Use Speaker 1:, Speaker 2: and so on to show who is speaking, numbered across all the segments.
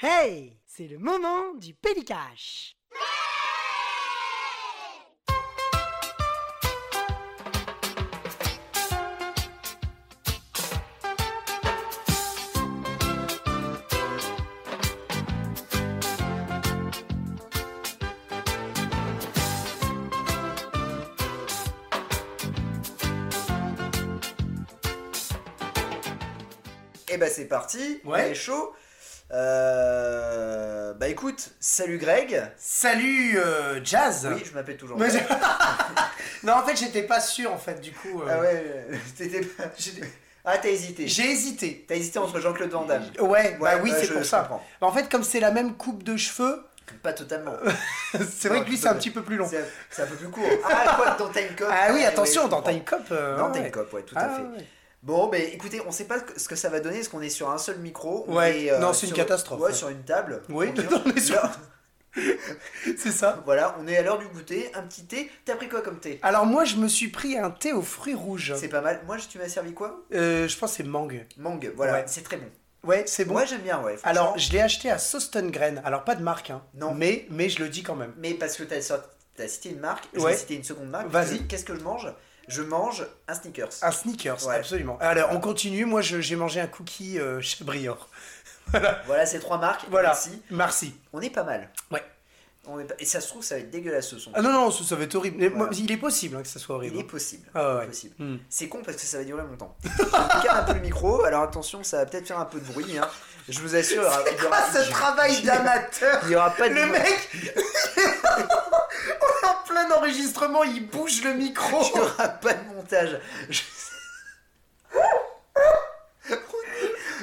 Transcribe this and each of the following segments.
Speaker 1: Hey C'est le moment du pélicache
Speaker 2: Et bah c'est parti,
Speaker 3: Ouais.
Speaker 2: on est chaud. Euh, bah écoute, salut Greg.
Speaker 3: Salut euh, Jazz
Speaker 2: Oui, je m'appelle toujours.
Speaker 3: Mais
Speaker 2: Greg.
Speaker 3: je- Non, en fait, j'étais pas sûr, en fait, du coup. euh,
Speaker 2: Ah ouais, euh, t'étais pas. Ah t'as hésité.
Speaker 3: J'ai hésité.
Speaker 2: T'as hésité entre Jean-Claude Van Damme.
Speaker 3: Ouais, bah
Speaker 2: Ouais,
Speaker 3: oui,
Speaker 2: ouais,
Speaker 3: c'est
Speaker 2: je-
Speaker 3: pour
Speaker 2: je
Speaker 3: ça. Bah,
Speaker 2: comprends.
Speaker 3: En fait, comme c'est la même coupe de cheveux,
Speaker 2: Pas totalement.
Speaker 3: c'est vrai
Speaker 2: Non,
Speaker 3: que lui,
Speaker 2: tout
Speaker 3: c'est
Speaker 2: à
Speaker 3: un
Speaker 2: fait.
Speaker 3: petit peu plus long.
Speaker 2: C'est un- c'est un peu plus court. Ah quoi, dans Time Cop.
Speaker 3: Ah oui,
Speaker 2: ouais,
Speaker 3: attention,
Speaker 2: je
Speaker 3: dans
Speaker 2: comprends.
Speaker 3: Time Cop. euh,
Speaker 2: Dans
Speaker 3: ouais.
Speaker 2: Time Cop, ouais, tout à
Speaker 3: Ah,
Speaker 2: fait.
Speaker 3: ouais.
Speaker 2: Bon, ben écoutez, on sait pas ce que ça va donner, parce qu'on est sur un seul micro. on
Speaker 3: Ouais,
Speaker 2: est, euh,
Speaker 3: non, c'est une
Speaker 2: sur-
Speaker 3: catastrophe.
Speaker 2: Ouais, sur une table.
Speaker 3: Oui,
Speaker 2: Tranquille.
Speaker 3: on est sur-
Speaker 2: Là,
Speaker 3: C'est ça.
Speaker 2: Voilà, on est à l'heure du goûter, un petit thé. T'as pris quoi comme thé
Speaker 3: Alors, moi, je me suis pris un thé aux fruits rouges.
Speaker 2: C'est pas mal. Moi, je- tu m'as servi quoi
Speaker 3: Euh, je pense que c'est mangue.
Speaker 2: Mangue, voilà,
Speaker 3: Ouais.
Speaker 2: c'est très bon.
Speaker 3: Ouais, c'est bon.
Speaker 2: Moi, j'aime bien, ouais. franchement.
Speaker 3: Alors, je l'ai acheté à Sostengren. Alors, pas de marque, hein.
Speaker 2: Non.
Speaker 3: Mais, mais je le dis quand même.
Speaker 2: Mais parce que t'as sorti- t'as cité une marque, je
Speaker 3: Ouais.
Speaker 2: vais citer une seconde marque.
Speaker 3: Vas-y. Ah.
Speaker 2: parce que Qu'est-ce que je mange Je mange un sneakers.
Speaker 3: Un sneakers,
Speaker 2: Ouais.
Speaker 3: absolument. Alors, on continue. Moi, je- j'ai mangé un cookie euh, Chabrior.
Speaker 2: Voilà, ces trois marques.
Speaker 3: Voilà.
Speaker 2: Merci.
Speaker 3: Merci.
Speaker 2: On est pas mal.
Speaker 3: Ouais.
Speaker 2: On est pas- Et ça se trouve, ça va être dégueulasse ce son.
Speaker 3: Ah non, non, ça, ça va être horrible. Mais moi,
Speaker 2: Voilà.
Speaker 3: il est possible hein, que ça soit horrible.
Speaker 2: Il est possible.
Speaker 3: Ah ouais.
Speaker 2: Possible.
Speaker 3: Hmm.
Speaker 2: C'est con parce que ça va durer longtemps. Je calme un peu le micro, alors attention, ça va peut-être faire un peu de bruit. hein. Je vous assure. il y aura-
Speaker 3: quoi ce travail d'amateur
Speaker 2: Il n'y aura pas de.
Speaker 3: Le mec On est en plein enregistrement, il bouge le micro
Speaker 2: Il n'y aura pas de montage. Je-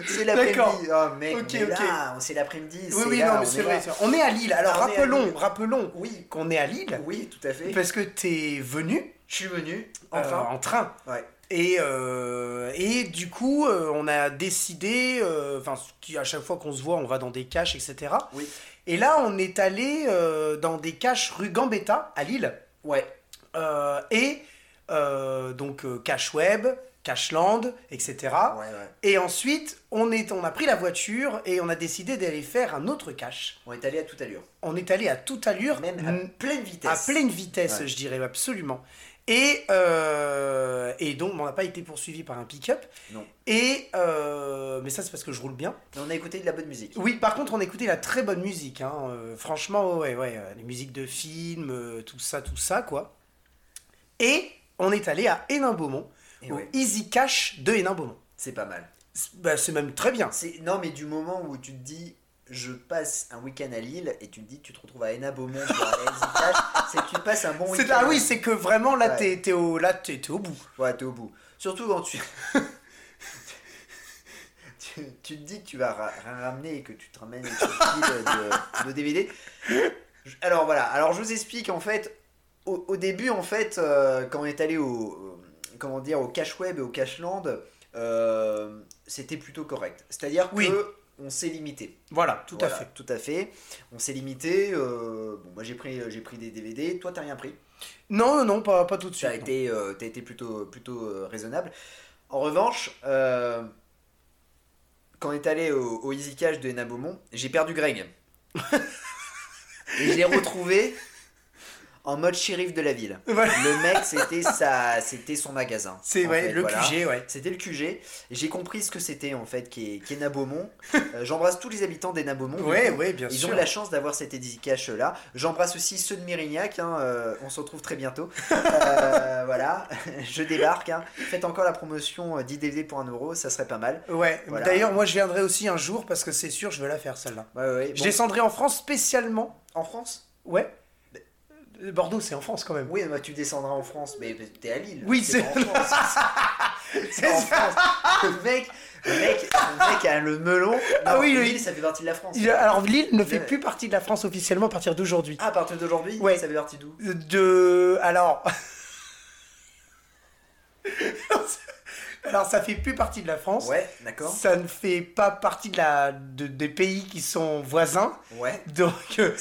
Speaker 2: C'est l'après-midi. Oh mec,
Speaker 3: Ok,
Speaker 2: on est
Speaker 3: ok.
Speaker 2: là, on- c'est l'après-midi.
Speaker 3: Oui,
Speaker 2: c'est
Speaker 3: oui,
Speaker 2: là,
Speaker 3: non, mais
Speaker 2: on
Speaker 3: c'est
Speaker 2: est
Speaker 3: vrai.
Speaker 2: là.
Speaker 3: c'est vrai. On est à Lille, alors
Speaker 2: On est à
Speaker 3: rappelons,
Speaker 2: Lille.
Speaker 3: rappelons
Speaker 2: Oui,
Speaker 3: qu'on est à Lille
Speaker 2: oui, tout à fait.
Speaker 3: parce que t'es venu
Speaker 2: Je suis venu,
Speaker 3: euh,
Speaker 2: enfin.
Speaker 3: en train.
Speaker 2: Ouais.
Speaker 3: Et, euh, et du coup, euh, on a décidé, euh, enfin, ce qui- à chaque fois qu'on se voit, on va dans des caches, etc.
Speaker 2: Oui.
Speaker 3: Et là, on est allé euh, dans des caches rue Gambetta, à Lille.
Speaker 2: Ouais.
Speaker 3: Euh, et euh, donc euh, cache web, cache land, etc.
Speaker 2: Ouais, ouais.
Speaker 3: Et ensuite, on, est, on a pris la voiture et on a décidé d'aller faire un autre cache.
Speaker 2: On est allé à toute allure.
Speaker 3: On est allé à toute allure,
Speaker 2: Même à
Speaker 3: n-
Speaker 2: pleine
Speaker 3: Mm. à,
Speaker 2: vitesse.
Speaker 3: pleine vitesse,
Speaker 2: Ouais.
Speaker 3: je dirais absolument. Et, euh, et donc, on n'a pas été poursuivi par un pick-up.
Speaker 2: Non.
Speaker 3: Et euh, mais ça, c'est parce que je roule bien.
Speaker 2: Mais on a écouté de la bonne musique.
Speaker 3: Oui, par contre, on écoutait la très bonne musique. hein. Euh, franchement, ouais, ouais, euh, les musiques de films, euh, tout ça, tout ça, quoi. Et on est allé à Hénin-Beaumont,
Speaker 2: Et
Speaker 3: au
Speaker 2: ouais,
Speaker 3: Easy Cash de Hénin-Beaumont.
Speaker 2: c'est pas mal.
Speaker 3: C'est bah, c'est même très bien.
Speaker 2: C'est- Non, mais du moment où tu te dis, je passe un week-end à Lille et tu te dis, tu te retrouves à Hénin Beaumont, tu vas à Helsingage, c'est que tu passes un bon
Speaker 3: C'est-
Speaker 2: week-end.
Speaker 3: ah oui, c'est que vraiment, là,
Speaker 2: Ouais.
Speaker 3: t'es- t'es au, là, t'es- t'es au bout.
Speaker 2: Ouais, t'es au bout. Surtout quand tu. tu, tu te dis que tu vas ra- ra- ramener et que tu te ramènes une pile de, de DVD. Je- Alors voilà, alors je vous explique en fait. Au, au début, en fait, euh, quand on est allé au. euh, Comment dire, au cache web et au cache land, euh, c'était plutôt correct. C'est-à-dire
Speaker 3: Oui.
Speaker 2: que on s'est limité.
Speaker 3: Voilà, tout
Speaker 2: Voilà,
Speaker 3: à fait.
Speaker 2: Tout à fait. On s'est limité. euh, bon, moi j'ai pris, j'ai pris des DVD. Toi t'as rien pris.
Speaker 3: Non, non, non, pas, pas tout de
Speaker 2: Tu
Speaker 3: suite.
Speaker 2: as
Speaker 3: non.
Speaker 2: été, euh, t'as été plutôt, plutôt euh, raisonnable. En revanche, euh, quand on est allé au, au Easy Cash de Hénin Beaumont, j'ai perdu Greg. Et je l'ai retrouvé en mode shérif de la ville.
Speaker 3: Voilà.
Speaker 2: Le mec, c'était sa, c'était son magasin.
Speaker 3: C'est
Speaker 2: en
Speaker 3: ouais,
Speaker 2: fait,
Speaker 3: le
Speaker 2: voilà.
Speaker 3: QG, ouais.
Speaker 2: C'était le QG. J'ai compris ce que c'était en fait qu'est qu'est Hénin Beaumont. Euh, J'embrasse tous les habitants d'Hénin Beaumont.
Speaker 3: Ouais, ouais, bien
Speaker 2: Ils
Speaker 3: sûr.
Speaker 2: ont la chance d'avoir cet Easy Cash euh, là. J'embrasse aussi ceux de Mérignac. hein, euh, on se retrouve très bientôt. Euh, voilà, je débarque. hein. Faites encore la promotion euh, 10 DVD pour 1 euro, ça serait pas mal.
Speaker 3: Ouais,
Speaker 2: Voilà.
Speaker 3: d'ailleurs, moi, je viendrai aussi un jour parce que c'est sûr, je vais la faire celle-là.
Speaker 2: Ouais, ouais,
Speaker 3: Je
Speaker 2: bon.
Speaker 3: descendrai en France spécialement
Speaker 2: En France
Speaker 3: Ouais. Euh, Bordeaux, c'est en France quand même.
Speaker 2: Oui, bah, tu descendras en France, mais mais t'es à Lille.
Speaker 3: Oui,
Speaker 2: pas
Speaker 3: c'est-
Speaker 2: en France. C'est pas en France. Le mec, le mec, le mec a le melon.
Speaker 3: Ah oui, le-
Speaker 2: Lille, ça fait partie de la France.
Speaker 3: Il- Alors Lille ne fait
Speaker 2: Ouais.
Speaker 3: plus partie de la France officiellement à partir d'aujourd'hui.
Speaker 2: Ah, à partir d'aujourd'hui,
Speaker 3: Ouais.
Speaker 2: ça fait partie d'où
Speaker 3: De alors. alors ça fait plus partie de la France.
Speaker 2: Ouais, d'accord.
Speaker 3: Ça ne fait pas partie de la de- des pays qui sont voisins.
Speaker 2: Ouais.
Speaker 3: Donc euh,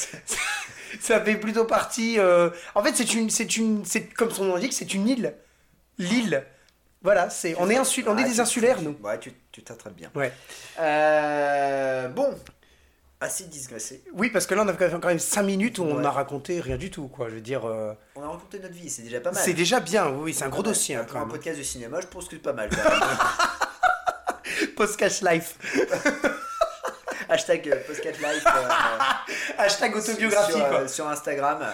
Speaker 3: ça fait plutôt partie. euh, En fait, c'est une c'est une c'est comme son nom l'indique, c'est une île. L'île. Voilà, c'est on est insul- on
Speaker 2: Ah,
Speaker 3: est des
Speaker 2: tu-
Speaker 3: insulaires
Speaker 2: tu-
Speaker 3: nous.
Speaker 2: Ouais, tu tu t'attrapes bien.
Speaker 3: Ouais.
Speaker 2: Euh, bon, assez digressé.
Speaker 3: Oui, parce que là, on a quand même- quand même 5 minutes où on
Speaker 2: Ouais.
Speaker 3: a raconté rien du tout, quoi. Je veux dire, euh,
Speaker 2: On a raconté notre vie, c'est déjà pas mal.
Speaker 3: c'est déjà bien, oui, oui, c'est un gros
Speaker 2: Pas mal.
Speaker 3: dossier, hein,
Speaker 2: Pour
Speaker 3: quand
Speaker 2: un
Speaker 3: même.
Speaker 2: podcast de cinéma, je pense que c'est pas mal. quand même.
Speaker 3: Podcast Life.
Speaker 2: Hashtag euh, podcast live euh,
Speaker 3: Hashtag
Speaker 2: sur-
Speaker 3: autobiographie,
Speaker 2: sur, euh,
Speaker 3: quoi.
Speaker 2: sur Instagram.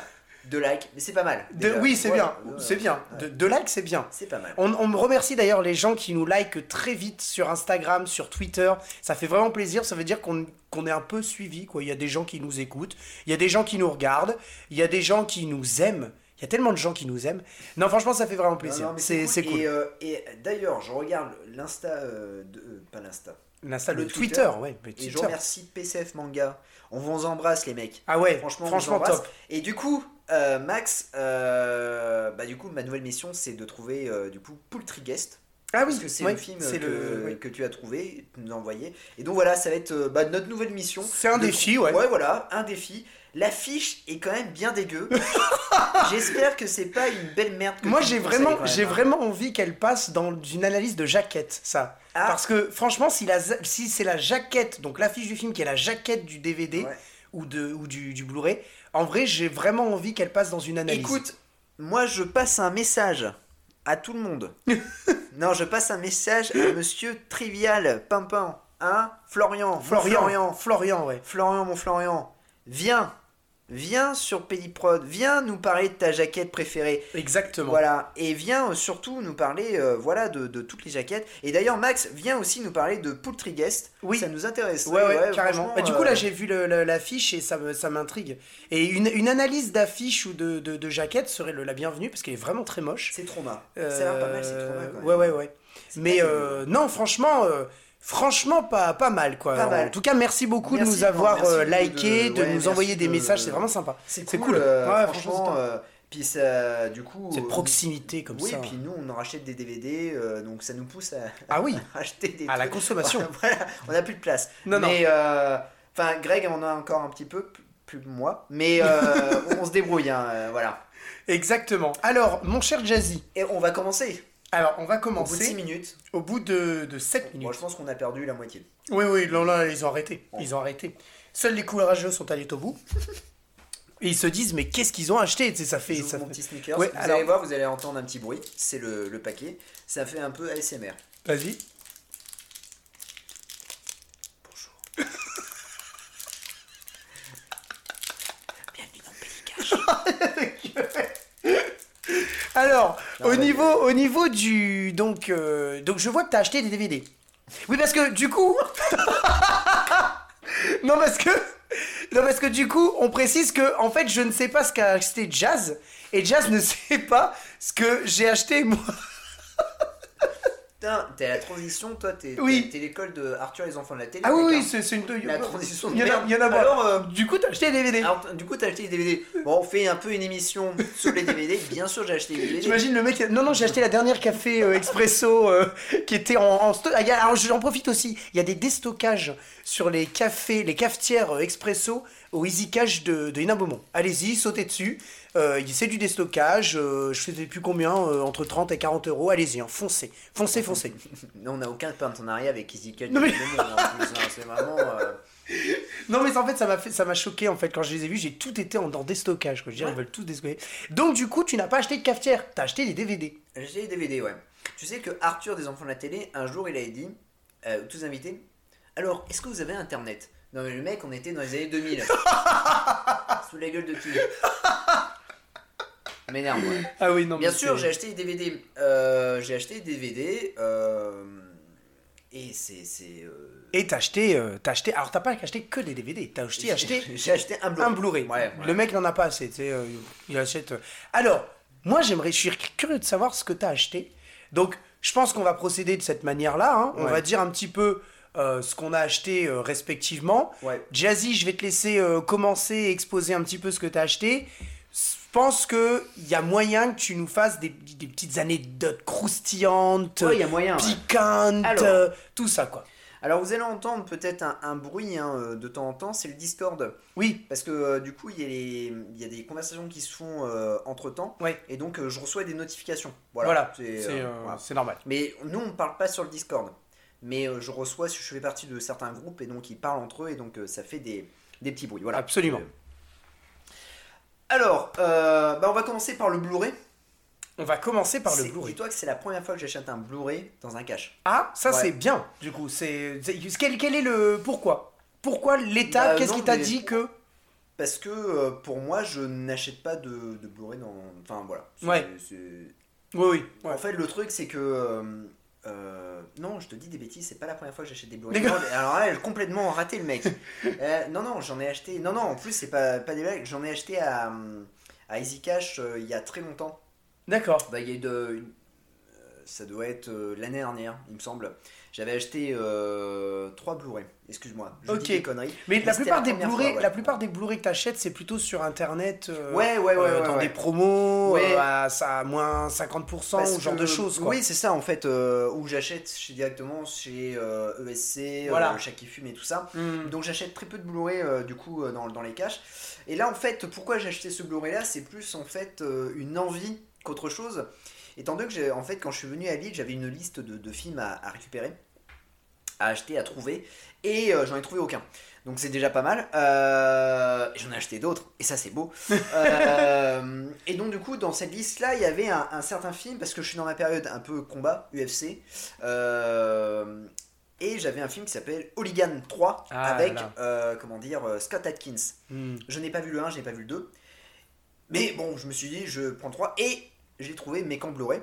Speaker 2: Deux likes, mais c'est pas mal.
Speaker 3: De-
Speaker 2: déjà.
Speaker 3: oui, c'est
Speaker 2: Ouais,
Speaker 3: bien,
Speaker 2: ouais,
Speaker 3: c'est
Speaker 2: ouais.
Speaker 3: bien. De, de likes, c'est bien.
Speaker 2: C'est pas mal.
Speaker 3: On, on me remercie d'ailleurs les gens qui nous likent très vite sur Instagram, sur Twitter. Ça fait vraiment plaisir. Ça veut dire qu'on qu'on est un peu suivi. Quoi. Il y a des gens qui nous écoutent, il y a des gens qui nous regardent, il y a des gens qui nous aiment. Il y a tellement de gens qui nous aiment. Non, franchement, ça fait vraiment plaisir.
Speaker 2: Non, non, mais
Speaker 3: C'est c'est cool.
Speaker 2: Et, euh, et d'ailleurs, je regarde l'Insta, euh, de- euh, pas l'Insta.
Speaker 3: L'insta- le,
Speaker 2: le
Speaker 3: Twitter,
Speaker 2: Twitter.
Speaker 3: ouais. le
Speaker 2: Et je
Speaker 3: Twitter.
Speaker 2: remercie PCF Manga. On vous embrasse les mecs.
Speaker 3: Ah ouais,
Speaker 2: Franchement,
Speaker 3: franchement,
Speaker 2: on vous embrasse.
Speaker 3: top.
Speaker 2: Et du coup, euh, Max, euh, bah du coup, ma nouvelle mission, c'est de trouver euh, du coup Poultryguest.
Speaker 3: Ah oui,
Speaker 2: Parce que c'est
Speaker 3: ouais,
Speaker 2: le film que,
Speaker 3: c'est le- oui.
Speaker 2: que tu as trouvé, tu nous as envoyé. Et donc voilà, ça va être euh, bah, notre nouvelle mission.
Speaker 3: C'est un
Speaker 2: De-
Speaker 3: défi, ouais.
Speaker 2: Ouais, voilà, un défi. L'affiche est quand même bien dégueu. J'espère que c'est pas une belle merde. que
Speaker 3: Moi,
Speaker 2: tu
Speaker 3: j'ai
Speaker 2: nous conseilles
Speaker 3: vraiment,
Speaker 2: quand même,
Speaker 3: j'ai
Speaker 2: hein.
Speaker 3: vraiment envie qu'elle passe dans une analyse de jaquette, ça.
Speaker 2: Ah.
Speaker 3: Parce que franchement, si, la, si c'est la jaquette, donc l'affiche du film qui est la jaquette du DVD
Speaker 2: Ouais.
Speaker 3: ou, de, ou du, du Blu-ray, en vrai, j'ai vraiment envie qu'elle passe dans une analyse.
Speaker 2: Écoute, moi je passe un message à tout le monde. non, je passe un message à monsieur Trivial Pimpin. Hein Florian, mon
Speaker 3: Florian, Florian,
Speaker 2: Florian,
Speaker 3: Florian ouais.
Speaker 2: Florian, mon Florian. Viens, viens sur Péliprod, viens nous parler de ta jaquette préférée.
Speaker 3: Exactement.
Speaker 2: Voilà, et viens euh, surtout nous parler euh, voilà, de, de toutes les jaquettes. Et d'ailleurs, Max, viens aussi nous parler de Poultry Guest.
Speaker 3: Oui.
Speaker 2: Ça nous intéresse.
Speaker 3: Ouais, ouais, carrément.
Speaker 2: franchement,
Speaker 3: Bah, du coup,
Speaker 2: euh,
Speaker 3: là, j'ai vu le- le- l'affiche et ça me- ça m'intrigue. Et une, une analyse d'affiche ou de, de, de jaquette serait le- la bienvenue parce qu'elle est vraiment très moche.
Speaker 2: C'est trauma. Ça a l'air pas mal, c'est trauma. quand même.
Speaker 3: Euh, Ouais, ouais, ouais.
Speaker 2: C'est
Speaker 3: Mais
Speaker 2: pas
Speaker 3: euh, non, franchement, euh, franchement, pas, pas mal, quoi.
Speaker 2: Pas mal.
Speaker 3: En tout cas, merci beaucoup
Speaker 2: Merci,
Speaker 3: de nous avoir
Speaker 2: merci
Speaker 3: euh,
Speaker 2: de-
Speaker 3: liké, de,
Speaker 2: ouais,
Speaker 3: nous
Speaker 2: merci
Speaker 3: envoyer des
Speaker 2: de-
Speaker 3: messages, c'est vraiment sympa.
Speaker 2: C'est
Speaker 3: C'est
Speaker 2: cool.
Speaker 3: cool.
Speaker 2: euh,
Speaker 3: Ouais, franchement,
Speaker 2: franchement,
Speaker 3: c'est
Speaker 2: euh, puis ça, du coup.
Speaker 3: Cette
Speaker 2: euh,
Speaker 3: proximité comme
Speaker 2: oui,
Speaker 3: ça.
Speaker 2: puis nous, on en rachète des DVD, euh, donc ça nous pousse à
Speaker 3: Ah oui,
Speaker 2: acheter des.
Speaker 3: à la
Speaker 2: trucs.
Speaker 3: consommation.
Speaker 2: voilà, on n'a plus de place.
Speaker 3: Non, non.
Speaker 2: mais, euh, Enfin, Greg en a encore un petit peu, p- plus moi, mais euh, on se débrouille, hein, euh, voilà.
Speaker 3: Exactement. Alors, mon cher Jazzy,
Speaker 2: Et on va commencer.
Speaker 3: alors on
Speaker 2: Au
Speaker 3: va
Speaker 2: bout de 6
Speaker 3: commencer
Speaker 2: minutes.
Speaker 3: au bout de, de 7 minutes.
Speaker 2: Moi, je pense qu'on a perdu la moitié.
Speaker 3: Oui, oui, là, là, ils ont arrêté.
Speaker 2: Bon.
Speaker 3: Ils ont arrêté. Seuls les courageux sont allés au bout. Et ils se disent, mais qu'est-ce qu'ils ont acheté Tu sais, Ça fait.
Speaker 2: J'ouvre
Speaker 3: ça
Speaker 2: mon
Speaker 3: fait-
Speaker 2: petit sneaker.
Speaker 3: Ouais,
Speaker 2: vous
Speaker 3: alors-
Speaker 2: allez voir, vous allez entendre un petit bruit. C'est le, le paquet. Ça fait un peu ASMR.
Speaker 3: Vas-y.
Speaker 2: Bonjour. Bienvenue dans Pays Cache. hein,
Speaker 3: Alors,
Speaker 2: Non,
Speaker 3: au,
Speaker 2: mais-
Speaker 3: niveau, au niveau du. Donc, euh, donc je vois que t'as acheté des DVD. Oui, parce que du coup. non, parce que. Non, parce que du coup, on précise que, en fait, je ne sais pas ce qu'a acheté Jazz. Et Jazz ne sait pas ce que j'ai acheté moi.
Speaker 2: Putain, t'es à la transition, toi, t'es
Speaker 3: Oui.
Speaker 2: t'es- t'es l'école de Arthur et les enfants de la télé.
Speaker 3: Ah oui,
Speaker 2: mec,
Speaker 3: oui,
Speaker 2: hein.
Speaker 3: c'est c'est une.
Speaker 2: La transition de
Speaker 3: Il y en a,
Speaker 2: merde.
Speaker 3: il y en a pas. Ah,
Speaker 2: Alors, euh,
Speaker 3: du coup, t'as acheté des DVD.
Speaker 2: alors, t- du coup, t'as acheté les DVD. Bon, on fait un peu une émission sur les DVD. Bien sûr, j'ai acheté les DVD.
Speaker 3: J'imagine le mec. qui a- Non, non, j'ai acheté la dernière café euh, expresso euh, qui était en, en sto- Ah, il y a- Alors j'en profite aussi. Il y a des déstockages sur les cafés, les cafetières euh, expresso au Easy Cash de, de Hénin Beaumont. Allez-y, sautez dessus. Euh, c'est du déstockage. euh, je ne sais plus combien, euh, entre 30 et 40 euros. Allez-y, hein, foncez. Foncez, foncez.
Speaker 2: Non, on n'a aucun partenariat avec Easy Cut.
Speaker 3: Non, mais-
Speaker 2: du monde, en plus, hein. C'est vraiment. euh,
Speaker 3: Non mais en fait ça m'a fait ça m'a choqué en fait quand je les ai vus j'ai tout été en, dans déstockage quoi. Je veux dire, ils veulent tout déstocker. Donc du coup tu n'as pas acheté de cafetière, t'as acheté des DVD.
Speaker 2: J'ai acheté les DVD, ouais. Tu sais que Arthur des enfants de la télé, un jour, il avait dit, euh, tous invités, alors, est-ce que vous avez Internet Non, mais le mec, on était dans les années 2000. Sous la gueule de qui M'énerve, ouais.
Speaker 3: Ah oui non.
Speaker 2: Bien
Speaker 3: mais
Speaker 2: sûr,
Speaker 3: c'est-
Speaker 2: j'ai acheté des DVD. Euh, j'ai acheté des DVD. euh, et c'est. c'est, euh,
Speaker 3: Et t'as acheté, euh, t'as acheté. Alors t'as pas acheté que des DVD, t'as acheté, acheté
Speaker 2: J'ai acheté un Blu-ray.
Speaker 3: un Blu-ray.
Speaker 2: Ouais, ouais.
Speaker 3: Le mec n'en a pas assez, tu sais, euh, il achète. euh. Alors, moi j'aimerais, je suis curieux de savoir ce que t'as acheté. Donc, je pense qu'on va procéder de cette manière-là. hein. On
Speaker 2: Ouais.
Speaker 3: va dire un petit peu euh, ce qu'on a acheté euh, respectivement.
Speaker 2: Ouais.
Speaker 3: Jazzy, je vais te laisser euh, commencer et exposer un petit peu ce que t'as acheté. Je pense que il y a moyen que tu nous fasses des, des petites anecdotes croustillantes,
Speaker 2: Ouais, il y a moyen. ouais.
Speaker 3: piquantes,
Speaker 2: Alors.
Speaker 3: euh, tout ça quoi.
Speaker 2: Alors, vous allez entendre peut-être un, un bruit hein, euh, de temps en temps, c'est le Discord.
Speaker 3: Oui,
Speaker 2: Parce que euh, du coup, il y, a les- il y a des conversations qui se font entre temps.
Speaker 3: Ouais.
Speaker 2: Et donc, euh, je reçois des notifications. Voilà.
Speaker 3: Voilà,
Speaker 2: C'est,
Speaker 3: c'est
Speaker 2: euh,
Speaker 3: euh,
Speaker 2: voilà.
Speaker 3: c'est normal.
Speaker 2: Mais nous, on ne parle pas sur le Discord. mais euh, je reçois, je fais partie de certains groupes et donc ils parlent entre eux et donc euh, ça fait des, des petits bruits. Voilà. euh,
Speaker 3: Absolument.
Speaker 2: Alors, euh, bah, on va commencer par le Blu-ray.
Speaker 3: On va commencer par le
Speaker 2: C'est-
Speaker 3: Blu-ray.
Speaker 2: Dis-toi que c'est la première fois que j'achète un Blu-ray dans un cache.
Speaker 3: Ah, ça
Speaker 2: Ouais.
Speaker 3: c'est bien. Du coup, c'est c'est- quel, quel est le pourquoi Pourquoi l'État
Speaker 2: Bah,
Speaker 3: Qu'est-ce
Speaker 2: non,
Speaker 3: qui t'a
Speaker 2: mais-
Speaker 3: dit que
Speaker 2: Parce que euh, pour moi, je n'achète pas de, de Blu-ray dans. Enfin voilà. C'est-
Speaker 3: Ouais.
Speaker 2: c'est-
Speaker 3: Oui, oui.
Speaker 2: En fait, le truc, c'est que. euh, euh, non, je te dis des bêtises, c'est pas la première fois que j'achète des Blu-ray.
Speaker 3: D'accord.
Speaker 2: Non, mais Alors là, j'ai complètement raté le mec. Euh, non, non, j'en ai acheté. Non, non, en plus, c'est pas, pas des blagues. J'en ai acheté à, euh, à Easy Cash euh, il y a très longtemps.
Speaker 3: D'accord.
Speaker 2: Bah, il y a eu de- une- euh, ça doit être euh, l'année dernière, il me semble. J'avais acheté 3 Blu-ray. Excuse-moi, je
Speaker 3: Ok.
Speaker 2: dis des conneries.
Speaker 3: Mais
Speaker 2: Mais
Speaker 3: la
Speaker 2: c'était
Speaker 3: plupart,
Speaker 2: la
Speaker 3: des
Speaker 2: première
Speaker 3: Blu-ray,
Speaker 2: fois, ouais.
Speaker 3: la plupart des Blu-ray que t'achètes, c'est plutôt sur Internet. euh,
Speaker 2: Ouais, ouais, ouais.
Speaker 3: euh,
Speaker 2: ouais,
Speaker 3: dans
Speaker 2: ouais.
Speaker 3: des promos,
Speaker 2: Ouais.
Speaker 3: euh, à, ça, à moins 50%,
Speaker 2: Parce
Speaker 3: ou ce genre
Speaker 2: que-
Speaker 3: de choses. Quoi.
Speaker 2: Oui, c'est ça en fait, euh, où j'achète chez- directement chez euh, ESC,
Speaker 3: Voilà.
Speaker 2: euh, Chaki Fume et tout ça.
Speaker 3: Hmm.
Speaker 2: Donc j'achète très peu de Blu-ray euh, du coup euh, dans, dans les caches. Et là en fait, pourquoi j'ai acheté ce Blu-ray là C'est plus en fait euh, une envie qu'autre chose. Étant donné que j'ai- en fait quand je suis venu à Lille, j'avais une liste de, de films à, à récupérer, à acheter, à trouver, et euh, j'en ai trouvé aucun. Donc c'est déjà pas mal. Euh, J'en ai acheté d'autres, et ça c'est beau. Euh, et donc du coup dans cette liste là, il y avait un, un certain film parce que je suis dans ma période un peu combat UFC. Euh, et j'avais un film qui s'appelle Hooligan 3
Speaker 3: Ah là
Speaker 2: avec,
Speaker 3: là.
Speaker 2: euh, comment dire, euh, Scott Atkins.
Speaker 3: Hmm.
Speaker 2: Je n'ai pas vu le 1, je n'ai pas vu le 2. Mais bon, je me suis dit, je prends le 3 et j'ai trouvé mes camps Blu-ray.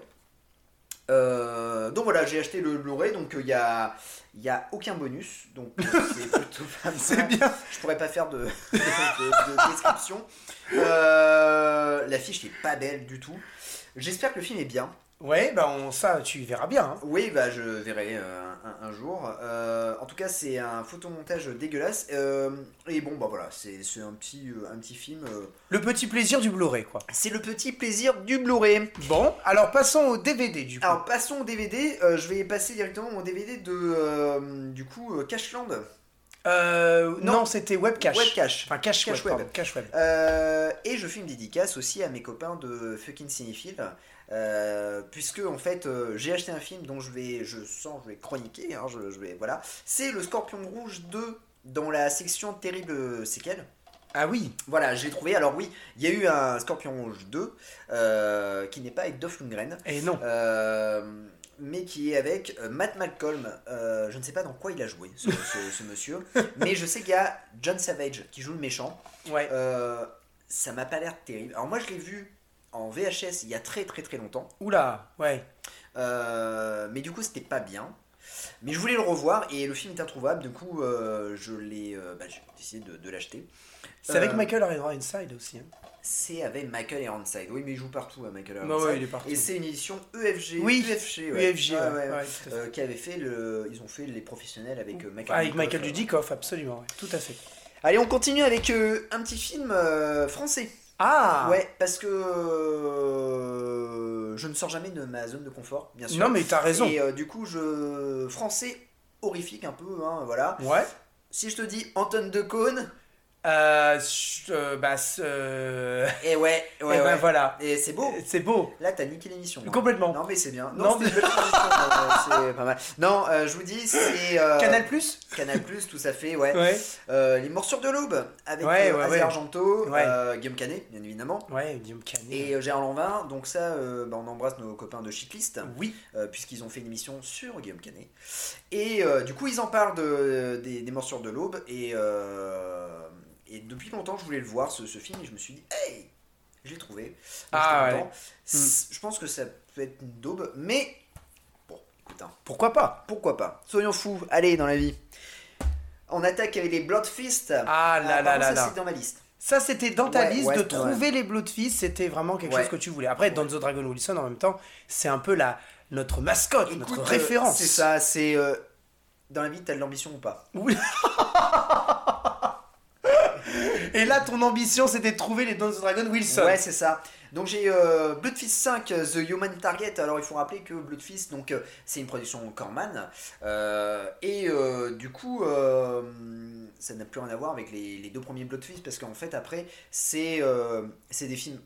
Speaker 2: Euh, donc voilà, j'ai acheté le Blu-ray, donc euh, il n'y a, il y a aucun bonus, donc euh, c'est plutôt pas
Speaker 3: C'est
Speaker 2: mal.
Speaker 3: bien.
Speaker 2: Je pourrais pas faire de, de- de- de description. Euh, L'affiche n'est pas belle du tout. J'espère que le film est bien.
Speaker 3: Ouais, bah on, ça, tu verras bien. hein.
Speaker 2: Oui, bah, je verrai euh, un, un jour. Euh, en tout cas, c'est un photomontage dégueulasse. Euh, et bon, bah voilà, c'est c'est un petit, euh, un petit film. euh.
Speaker 3: Le petit plaisir du Blu-ray, quoi.
Speaker 2: C'est le petit plaisir du Blu-ray.
Speaker 3: Bon, alors passons au DVD, du coup.
Speaker 2: Alors, passons au DVD. Euh, je vais passer directement mon DVD de, euh, du coup, euh, Cashland.
Speaker 3: Euh, non,
Speaker 2: non.
Speaker 3: c'était Webcache.
Speaker 2: Webcash.
Speaker 3: Enfin, Cache
Speaker 2: Cache
Speaker 3: Web.
Speaker 2: Web.
Speaker 3: pardon, Cache Web.
Speaker 2: Euh, et je fais une dédicace aussi à mes copains de fucking cinéphile, euh, puisque en fait euh, j'ai acheté un film dont je vais, je sens, je vais chroniquer, hein, je, je vais, voilà. C'est le Scorpion Rouge 2 dans la section terrible séquelle.
Speaker 3: Ah oui.
Speaker 2: Voilà, j'ai trouvé. Alors oui, il y a eu un Scorpion Rouge 2 euh, qui n'est pas avec Dolph Lundgren.
Speaker 3: Et non.
Speaker 2: Euh, mais qui est avec euh, Matt Malcolm. Euh, je ne sais pas dans quoi il a joué, ce, ce- ce monsieur. Mais je sais qu'il y a John Savage qui joue le méchant.
Speaker 3: Ouais.
Speaker 2: Euh, ça m'a pas l'air terrible. Alors moi, je l'ai vu en VHS il y a très très très longtemps.
Speaker 3: Oula. Ouais.
Speaker 2: Euh, mais du coup, c'était pas bien. Mais je voulais le revoir et le film est introuvable. Du coup, euh, je l'ai, euh, bah, j'ai décidé de, de l'acheter.
Speaker 3: C'est avec
Speaker 2: Euh,
Speaker 3: Michael Arrivera Inside aussi. hein.
Speaker 2: C'est avec Michael Ironside. Oui, mais il joue partout à Michael
Speaker 3: Bah
Speaker 2: Ironside.
Speaker 3: ouais, il est parti.
Speaker 2: Et c'est une édition E EFG.
Speaker 3: Oui,
Speaker 2: UFG. ouais.
Speaker 3: UFG.
Speaker 2: Ah,
Speaker 3: ouais,
Speaker 2: ouais, ouais.
Speaker 3: ouais, tout à fait.
Speaker 2: Euh, qui avait fait le. Ils ont fait les professionnels avec euh, Michael.
Speaker 3: Avec
Speaker 2: Dudikoff.
Speaker 3: Michael Dudikoff, absolument. ouais, Tout à fait.
Speaker 2: Allez, on continue avec euh, un petit film euh, français.
Speaker 3: Ah.
Speaker 2: Ouais, parce que euh, je ne sors jamais de ma zone de confort, bien sûr.
Speaker 3: Non, mais t'as raison.
Speaker 2: Et euh, du coup, je français horrifique un peu, hein, voilà.
Speaker 3: Ouais.
Speaker 2: Si je te dis Anton de Caunes,
Speaker 3: Euh, ch- euh, bah, ce- euh,
Speaker 2: et ouais, ouais,
Speaker 3: eh ben,
Speaker 2: ouais.
Speaker 3: voilà.
Speaker 2: Et c'est beau.
Speaker 3: C'est beau.
Speaker 2: Là, t'as niqué l'émission. hein.
Speaker 3: Eh. Complètement.
Speaker 2: Non, mais c'est bien.
Speaker 3: Non,
Speaker 2: Non, c'était une belle transition, euh, c'est pas mal. Non, euh, je vous dis, c'est euh,
Speaker 3: Canal Plus.
Speaker 2: Canal+, tout ça fait, ouais.
Speaker 3: Ouais.
Speaker 2: Euh, les morsures de l'aube avec
Speaker 3: Ouais,
Speaker 2: euh,
Speaker 3: ouais,
Speaker 2: Asie
Speaker 3: ouais.
Speaker 2: Argento,
Speaker 3: Ouais.
Speaker 2: euh, Guillaume Canet, bien évidemment.
Speaker 3: Ouais, Guillaume Canet.
Speaker 2: Et euh, Gérard Lanvin, donc ça, euh, bah, on embrasse nos copains de Shitlist,
Speaker 3: Oui.
Speaker 2: euh, puisqu'ils ont fait une émission sur Guillaume Canet. Et euh, du coup, ils en parlent de, des, des morsures de l'aube, et, euh, et depuis longtemps, je voulais le voir, ce, ce film, et je me suis dit, hey, je l'ai trouvé. Donc,
Speaker 3: Ah,
Speaker 2: j'étais
Speaker 3: ouais.
Speaker 2: content. C'est- Je pense que ça peut être une daube, mais bon, écoute, hein,
Speaker 3: Pourquoi pas
Speaker 2: pourquoi pas. Soyons fous, allez, dans la vie. On attaque avec les Blood Fist.
Speaker 3: Ah là
Speaker 2: Ah,
Speaker 3: là
Speaker 2: pardon,
Speaker 3: là
Speaker 2: ça,
Speaker 3: là.
Speaker 2: c'est dans ma liste.
Speaker 3: Ça, c'était dans ta
Speaker 2: Ouais,
Speaker 3: liste
Speaker 2: ouais,
Speaker 3: de
Speaker 2: ouais.
Speaker 3: trouver les Bloodfist. C'était vraiment quelque
Speaker 2: Ouais.
Speaker 3: chose que tu voulais. Après, Danzo Dragon Wilson, en même temps, c'est un peu la notre mascotte, notre
Speaker 2: Écoute,
Speaker 3: référence.
Speaker 2: euh, C'est ça, c'est. euh, dans la vie, t'as de l'ambition ou pas
Speaker 3: Oui. Et là, ton ambition, c'était de trouver les Danzo Dragon Wilson.
Speaker 2: Ouais, c'est ça. Donc j'ai euh, Bloodfist 5, euh, The Human Target. Alors il faut rappeler que Bloodfist, donc euh, c'est une production Corman. Euh, et euh, du coup, euh, ça n'a plus rien à voir avec les, les deux premiers Bloodfist parce qu'en fait, après, c'est euh, c'est des films,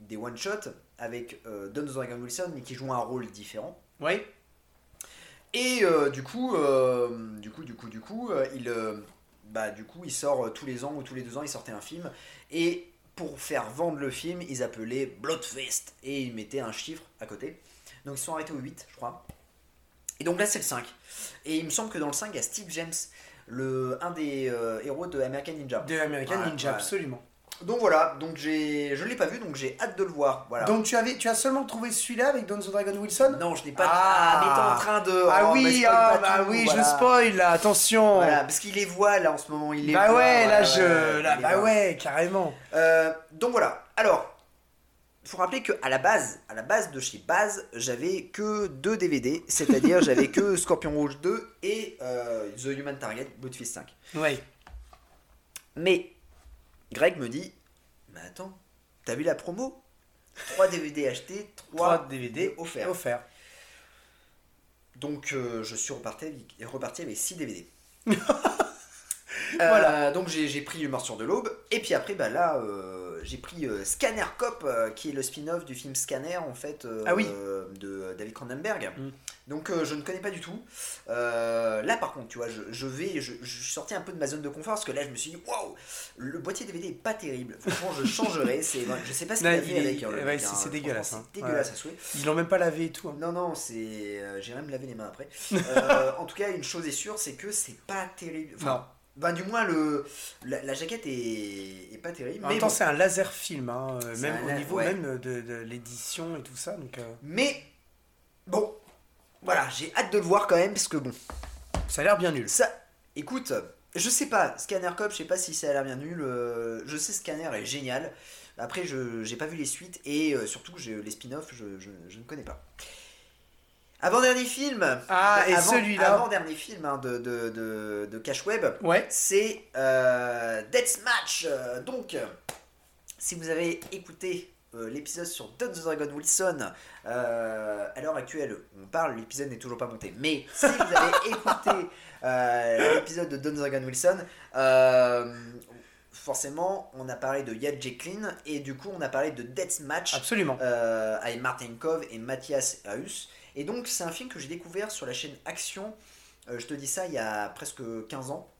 Speaker 2: des one-shots avec euh, Dungeons Dragon Wilson, mais qui joue un rôle différent.
Speaker 3: Ouais.
Speaker 2: Et euh, du coup, euh, du coup, du coup, du coup, euh, il, euh, bah, du coup, il sort euh, tous les ans ou tous les deux ans, il sortait un film. Et pour faire vendre le film, ils appelaient Bloodfest et ils mettaient un chiffre à côté. Donc ils se sont arrêtés au 8, je crois. Et donc là, c'est le 5. Et il me semble que dans le 5, il y a Steve James, le, un des euh, héros de American Ninja.
Speaker 3: De American
Speaker 2: Ouais,
Speaker 3: Ninja,
Speaker 2: ouais.
Speaker 3: absolument.
Speaker 2: Donc voilà, donc j'ai, je l'ai pas vu, donc j'ai hâte de le voir. Voilà.
Speaker 3: Donc tu, avais, tu as seulement trouvé celui-là avec Donzo Dragon Wilson
Speaker 2: non, je n'ai pas.
Speaker 3: Ah.
Speaker 2: mais t'es en train de.
Speaker 3: Ah
Speaker 2: oh, mais
Speaker 3: oui,
Speaker 2: spoil pas
Speaker 3: ah, bah
Speaker 2: tout,
Speaker 3: oui,
Speaker 2: voilà.
Speaker 3: je spoil là, attention
Speaker 2: Voilà, parce qu'il les voit là en ce moment, il les
Speaker 3: Bah
Speaker 2: voit,
Speaker 3: ouais, là
Speaker 2: voilà,
Speaker 3: je.
Speaker 2: ouais,
Speaker 3: là,
Speaker 2: il les
Speaker 3: bah
Speaker 2: voit.
Speaker 3: ouais, carrément.
Speaker 2: Euh, donc voilà. Alors, faut rappeler que à la base, à la base de chez Baz, j'avais que deux DVD, c'est-à-dire j'avais que Scorpion Rouge 2 et euh, The Human Target Bloodfist 5.
Speaker 3: Ouais.
Speaker 2: Mais Greg me dit, mais attends, t'as vu la promo 3 DVD achetés, 3,
Speaker 3: 3 DVD
Speaker 2: offerts.
Speaker 3: offerts.
Speaker 2: Donc euh, je suis reparti avec, reparti avec 6 DVD. voilà,
Speaker 3: Voilà.
Speaker 2: Euh, donc j'ai j'ai pris Humeur sur de l'aube, et puis après, bah là, euh, j'ai pris euh, Scanner Cop, euh, qui est le spin-off du film Scanner, en fait, euh,
Speaker 3: Ah oui.
Speaker 2: euh, de David Cronenberg.
Speaker 3: Mm.
Speaker 2: Donc euh, je ne connais pas du tout. Euh, là, par contre, tu vois, je, je vais, je, je suis sorti un peu de ma zone de confort, parce que là, je me suis dit, waouh, le boîtier DVD est pas terrible. Franchement, je changerai, c'est- je sais pas ce qu'il
Speaker 3: Non,
Speaker 2: a fait
Speaker 3: il est-
Speaker 2: avec. hein, le
Speaker 3: ouais,
Speaker 2: mec,
Speaker 3: c'est-
Speaker 2: hein.
Speaker 3: c'est
Speaker 2: Franchement,
Speaker 3: dégueulasse, hein.
Speaker 2: C'est dégueulasse à souhait.
Speaker 3: Ils l'ont même pas lavé et tout. hein.
Speaker 2: Non, non, c'est. euh, J'irai me laver les mains après. Euh, en tout cas, une chose est sûre, c'est que c'est pas terrible. Enfin,
Speaker 3: Non.
Speaker 2: Ben, du moins, le, la, la jaquette est, est pas terrible.
Speaker 3: En
Speaker 2: Mais,
Speaker 3: même temps,
Speaker 2: bon.
Speaker 3: c'est un laser film, hein, euh,
Speaker 2: C'est
Speaker 3: même
Speaker 2: un
Speaker 3: au
Speaker 2: la-
Speaker 3: niveau
Speaker 2: ouais.
Speaker 3: même de, de l'édition et tout ça. Donc, euh,
Speaker 2: mais bon, voilà, j'ai hâte de le voir quand même, parce que bon,
Speaker 3: ça a l'air bien nul.
Speaker 2: ça. Écoute, je sais pas, Scanner Cop, je sais pas si ça a l'air bien nul. euh, je sais, Scanner est génial. Après, je j'ai pas vu les suites et euh, surtout, j'ai- les spin-offs, je, je- je ne connais pas. Avant-dernier film
Speaker 3: Ah, et
Speaker 2: Avant-
Speaker 3: celui-là
Speaker 2: Avant-dernier film hein, de, de, de, de Cash Web.
Speaker 3: Ouais.
Speaker 2: c'est euh, Deathmatch. Euh, Donc, si vous avez écouté euh, l'épisode sur Don the Dragon Wilson, euh, à l'heure actuelle, on parle, l'épisode n'est toujours pas monté, mais si vous avez écouté euh, l'épisode de Don the Dragon Wilson, euh, forcément, on a parlé de Yad Jeklin, et du coup, on a parlé de Deathmatch
Speaker 3: Absolument.
Speaker 2: euh, avec Martin Kov et Mathias Haus. Et donc, c'est un film que j'ai découvert sur la chaîne Action, euh, je te dis ça, il y a presque 15 ans.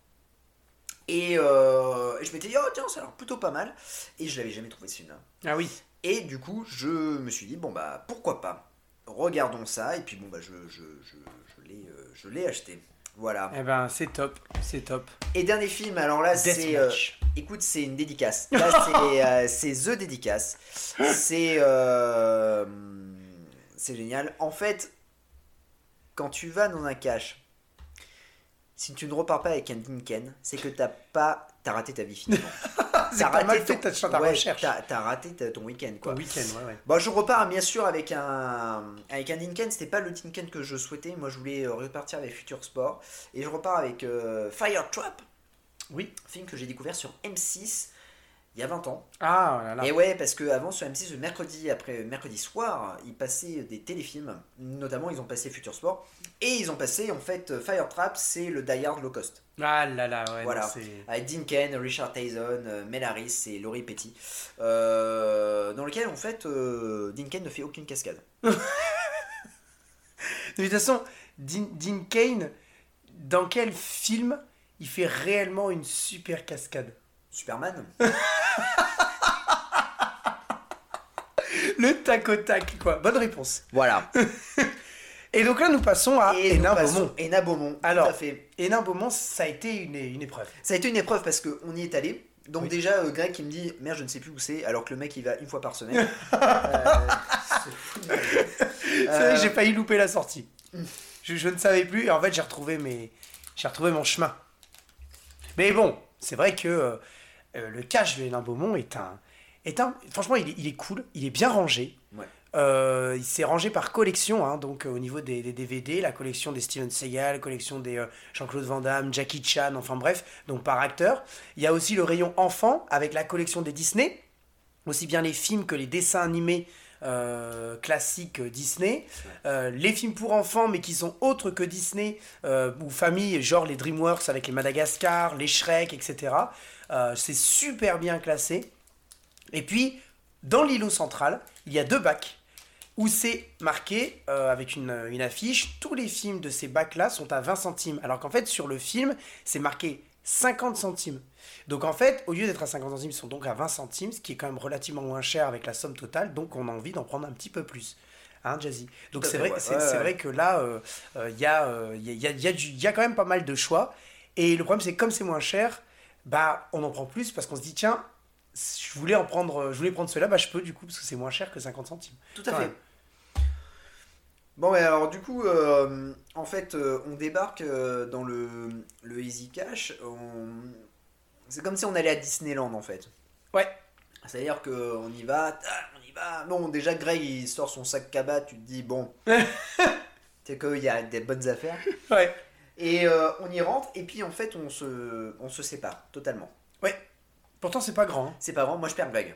Speaker 2: Et, euh, et je m'étais dit, oh tiens, ça a l'air plutôt pas mal. Et je l'avais jamais trouvé ce film-là.
Speaker 3: Ah oui.
Speaker 2: Et du coup, je me suis dit, bon bah, pourquoi pas Regardons ça. Et puis, bon bah, je, je, je, je l'ai, euh, je l'ai acheté. Voilà.
Speaker 3: Eh ben, c'est top. C'est top.
Speaker 2: Et dernier film, alors là, c'est. euh,
Speaker 3: Deathmatch.
Speaker 2: Écoute, c'est une dédicace. Là, c'est, euh, c'est The Dédicace. C'est. euh, c'est génial. En fait, quand tu vas dans un cache, si tu ne repars pas avec un Dinken, c'est que t'as pas. T'as raté ta vie finalement.
Speaker 3: C'est pas mal fait ta, ta
Speaker 2: ouais,
Speaker 3: recherche.
Speaker 2: T'as, t'as raté ta- ton week-end quoi.
Speaker 3: Ton week-end, ouais, ouais.
Speaker 2: Bon, Bah, je repars bien sûr avec un avec un Dinken. C'était pas le Dinken que je souhaitais. Moi, je voulais euh, repartir avec Future Sport et je repars avec euh, Fire Trap
Speaker 3: Oui.
Speaker 2: film que j'ai découvert sur M6 il y a 20 ans.
Speaker 3: Ah, oh là là.
Speaker 2: Et ouais, parce que avant sur M6, le mercredi, après, mercredi soir, ils passaient des téléfilms. Notamment, ils ont passé Future Sport. Et ils ont passé, en fait, euh, Fire Trap, c'est le Die Hard Low Cost.
Speaker 3: Ah là là, ouais.
Speaker 2: Voilà.
Speaker 3: non, c'est-
Speaker 2: Avec Dean Ken, Richard Tyson, euh, Mel Harris et Laurie Petty. Euh, dans lequel, en fait, euh, Dean Ken ne fait aucune cascade.
Speaker 3: De toute façon, Dean, Dean Kane, dans quel film il fait réellement une super cascade
Speaker 2: Superman
Speaker 3: Le tac au tac, quoi. Bonne réponse.
Speaker 2: Voilà.
Speaker 3: Et donc là, nous passons à
Speaker 2: Et
Speaker 3: Hénin
Speaker 2: nous passons-
Speaker 3: Beaumont.
Speaker 2: Hénin Beaumont.
Speaker 3: Ah, Alors.
Speaker 2: tout à fait.
Speaker 3: Hénin Beaumont, ça a été une, une épreuve.
Speaker 2: Ça a été une épreuve parce qu'on y est allé. Donc
Speaker 3: Oui.
Speaker 2: déjà, euh, Greg qui me dit, merde, je ne sais plus où c'est, alors que le mec il va une fois par semaine. Euh, c'est fou de ma gueule.
Speaker 3: C'est vrai
Speaker 2: Euh,
Speaker 3: que j'ai failli louper la sortie. Je, je ne savais plus et en fait j'ai retrouvé mes j'ai retrouvé mon chemin. Mais bon, c'est vrai que euh, euh, le cache de Hélène Beaumont est un est un franchement il, est- il est cool, il est bien rangé.
Speaker 2: Ouais.
Speaker 3: Euh, il s'est rangé par collection, hein, donc euh, au niveau des, des DVD, la collection des Steven Seagal, la collection des euh, Jean-Claude Van Damme, Jackie Chan, enfin bref, donc par acteur. Il y a aussi le rayon enfant avec la collection des Disney, aussi bien les films que les dessins animés euh, classiques euh, Disney, Euh, les films pour enfants mais qui sont autres que Disney euh, ou famille, genre les DreamWorks avec les Madagascar, les Shrek, etc. Euh, c'est super bien classé. Et puis, dans l'îlot central, il y a deux bacs. où c'est marqué euh, avec une, une affiche tous les films de ces bacs-là sont à 20 centimes. Alors qu'en fait, sur le film, c'est marqué 50 centimes. Donc en fait, au lieu d'être à 50 centimes, ils sont donc à 20 centimes, ce qui est quand même relativement moins cher avec la somme totale. Donc on a envie d'en prendre un petit peu plus. Hein, Jazzy Donc
Speaker 2: Tout à
Speaker 3: c'est
Speaker 2: fait,
Speaker 3: vrai,
Speaker 2: ouais.
Speaker 3: c'est
Speaker 2: Ouais,
Speaker 3: c'est
Speaker 2: ouais.
Speaker 3: vrai que là, euh, euh, il y, a, euh, il y, a, il y, a, il y a du- il y a quand même pas mal de choix. Et le problème, c'est que comme c'est moins cher, bah on en prend plus parce qu'on se dit, tiens, je voulais en prendre, je voulais prendre cela, bah je peux du coup parce que c'est moins cher que 50 centimes.
Speaker 2: Tout à
Speaker 3: Ouais.
Speaker 2: fait. Bon, mais alors du coup, euh, en fait, euh, on débarque euh, dans le, le Easy Cash. on- C'est comme si on allait à Disneyland, en fait.
Speaker 3: Ouais.
Speaker 2: C'est-à-dire qu'on y va, tac, on y va. Bon, déjà, Greg, il sort son sac cabas, tu te dis, bon, c'est qu'il y a des bonnes affaires.
Speaker 3: Ouais.
Speaker 2: Et euh, on y rentre, et puis en fait, on se, on se sépare totalement.
Speaker 3: Pourtant, c'est pas grand. hein.
Speaker 2: C'est pas grand, moi je perds Greg.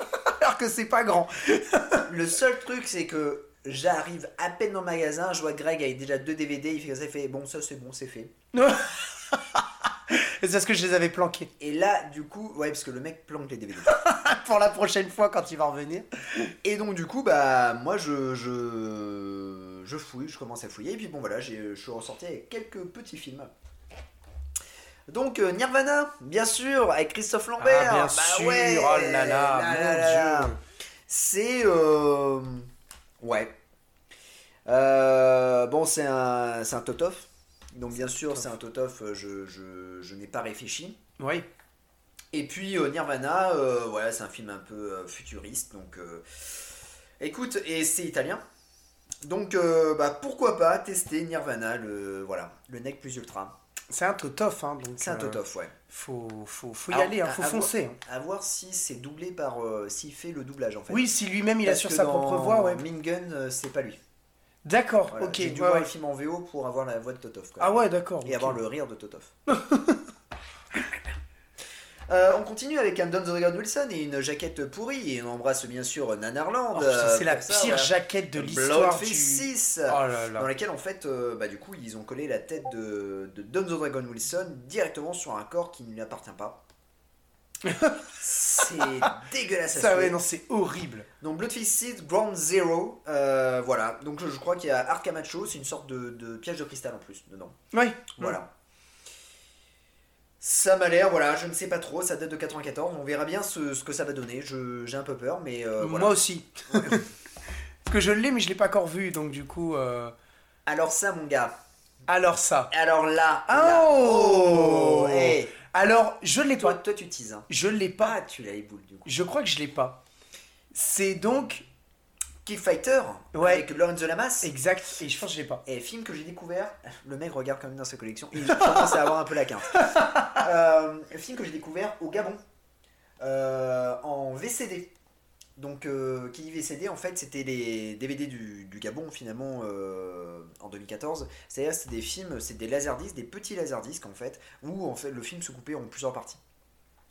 Speaker 3: Alors que c'est pas grand.
Speaker 2: Le seul truc, c'est que j'arrive à peine dans le magasin, je vois Greg avec déjà deux DVD, il fait ça, il fait bon, ça c'est bon, c'est fait.
Speaker 3: C'est parce que je les avais planqués.
Speaker 2: Et là, du coup, ouais, parce que le mec planque les DVD.
Speaker 3: Pour la prochaine fois, quand il va revenir.
Speaker 2: Et donc, du coup, bah, moi je, je, je fouille, je commence à fouiller, et puis bon, voilà, j'ai- je suis ressorti avec quelques petits films. Donc, euh, Nirvana, bien sûr, avec Christophe Lambert.
Speaker 3: Ah, bien
Speaker 2: Bah
Speaker 3: sûr.
Speaker 2: ouais,
Speaker 3: oh là là, mon
Speaker 2: là là.
Speaker 3: dieu.
Speaker 2: C'est. euh, Ouais. Euh, Bon, c'est un, c'est un totof. Donc, bien sûr,
Speaker 3: totof.
Speaker 2: c'est un totof. euh, Je, je- je n'ai pas réfléchi.
Speaker 3: Oui.
Speaker 2: Et puis, euh, Nirvana, euh, voilà, c'est un film un peu euh, futuriste. Donc, euh, écoute, et c'est italien. Donc, euh, bah, pourquoi pas tester Nirvana, le, voilà, le nec plus ultra.
Speaker 3: C'est un totof, hein. Donc,
Speaker 2: C'est un
Speaker 3: euh,
Speaker 2: totof, ouais.
Speaker 3: faut, faut, faut y
Speaker 2: Alors,
Speaker 3: aller, hein,
Speaker 2: à-
Speaker 3: faut
Speaker 2: à
Speaker 3: foncer. hein.
Speaker 2: À voir si c'est doublé par. euh, S'il fait le doublage, en fait.
Speaker 3: Oui, si lui-même il
Speaker 2: Parce
Speaker 3: assure
Speaker 2: que
Speaker 3: sa
Speaker 2: dans
Speaker 3: propre voix, ouais.
Speaker 2: Mean Gun, euh, c'est pas lui.
Speaker 3: D'accord,
Speaker 2: Voilà,
Speaker 3: ok.
Speaker 2: J'ai dû
Speaker 3: ouais,
Speaker 2: voir
Speaker 3: ouais.
Speaker 2: le film en VO pour avoir la voix de Totov. quoi.
Speaker 3: Ah ouais, d'accord.
Speaker 2: Et
Speaker 3: ok.
Speaker 2: avoir le rire de Totov. Euh, on continue avec un Don the Dragon Wilson et une jaquette pourrie. Et on embrasse bien sûr Nanarland.
Speaker 3: Oh, putain,
Speaker 2: euh,
Speaker 3: c'est la
Speaker 2: pour ça,
Speaker 3: pire
Speaker 2: voilà.
Speaker 3: jaquette de l'histoire
Speaker 2: Bloodfist
Speaker 3: du.
Speaker 2: 6
Speaker 3: Oh là
Speaker 2: dans
Speaker 3: là.
Speaker 2: laquelle en fait euh, bah, du coup ils ont collé la tête de, de Don the Dragon Wilson directement sur un corps qui ne lui appartient pas. c'est dégueulasse à
Speaker 3: Ça
Speaker 2: souhait.
Speaker 3: ouais, non, c'est horrible.
Speaker 2: Donc Bloodfist 6, Ground Zero, euh, voilà. Donc je, je crois qu'il y a Arcamacho, c'est une sorte de, de piège de cristal en plus dedans.
Speaker 3: Ouais.
Speaker 2: Voilà. Ça m'a l'air, voilà, je ne sais pas trop, ça date de 94, on verra bien ce, ce que ça va donner, Je- j'ai un peu peur, mais euh, voilà.
Speaker 3: Moi aussi. Parce que je l'ai, mais je l'ai pas encore vu, donc du coup. euh,
Speaker 2: Alors ça mon gars,
Speaker 3: Alors ça.
Speaker 2: alors là,
Speaker 3: Ah,
Speaker 2: là.
Speaker 3: oh
Speaker 2: hey.
Speaker 3: Alors, je l'ai
Speaker 2: toi,
Speaker 3: pas.
Speaker 2: toi tu teases, hein.
Speaker 3: Je l'ai pas.
Speaker 2: pas tu l'as les boules du coup.
Speaker 3: Je crois que je l'ai pas. C'est donc
Speaker 2: Kill Fighter,
Speaker 3: Ouais.
Speaker 2: avec Lawrence de Lamas, et...
Speaker 3: exact et je pense que je l'ai pas.
Speaker 2: film que j'ai découvert, le mec regarde quand même dans sa collection, il commence à avoir un peu la quinte. Euh, film que j'ai découvert au Gabon, euh, en VCD. Donc, euh, qui dit VCD, en fait, c'était les DVD du, du Gabon, finalement, euh, en 2014. C'est-à-dire, c'est des films, c'est des laserdiscs, des petits laserdiscs, en fait, où en fait, le film se coupait en plusieurs parties.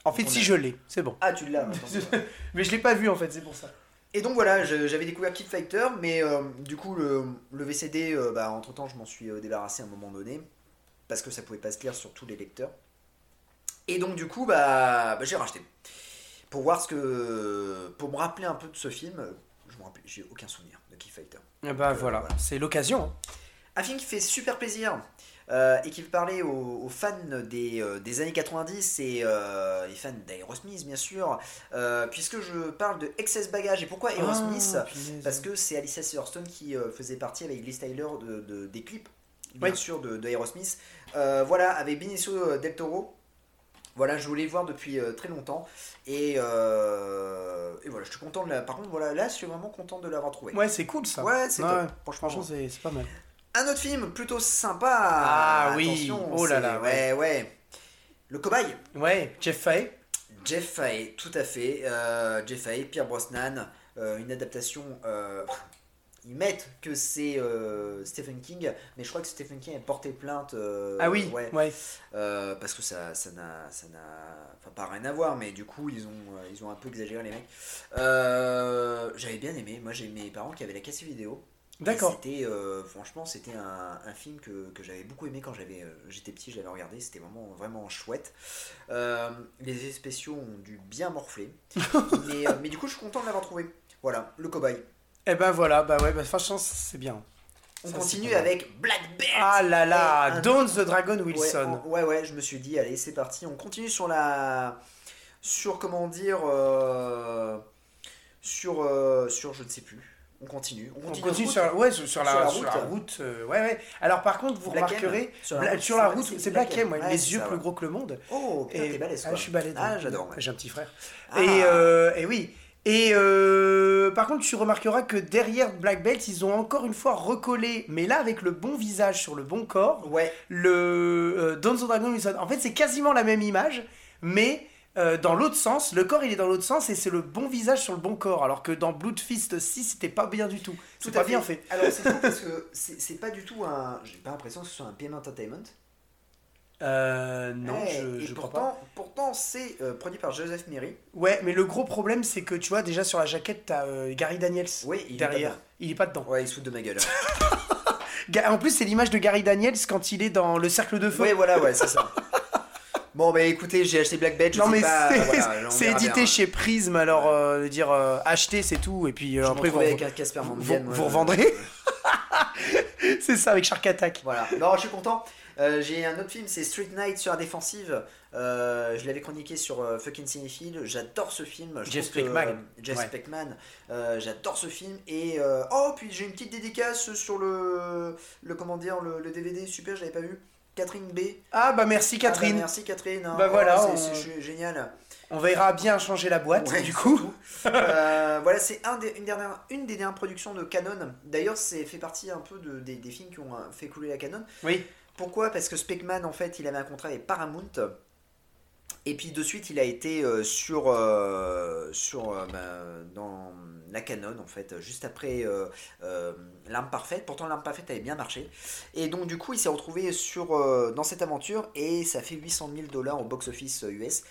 Speaker 3: En fait,
Speaker 2: On
Speaker 3: si
Speaker 2: a-
Speaker 3: je l'ai, c'est bon.
Speaker 2: Ah, tu l'as maintenant.
Speaker 3: Mais je l'ai pas vu en fait, c'est pour ça.
Speaker 2: Et donc voilà, je- j'avais découvert Kid Fighter, mais euh, du coup, le, le VCD, euh, bah, entre temps, je m'en suis euh, débarrassé à un moment donné, parce que ça pouvait pas se lire sur tous les lecteurs. Et donc, du coup, bah, bah, j'ai racheté. Pour voir ce que. Pour me rappeler un peu de ce film, euh, je me rappelle, j'ai aucun souvenir de Kid Fighter.
Speaker 3: Ah bah
Speaker 2: Euh,
Speaker 3: voilà,
Speaker 2: voilà.
Speaker 3: c'est l'occasion. hein.
Speaker 2: Un film qui fait super plaisir euh, et qui parlait aux, aux fans des, euh, des années 90 et euh, les fans d'Aerosmith, bien sûr, euh, puisque je parle de Excess Baggage. Et pourquoi Aerosmith
Speaker 3: Ah, punaise.
Speaker 2: parce que c'est Alicia Silverstone qui euh, faisait partie avec Liz Tyler de, de- des clips, bien
Speaker 3: Oui.
Speaker 2: sûr, de, de Aerosmith. Euh, voilà, avec Benicio euh, Del Toro. Voilà, je voulais le voir depuis euh, très longtemps. Et, euh, et voilà, je suis content de la. Par contre, voilà, là, je suis vraiment content de l'avoir trouvé.
Speaker 3: Ouais, c'est cool ça.
Speaker 2: Ouais, c'est
Speaker 3: Ouais,
Speaker 2: top, Euh,
Speaker 3: ouais.
Speaker 2: franchement.
Speaker 3: Franchement, c'est c'est pas mal.
Speaker 2: Un autre film plutôt sympa.
Speaker 3: Ah oui,
Speaker 2: attention,
Speaker 3: oh là
Speaker 2: c'est-
Speaker 3: là,
Speaker 2: ouais, ouais. Le cobaye.
Speaker 3: Ouais, Jeff Fay.
Speaker 2: Jeff Fahey, tout à fait. Euh, Jeff Fahey, Pierre Brosnan, euh, une adaptation. euh, ils mettent que c'est euh, Stephen King, mais je crois que Stephen King a porté plainte. euh,
Speaker 3: ah oui,
Speaker 2: ouais,
Speaker 3: ouais.
Speaker 2: euh, parce que ça, ça n'a, ça n'a, enfin pas rien à voir, mais du coup ils ont, euh, ils ont un peu exagéré les mecs. Euh, j'avais bien aimé. Moi j'ai mes parents qui avaient la cassette vidéo. Et
Speaker 3: D'accord.
Speaker 2: C'était, euh, franchement, c'était un, un film que, que j'avais beaucoup aimé quand j'avais, euh, j'étais petit, je l'avais regardé, c'était vraiment, vraiment chouette. Euh, les effets spéciaux ont dû bien morfler, mais, euh, mais du coup, je suis content de l'avoir trouvé. Voilà, le cobaye.
Speaker 3: Et ben voilà, bah ouais, bah, franchement, c'est bien.
Speaker 2: On
Speaker 3: Ça,
Speaker 2: continue
Speaker 3: c'est pas mal.
Speaker 2: avec Black Belt.
Speaker 3: Ah là
Speaker 2: Et
Speaker 3: là,
Speaker 2: un-
Speaker 3: Don't the Dragon Wilson.
Speaker 2: Ouais, on- ouais, ouais, je me suis dit, allez, c'est parti. On continue sur la. Sur comment dire. euh, Sur. euh, Sur je ne sais plus. On continue. On
Speaker 3: On
Speaker 2: continue,
Speaker 3: continue
Speaker 2: route.
Speaker 3: sur, la- ouais, sur, sur la,
Speaker 2: Sur la
Speaker 3: sur la
Speaker 2: route.
Speaker 3: route. euh, ouais, ouais. Alors par contre, vous
Speaker 2: Black M.
Speaker 3: remarquerez,
Speaker 2: Sur la
Speaker 3: Bla-
Speaker 2: route,
Speaker 3: sur la
Speaker 2: c'est-
Speaker 3: route,
Speaker 2: c'est
Speaker 3: c'est
Speaker 2: Black
Speaker 3: Black
Speaker 2: M,
Speaker 3: M, ouais,
Speaker 2: ouais, c'est
Speaker 3: les yeux
Speaker 2: ça,
Speaker 3: plus
Speaker 2: ouais.
Speaker 3: gros que le monde.
Speaker 2: Oh, putain, t'es balèze,
Speaker 3: ah,
Speaker 2: quoi.
Speaker 3: je suis balèze.
Speaker 2: Ah,
Speaker 3: ouais.
Speaker 2: j'adore. ouais.
Speaker 3: J'ai un petit frère.
Speaker 2: Ah.
Speaker 3: Et, euh, et oui. Et euh, par contre, tu remarqueras que derrière Black Belt, ils ont encore une fois recollé, mais là avec le bon visage sur le bon corps,
Speaker 2: Ouais.
Speaker 3: le euh, Don't the Dragon Wilson. En fait, c'est quasiment la même image, mais euh, dans l'autre sens. Le corps, il est dans l'autre sens et c'est le bon visage sur le bon corps. Alors que dans Blood Fist 6, c'était pas bien du tout.
Speaker 2: Tout
Speaker 3: C'est
Speaker 2: à
Speaker 3: pas bien fait.
Speaker 2: Alors c'est fou parce que c'est c'est pas du tout un. J'ai pas l'impression que ce soit un PM Entertainment.
Speaker 3: Euh, non,
Speaker 2: Ouais,
Speaker 3: je,
Speaker 2: Eh, et
Speaker 3: je crois pas.
Speaker 2: pourtant, pourtant c'est euh, produit par Joseph Miri.
Speaker 3: Ouais, mais le gros problème, c'est que tu vois, déjà sur la jaquette, t'as euh, Gary Daniels
Speaker 2: Oui, il est
Speaker 3: derrière.
Speaker 2: pas dedans.
Speaker 3: il est pas dedans.
Speaker 2: Ouais, il se fout de ma gueule. hein.
Speaker 3: Ga- En plus, c'est l'image de Gary Daniels quand il est dans le cercle de feu.
Speaker 2: ouais, voilà, ouais, c'est ça. Bon, bah écoutez, j'ai acheté Black Belt. je
Speaker 3: non,
Speaker 2: sais
Speaker 3: mais
Speaker 2: pas,
Speaker 3: c'est
Speaker 2: voilà, on
Speaker 3: c'est
Speaker 2: verra
Speaker 3: édité
Speaker 2: bien.
Speaker 3: chez Prism, alors euh, de dire euh, acheter, c'est tout. Et puis euh,
Speaker 2: Je m'en
Speaker 3: après, vous,
Speaker 2: trouvais avec Casper Van
Speaker 3: vous-
Speaker 2: Dien, euh,
Speaker 3: vous
Speaker 2: ouais.
Speaker 3: revendrez. c'est ça, avec Shark Attack.
Speaker 2: Voilà. Non, je suis content. Euh, j'ai un autre film, c'est Street Night sur la défensive. Euh, je l'avais chroniqué sur euh, Fucking Cinéphile. J'adore ce film. Je
Speaker 3: Jeff
Speaker 2: trouve que,
Speaker 3: Speckman.
Speaker 2: euh, Jeff
Speaker 3: Ouais.
Speaker 2: Speckman. Euh, J'adore ce film. Et euh, oh, puis j'ai une petite dédicace sur le, le comment dire, le, le DVD. Super, je l'avais pas vu. Catherine B.
Speaker 3: Ah bah merci
Speaker 2: Ah bah,
Speaker 3: Catherine.
Speaker 2: merci Catherine. hein.
Speaker 3: Bah voilà,
Speaker 2: c'est-
Speaker 3: on-
Speaker 2: c'est c'est génial.
Speaker 3: On verra bien changer la boîte,
Speaker 2: Ouais,
Speaker 3: du coup.
Speaker 2: surtout. Euh, voilà, c'est un des- une, dernière, une des dernières productions de Canon. D'ailleurs, c'est fait partie un peu de, des, des films qui ont euh, fait couler la Canon.
Speaker 3: Oui.
Speaker 2: Pourquoi Parce que Speckman, en fait, il avait un contrat avec Paramount. Et puis de suite, il a été euh, sur, euh, sur euh, bah, dans la canon, en fait, juste après euh, euh, L'Arme Parfaite. Pourtant, L'Arme Parfaite avait bien marché. Et donc, du coup, il s'est retrouvé sur, euh, dans cette aventure et ça fait 800 000 dollars au box-office US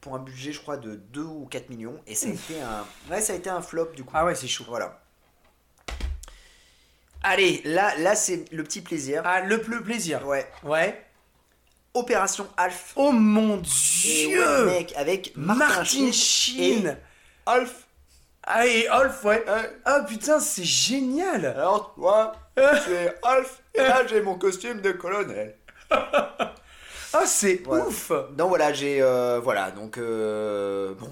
Speaker 2: pour un budget, je crois, de 2 ou 4 millions. Et ça a été un, ouais, ça a été un flop, du coup.
Speaker 3: Ah ouais, c'est chaud.
Speaker 2: Voilà. Allez, là, là c'est le petit plaisir.
Speaker 3: Ah, le plus plaisir.
Speaker 2: Ouais.
Speaker 3: Ouais.
Speaker 2: Opération Alf.
Speaker 3: Oh mon
Speaker 2: Et
Speaker 3: dieu
Speaker 2: ouais, mec, avec Martin,
Speaker 3: Martin
Speaker 2: Sheen.
Speaker 3: Sheen Olf Ah, et Olf, ouais. Ah putain, c'est génial
Speaker 2: Alors, toi, tu es Alf, et là, j'ai mon costume de colonel.
Speaker 3: Ah, c'est
Speaker 2: Voilà.
Speaker 3: ouf
Speaker 2: Non, voilà, j'ai. euh, voilà, donc. euh, bon,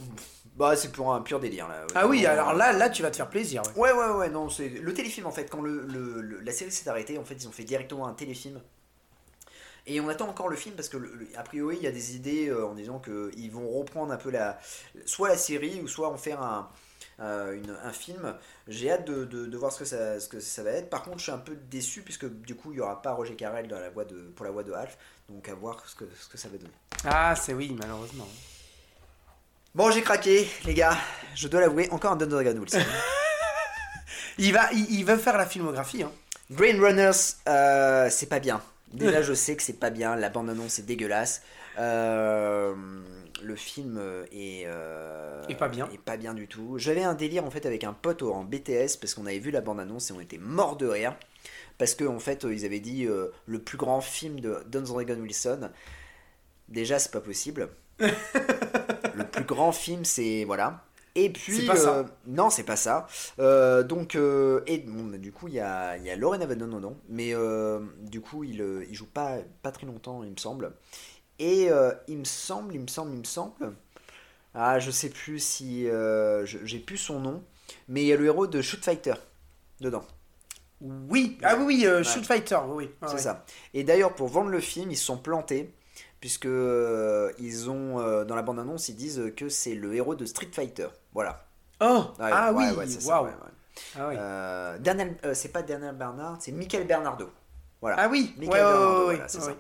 Speaker 2: bah, c'est pour un pur délire, là.
Speaker 3: Ah oui,
Speaker 2: Vraiment,
Speaker 3: alors là, là, tu vas te faire plaisir. ouais.
Speaker 2: Ouais, ouais, ouais, non, c'est le téléfilm en fait. Quand le, le- le- la série s'est arrêtée, en fait, ils ont fait directement un téléfilm. Et on attend encore le film parce que, le- le- a priori, il y a des idées euh, en disant qu'ils vont reprendre un peu la. soit la série ou soit en faire un. euh, une- un film, j'ai hâte de, de- de voir ce que, ça, ce que ça va être. Par contre, je suis un peu déçu puisque du coup, il n'y aura pas Roger Carrel dans la voix de, pour la voix de Alf, donc à voir ce que, ce que ça va donner.
Speaker 3: Ah, c'est oui, malheureusement.
Speaker 2: Bon, j'ai craqué, les gars, je dois l'avouer, encore un Don Dragon Wilson.
Speaker 3: Il va, il, il veut faire la filmographie. Hein.
Speaker 2: Brain Runners, euh, c'est pas bien. Déjà, je sais que c'est pas bien. La bande-annonce est dégueulasse. Euh, le film est, euh,
Speaker 3: Est pas bien.
Speaker 2: Est pas bien du tout. J'avais un délire en fait avec un pote en BTS parce qu'on avait vu la bande-annonce et on était mort de rire parce que en fait ils avaient dit euh, le plus grand film de Don Dragon Wilson. Déjà, c'est pas possible. le plus grand film, c'est voilà. Et puis
Speaker 3: C'est pas ça.
Speaker 2: euh, non, c'est pas ça. Euh, donc, euh, et bon, bah, du coup, il y a, il y a Lorena Van non, non, mais euh, du coup, il, euh, il joue pas, pas très longtemps, il me semble. Et euh, il me semble, il me semble, il me semble. Ah, je sais plus si euh, je- j'ai plus son nom, mais il y a le héros de Shoot Fighter dedans,
Speaker 3: Oui. Ah oui, oui, euh, Shoot Fighter, oui. oui. Ah,
Speaker 2: c'est
Speaker 3: ouais.
Speaker 2: ça. Et d'ailleurs, pour vendre le film, ils se sont plantés puisque euh, ils ont euh, dans la bande annonce, ils disent que c'est le héros de Street Fighter. Voilà.
Speaker 3: Oh,
Speaker 2: Ouais,
Speaker 3: ah
Speaker 2: ouais,
Speaker 3: oui,
Speaker 2: ouais, c'est ça,
Speaker 3: waouh.
Speaker 2: ouais, ouais.
Speaker 3: Ah, oui.
Speaker 2: Euh, Daniel- euh, c'est pas Daniel Bernard, c'est Michael Bernardo. Voilà.
Speaker 3: ah oui, ouais,
Speaker 2: Michael
Speaker 3: ouais,
Speaker 2: Bernardo,
Speaker 3: ouais,
Speaker 2: voilà,
Speaker 3: ouais,
Speaker 2: c'est
Speaker 3: ouais.
Speaker 2: ça.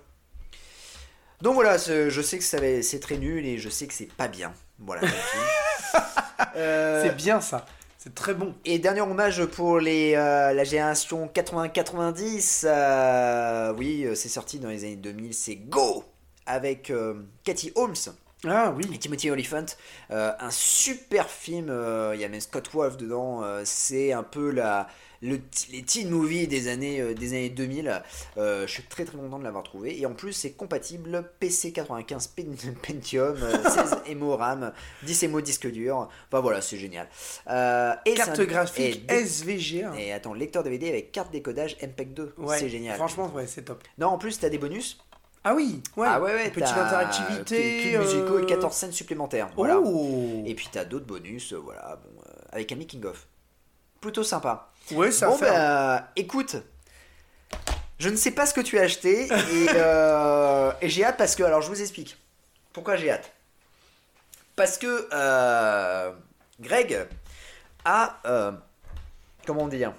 Speaker 2: Donc voilà, c'est- je sais que ça va- c'est très nul et je sais que c'est pas bien. Voilà. comme film. Euh,
Speaker 3: C'est bien ça. C'est très bon.
Speaker 2: et dernier hommage pour les, euh, la génération 80-90. euh, oui, euh, c'est sorti dans les années 2000. C'est Go avec euh, Cathy Holmes
Speaker 3: Ah
Speaker 2: Et
Speaker 3: oui.
Speaker 2: Timothy Oliphant, euh, un super film, euh, il y a même Scott Wolf dedans, euh, c'est un peu la, le, t- les teen movies des années, euh, des années 2000. Euh, je suis très très content de l'avoir trouvé. Et en plus, c'est compatible PC 95 Pen- Pentium, euh, 16 MO RAM, 10 MO disque dur. Enfin voilà, c'est génial. Euh, et
Speaker 3: Carte
Speaker 2: c'est un-
Speaker 3: graphique
Speaker 2: et,
Speaker 3: SVGA.
Speaker 2: et attends, lecteur DVD avec carte décodage MPEG 2.
Speaker 3: Ouais.
Speaker 2: C'est génial.
Speaker 3: Franchement, ouais, c'est top.
Speaker 2: Non, en plus, t'as des bonus.
Speaker 3: Ah oui. Ouais.
Speaker 2: ah ouais, ouais,
Speaker 3: Petite
Speaker 2: t'as
Speaker 3: interactivité.
Speaker 2: clips musicaux et
Speaker 3: euh,
Speaker 2: 14 scènes supplémentaires. Voilà.
Speaker 3: Oh.
Speaker 2: Et puis t'as d'autres bonus, euh, voilà, bon, euh, avec un making of. Plutôt sympa.
Speaker 3: Ouais, ça
Speaker 2: bon
Speaker 3: fait. un-
Speaker 2: bah, écoute, je ne sais pas ce que tu as acheté et, euh, et j'ai hâte parce que, alors je vous explique. Pourquoi j'ai hâte Parce que euh, Greg a, euh, comment dire,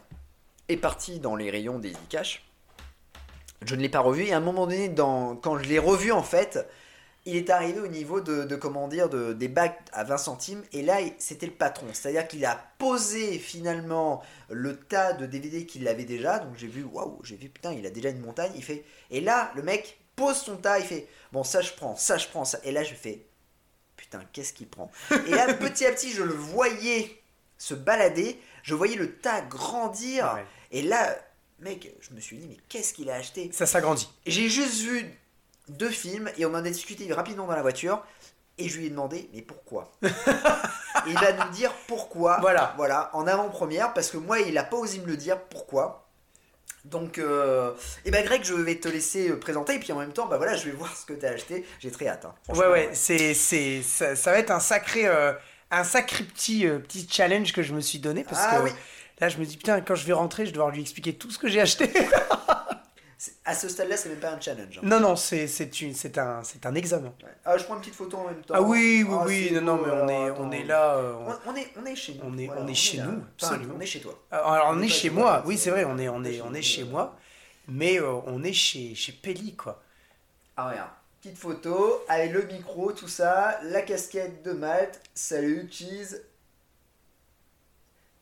Speaker 2: est parti dans les rayons des e-cash. Je ne l'ai pas revu et à un moment donné, dans, quand je l'ai revu en fait, il est arrivé au niveau de, de, comment dire, de, des bacs à 20 centimes et là il- c'était le patron. C'est-à-dire qu'il a posé finalement le tas de DVD qu'il avait déjà. Donc j'ai vu, waouh, j'ai vu, putain, il a déjà une montagne. Il fait, et là, le mec pose son tas, il fait, bon, ça je prends, ça je prends, ça. Et là, je fais, putain, qu'est-ce qu'il prend Et là, petit à petit, je le voyais se balader, je voyais le tas grandir.
Speaker 3: Ouais.
Speaker 2: Et là, mec, je me suis dit, mais qu'est-ce qu'il a acheté
Speaker 3: Ça s'agrandit.
Speaker 2: j'ai juste vu deux films et on en a discuté rapidement dans la voiture et je lui ai demandé mais pourquoi Il va nous dire pourquoi.
Speaker 3: Voilà.
Speaker 2: Voilà, en avant-première parce que moi il a pas osé me le dire pourquoi. Donc, euh, et ben Greg, je vais te laisser euh, présenter et puis en même temps, bah voilà, je vais voir ce que t'as acheté. J'ai très hâte. hein. Franchement,
Speaker 3: Ouais, ouais, c'est, c'est, ça, ça va être un sacré, euh, un sacré petit, euh, petit challenge que je me suis donné parce
Speaker 2: Ah
Speaker 3: que
Speaker 2: oui.
Speaker 3: là, je me dis putain, quand je vais rentrer, je vais devoir lui expliquer tout ce que j'ai acheté.
Speaker 2: C'est- À ce stade-là, c'est même pas un challenge. hein.
Speaker 3: non, non, c'est, c'est une, c'est un, c'est un examen.
Speaker 2: Ouais. Ah, je prends une petite photo en même temps.
Speaker 3: Mm. Ah oui, oui,
Speaker 2: Ah,
Speaker 3: oui,
Speaker 2: c'est
Speaker 3: non, non,
Speaker 2: beau,
Speaker 3: mais on est,
Speaker 2: alors,
Speaker 3: on est
Speaker 2: attends.
Speaker 3: là. euh, on-
Speaker 2: On, on est, on est chez nous.
Speaker 3: On est-
Speaker 2: Voilà,
Speaker 3: on est chez
Speaker 2: là.
Speaker 3: nous,
Speaker 2: Enfin,
Speaker 3: absolument.
Speaker 2: on est chez toi.
Speaker 3: Euh, Alors, on
Speaker 2: on
Speaker 3: est
Speaker 2: est
Speaker 3: chez
Speaker 2: pas
Speaker 3: moi.
Speaker 2: chez
Speaker 3: Oui,
Speaker 2: toi,
Speaker 3: c'est vrai, on est, on
Speaker 2: on est
Speaker 3: est,
Speaker 2: chez
Speaker 3: on est
Speaker 2: nous,
Speaker 3: chez
Speaker 2: ouais.
Speaker 3: moi, mais euh, on est chez, chez Pelli quoi.
Speaker 2: Ah regarde, petite photo, avec le micro, tout ça, la casquette de Malte, salut, cheese.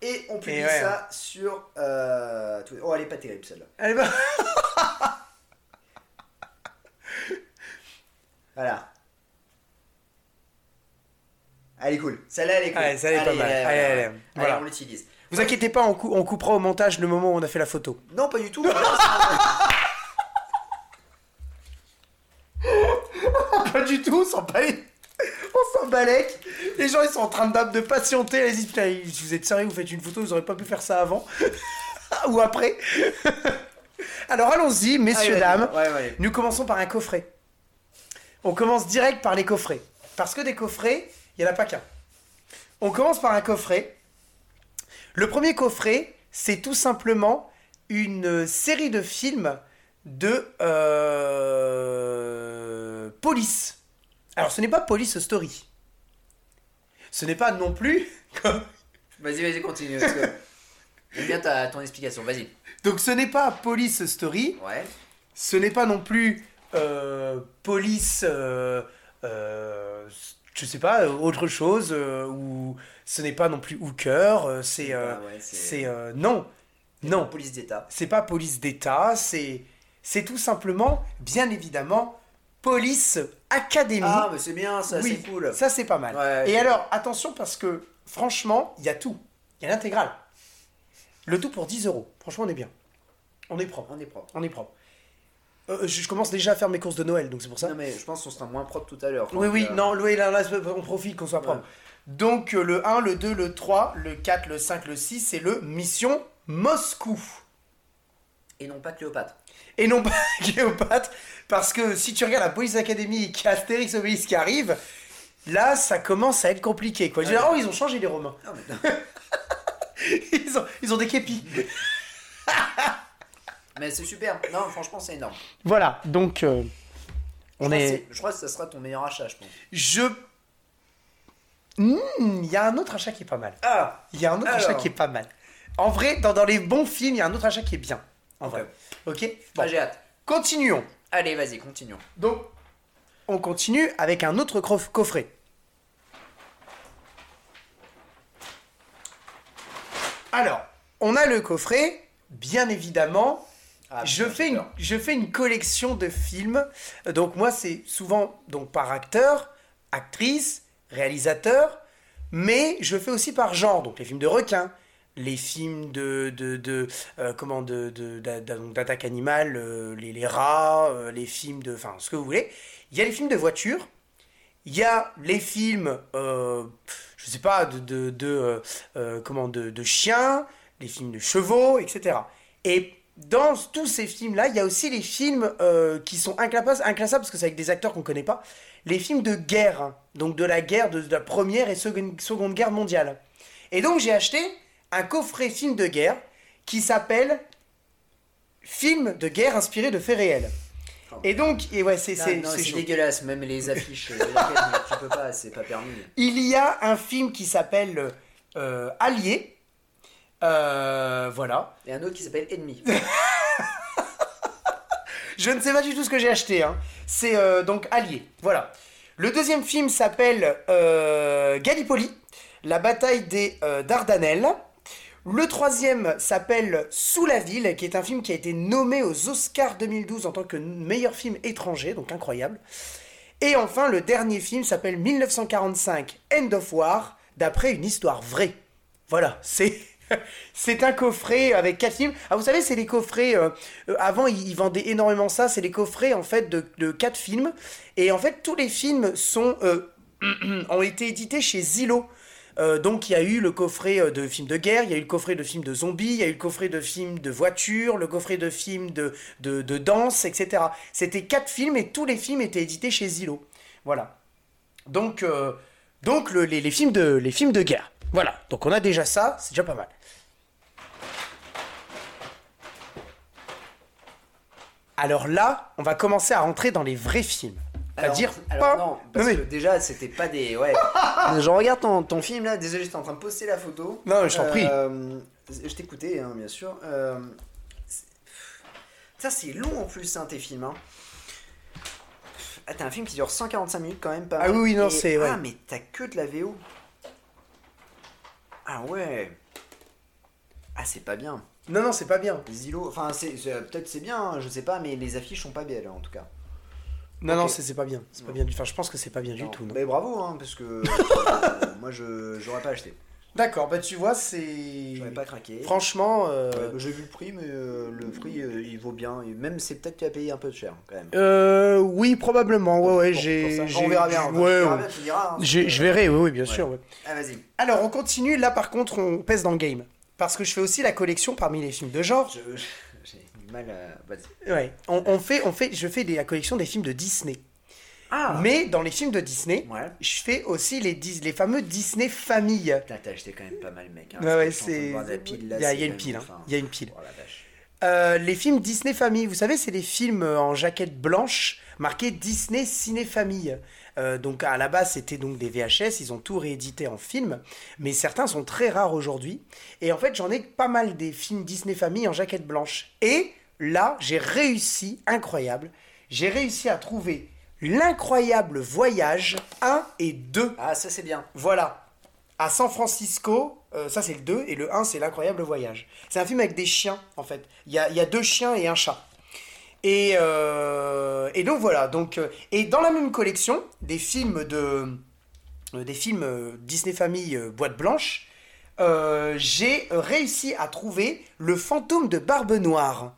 Speaker 2: Et on publie
Speaker 3: Et ouais. hein.
Speaker 2: ça sur... euh, Twitter. Oh, elle est pas terrible celle-là.
Speaker 3: Allez, bah,
Speaker 2: Voilà. Elle est cool. Celle-là, elle est cool.
Speaker 3: allez, ça allait pas mal. Allez, allez, voilà.
Speaker 2: on l'utilise.
Speaker 3: Vous inquiétez pas, on, cou- on coupera au montage le moment où on a fait la photo.
Speaker 2: Non, pas du tout.
Speaker 3: Pas du tout, on s'en balèque. On s'en balèque. Les gens, ils sont en train de, de patienter. Ils disent, putain, si vous êtes sérieux, vous faites une photo, vous aurez pas pu faire ça avant. Ou après. Alors allons-y, messieurs,
Speaker 2: Allez,
Speaker 3: dames.
Speaker 2: Ouais, ouais.
Speaker 3: Nous commençons par un coffret. On commence direct par les coffrets. Parce que des coffrets, il n'y en a pas qu'un. On commence par un coffret. Le premier coffret, c'est tout simplement une série de films de euh, police. Alors ce n'est pas Police Story. Ce n'est pas non plus... comme-
Speaker 2: Vas-y, vas-y, continue. parce que J'aime bien ta, ton explication, vas-y.
Speaker 3: Donc ce n'est pas Police Story.
Speaker 2: Ouais.
Speaker 3: Ce n'est pas non plus euh, police, euh, euh, je sais pas, euh, autre chose, euh, ou ce n'est pas non plus hooker, euh, c'est. euh,
Speaker 2: Bah ouais,
Speaker 3: c'est euh, non, non,
Speaker 2: Police d'État.
Speaker 3: c'est pas police d'État, c'est c'est tout simplement, bien évidemment, police académie.
Speaker 2: Ah, mais c'est bien ça,
Speaker 3: Oui,
Speaker 2: c'est cool.
Speaker 3: Ça, c'est pas mal.
Speaker 2: Ouais,
Speaker 3: Et
Speaker 2: c'est
Speaker 3: alors, attention, parce que franchement, il y a tout. Il y a l'intégrale. Le tout pour 10 euros. Franchement, on est bien. On est propre.
Speaker 2: On est propre.
Speaker 3: On est propre. Euh, je je commence déjà à faire mes courses de Noël, donc c'est pour ça.
Speaker 2: Non mais je pense qu'on sera moins propre tout à l'heure.
Speaker 3: oui,
Speaker 2: Donc,
Speaker 3: oui,
Speaker 2: euh,
Speaker 3: non, oui, là, là, on profite qu'on soit propre. Donc euh, le 1, le 2, le 3, le 4, le 5, le 6, c'est le Mission Moscou.
Speaker 2: Et non pas Cléopâtre.
Speaker 3: Et non pas Cléopâtre, parce que si tu regardes la Police Academy et qu'il y a Astérix Obélix qui arrive, là, ça commence à être compliqué. Quoi. Je veux dire,
Speaker 2: Ouais.
Speaker 3: oh, ils ont changé les Romains.
Speaker 2: Non, mais,
Speaker 3: Ils ont, ils ont des képis.
Speaker 2: mais c'est super. Non, franchement, c'est énorme.
Speaker 3: Voilà, donc euh,
Speaker 2: Je
Speaker 3: on
Speaker 2: crois que
Speaker 3: est...
Speaker 2: c'est- Je crois que ça sera ton meilleur achat, je pense.
Speaker 3: Je... Hmm, Il y a un autre achat qui est pas mal.
Speaker 2: Ah.
Speaker 3: Il y a un autre
Speaker 2: Alors.
Speaker 3: achat qui est pas mal. En vrai, dans, dans les bons films, il y a un autre achat qui est bien. En vrai. Ok Bon,
Speaker 2: Bon, Bah, j'ai hâte.
Speaker 3: continuons.
Speaker 2: Allez, vas-y, continuons.
Speaker 3: Donc, on continue avec un autre crof- coffret. Alors, on a le coffret, bien évidemment.
Speaker 2: Ah,
Speaker 3: je,
Speaker 2: putain,
Speaker 3: fais
Speaker 2: j'ai
Speaker 3: une,
Speaker 2: peur.
Speaker 3: je fais une collection de films. Euh, Donc, moi, c'est souvent donc, par acteur, actrice, réalisateur, mais je fais aussi par genre, donc les films de requins, les films de, de, de euh, comment de, de- d'a- d'a- donc d'attaque animale, euh, les, les rats, euh, les films de, enfin ce que vous voulez. Il y a les films de voiture, il y a les films, euh, je sais pas, de, de, de, euh, euh, comment, de, de chiens, les films de chevaux, etc. Et dans tous ces films-là, il y a aussi les films euh, qui sont inclassables, inclassables parce que c'est avec des acteurs qu'on connaît pas, les films de guerre, hein. donc de la guerre, de, de la première et seconde, seconde guerre mondiale. Et donc j'ai acheté un coffret film de guerre qui s'appelle Film de guerre inspiré de faits réels. Et donc, et ouais, c'est
Speaker 2: Non,
Speaker 3: c'est-
Speaker 2: Ah, non,
Speaker 3: c'est
Speaker 2: c'est
Speaker 3: chaud.
Speaker 2: dégueulasse, même les affiches. euh, de laquelle tu peux pas, c'est pas permis.
Speaker 3: Il y a un film qui s'appelle euh, Allié. Euh, voilà.
Speaker 2: Et un autre qui s'appelle Ennemi.
Speaker 3: Je ne sais pas du tout ce que j'ai acheté. hein. C'est euh, donc Allié. Voilà. Le deuxième film s'appelle euh, Gallipoli, la bataille des euh, Dardanelles. Le troisième s'appelle Sous la ville, qui est un film qui a été nommé aux Oscars 2012 en tant que meilleur film étranger, donc incroyable. Et enfin, le dernier film s'appelle 1945 End of War, d'après une histoire vraie. Voilà, c'est. C'est un coffret avec quatre films. Ah, vous savez, c'est les coffrets. euh, euh, avant, ils ils vendaient énormément ça. C'est les coffrets en fait de, de quatre films. Et en fait, tous les films sont euh, ont été édités chez Zillow. Euh, donc il y a eu le coffret euh, de films de guerre, il y a eu le coffret de films de zombies, il y a eu le coffret de films de voitures, le coffret de films de, de, de danse, etc. C'était quatre films et tous les films étaient édités chez Zillow. Voilà. Donc, euh, donc le- les, les films de, les films de guerre. Voilà, donc on a déjà ça, c'est déjà pas mal. Alors là, on va commencer à rentrer dans les vrais films.
Speaker 2: Alors-
Speaker 3: C'est-à-dire
Speaker 2: alors
Speaker 3: pas...
Speaker 2: non, parce
Speaker 3: mais-
Speaker 2: que déjà, c'était pas des. Ouais. Je regarde ton, ton film là, désolé, j'étais en train de poster la photo.
Speaker 3: Non, mais je t'en prie.
Speaker 2: Euh, Je t'écoutais, hein, bien sûr. Euh, c'est- Ça, c'est long en plus, hein, tes films. Hein. Ah, t'as un film qui dure 145 minutes quand même, pas
Speaker 3: Ah
Speaker 2: mal.
Speaker 3: oui, oui, non,
Speaker 2: Et-
Speaker 3: c'est- ouais.
Speaker 2: Ah, mais t'as que de la VO. Ah ouais. Ah, c'est pas bien.
Speaker 3: Non, non, c'est pas bien.
Speaker 2: Les îlots, enfin, c'est c'est- peut-être c'est bien, hein, je sais pas, mais les affiches sont pas belles en tout cas.
Speaker 3: Non, non,
Speaker 2: Ok.
Speaker 3: c'est c'est pas bien. C'est pas
Speaker 2: Non.
Speaker 3: bien du Enfin, je pense que c'est pas bien du
Speaker 2: Non.
Speaker 3: tout. non.
Speaker 2: Mais bravo, hein, parce que euh, moi je j'aurais pas acheté.
Speaker 3: D'accord, bah tu vois, c'est.
Speaker 2: J'aurais pas craqué.
Speaker 3: Franchement. euh,
Speaker 2: Ouais, bah, j'ai vu le prix, mais euh, le prix euh, il vaut bien. Et même c'est peut-être que tu as payé un peu de cher quand même.
Speaker 3: euh, oui, probablement. Ouais, ouais,
Speaker 2: bah. Bon,
Speaker 3: j'ai.
Speaker 2: pour ça,
Speaker 3: j'ai-
Speaker 2: On verra bien.
Speaker 3: j'ai-
Speaker 2: on
Speaker 3: ouais,
Speaker 2: verra
Speaker 3: ouais.
Speaker 2: bien, tu diras, hein.
Speaker 3: J'ai- Je verrai, oui, oui, bien sûr. ouais.
Speaker 2: Ah, vas-y.
Speaker 3: Alors, on continue. Là, par contre, on pèse dans le game. Parce que je fais aussi la collection parmi les films de genre.
Speaker 2: Je- je- J'ai du mal à. Vas-y.
Speaker 3: Ouais. On, on fait, on fait, je fais des- la collection des films de Disney.
Speaker 2: Ah
Speaker 3: Mais dans les films de Disney,
Speaker 2: Ouais.
Speaker 3: je fais aussi les, Dis- les fameux Disney Famille.
Speaker 2: Putain, t'as acheté quand même pas mal, mec. hein, parce
Speaker 3: Ouais,
Speaker 2: Ah, que
Speaker 3: ouais,
Speaker 2: je suis en train de
Speaker 3: c'est.
Speaker 2: voir de la
Speaker 3: Il
Speaker 2: pile,
Speaker 3: y
Speaker 2: là,
Speaker 3: a
Speaker 2: c'est
Speaker 3: il y a une
Speaker 2: même-
Speaker 3: pile. hein.
Speaker 2: enfin,
Speaker 3: Il y a une pile.
Speaker 2: Oh la vache.
Speaker 3: Euh, les films Disney Famille, vous savez, c'est les films euh, en jaquette blanche marqués Disney Ciné Famille. Euh, donc à la base, c'était donc des VHS, ils ont tout réédité en film, mais certains sont très rares aujourd'hui. Et en fait, j'en ai pas mal des films Disney Famille en jaquette blanche. Et là, j'ai réussi, incroyable, j'ai réussi à trouver l'incroyable voyage 1 et 2.
Speaker 2: Ah, ça c'est bien.
Speaker 3: Voilà. À San Francisco, euh, ça c'est le 2, et le 1 c'est l'incroyable voyage. C'est un film avec des chiens, en fait. Il y a, il y a deux chiens et un chat. Et, euh, et donc voilà. Donc, euh, et dans la même collection, des films de. euh, des films euh, Disney Famille euh, Boîte Blanche, euh, j'ai euh, réussi à trouver Le fantôme de Barbe Noire,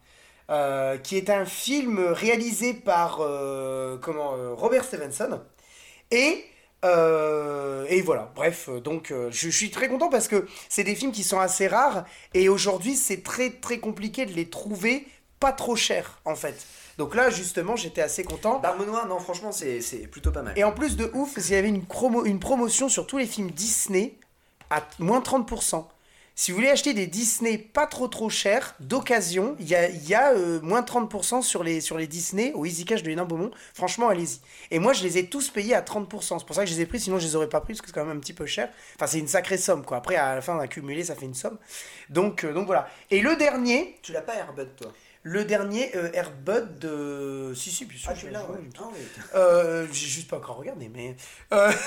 Speaker 3: euh, qui est un film réalisé par euh, comment, euh, Robert Stevenson. Et, euh, et voilà, bref, euh, donc euh, je, je suis très content parce que c'est des films qui sont assez rares et aujourd'hui c'est très très compliqué de les trouver pas trop chers en fait. Donc là justement j'étais assez content.
Speaker 2: Barbe Noire, non, franchement, c'est c'est plutôt pas mal.
Speaker 3: Et en plus de ouf, il y avait une, promo, une promotion sur tous les films Disney à t- moins 30%. Si vous voulez acheter des Disney pas trop trop chers, d'occasion, il y a, il y a, euh, moins 30% sur les, sur les Disney au Easy Cash de Hénin Beaumont. Franchement, allez-y. Et moi, je les ai tous payés à 30%. C'est pour ça que je les ai pris, sinon je les aurais pas pris parce que c'est quand même un petit peu cher. Enfin, c'est une sacrée somme, quoi. Après, à la fin, accumulé, ça fait une somme. Donc, euh, donc voilà. Et le dernier,
Speaker 2: Tu l'as pas Airbud,
Speaker 3: Ah,
Speaker 2: toi
Speaker 3: le dernier euh, Airbud de. Si, si, bien sûr, je l'ai, je l'ai.
Speaker 2: Ah, oui.
Speaker 3: Euh, j'ai juste pas encore regardé, mais. euh,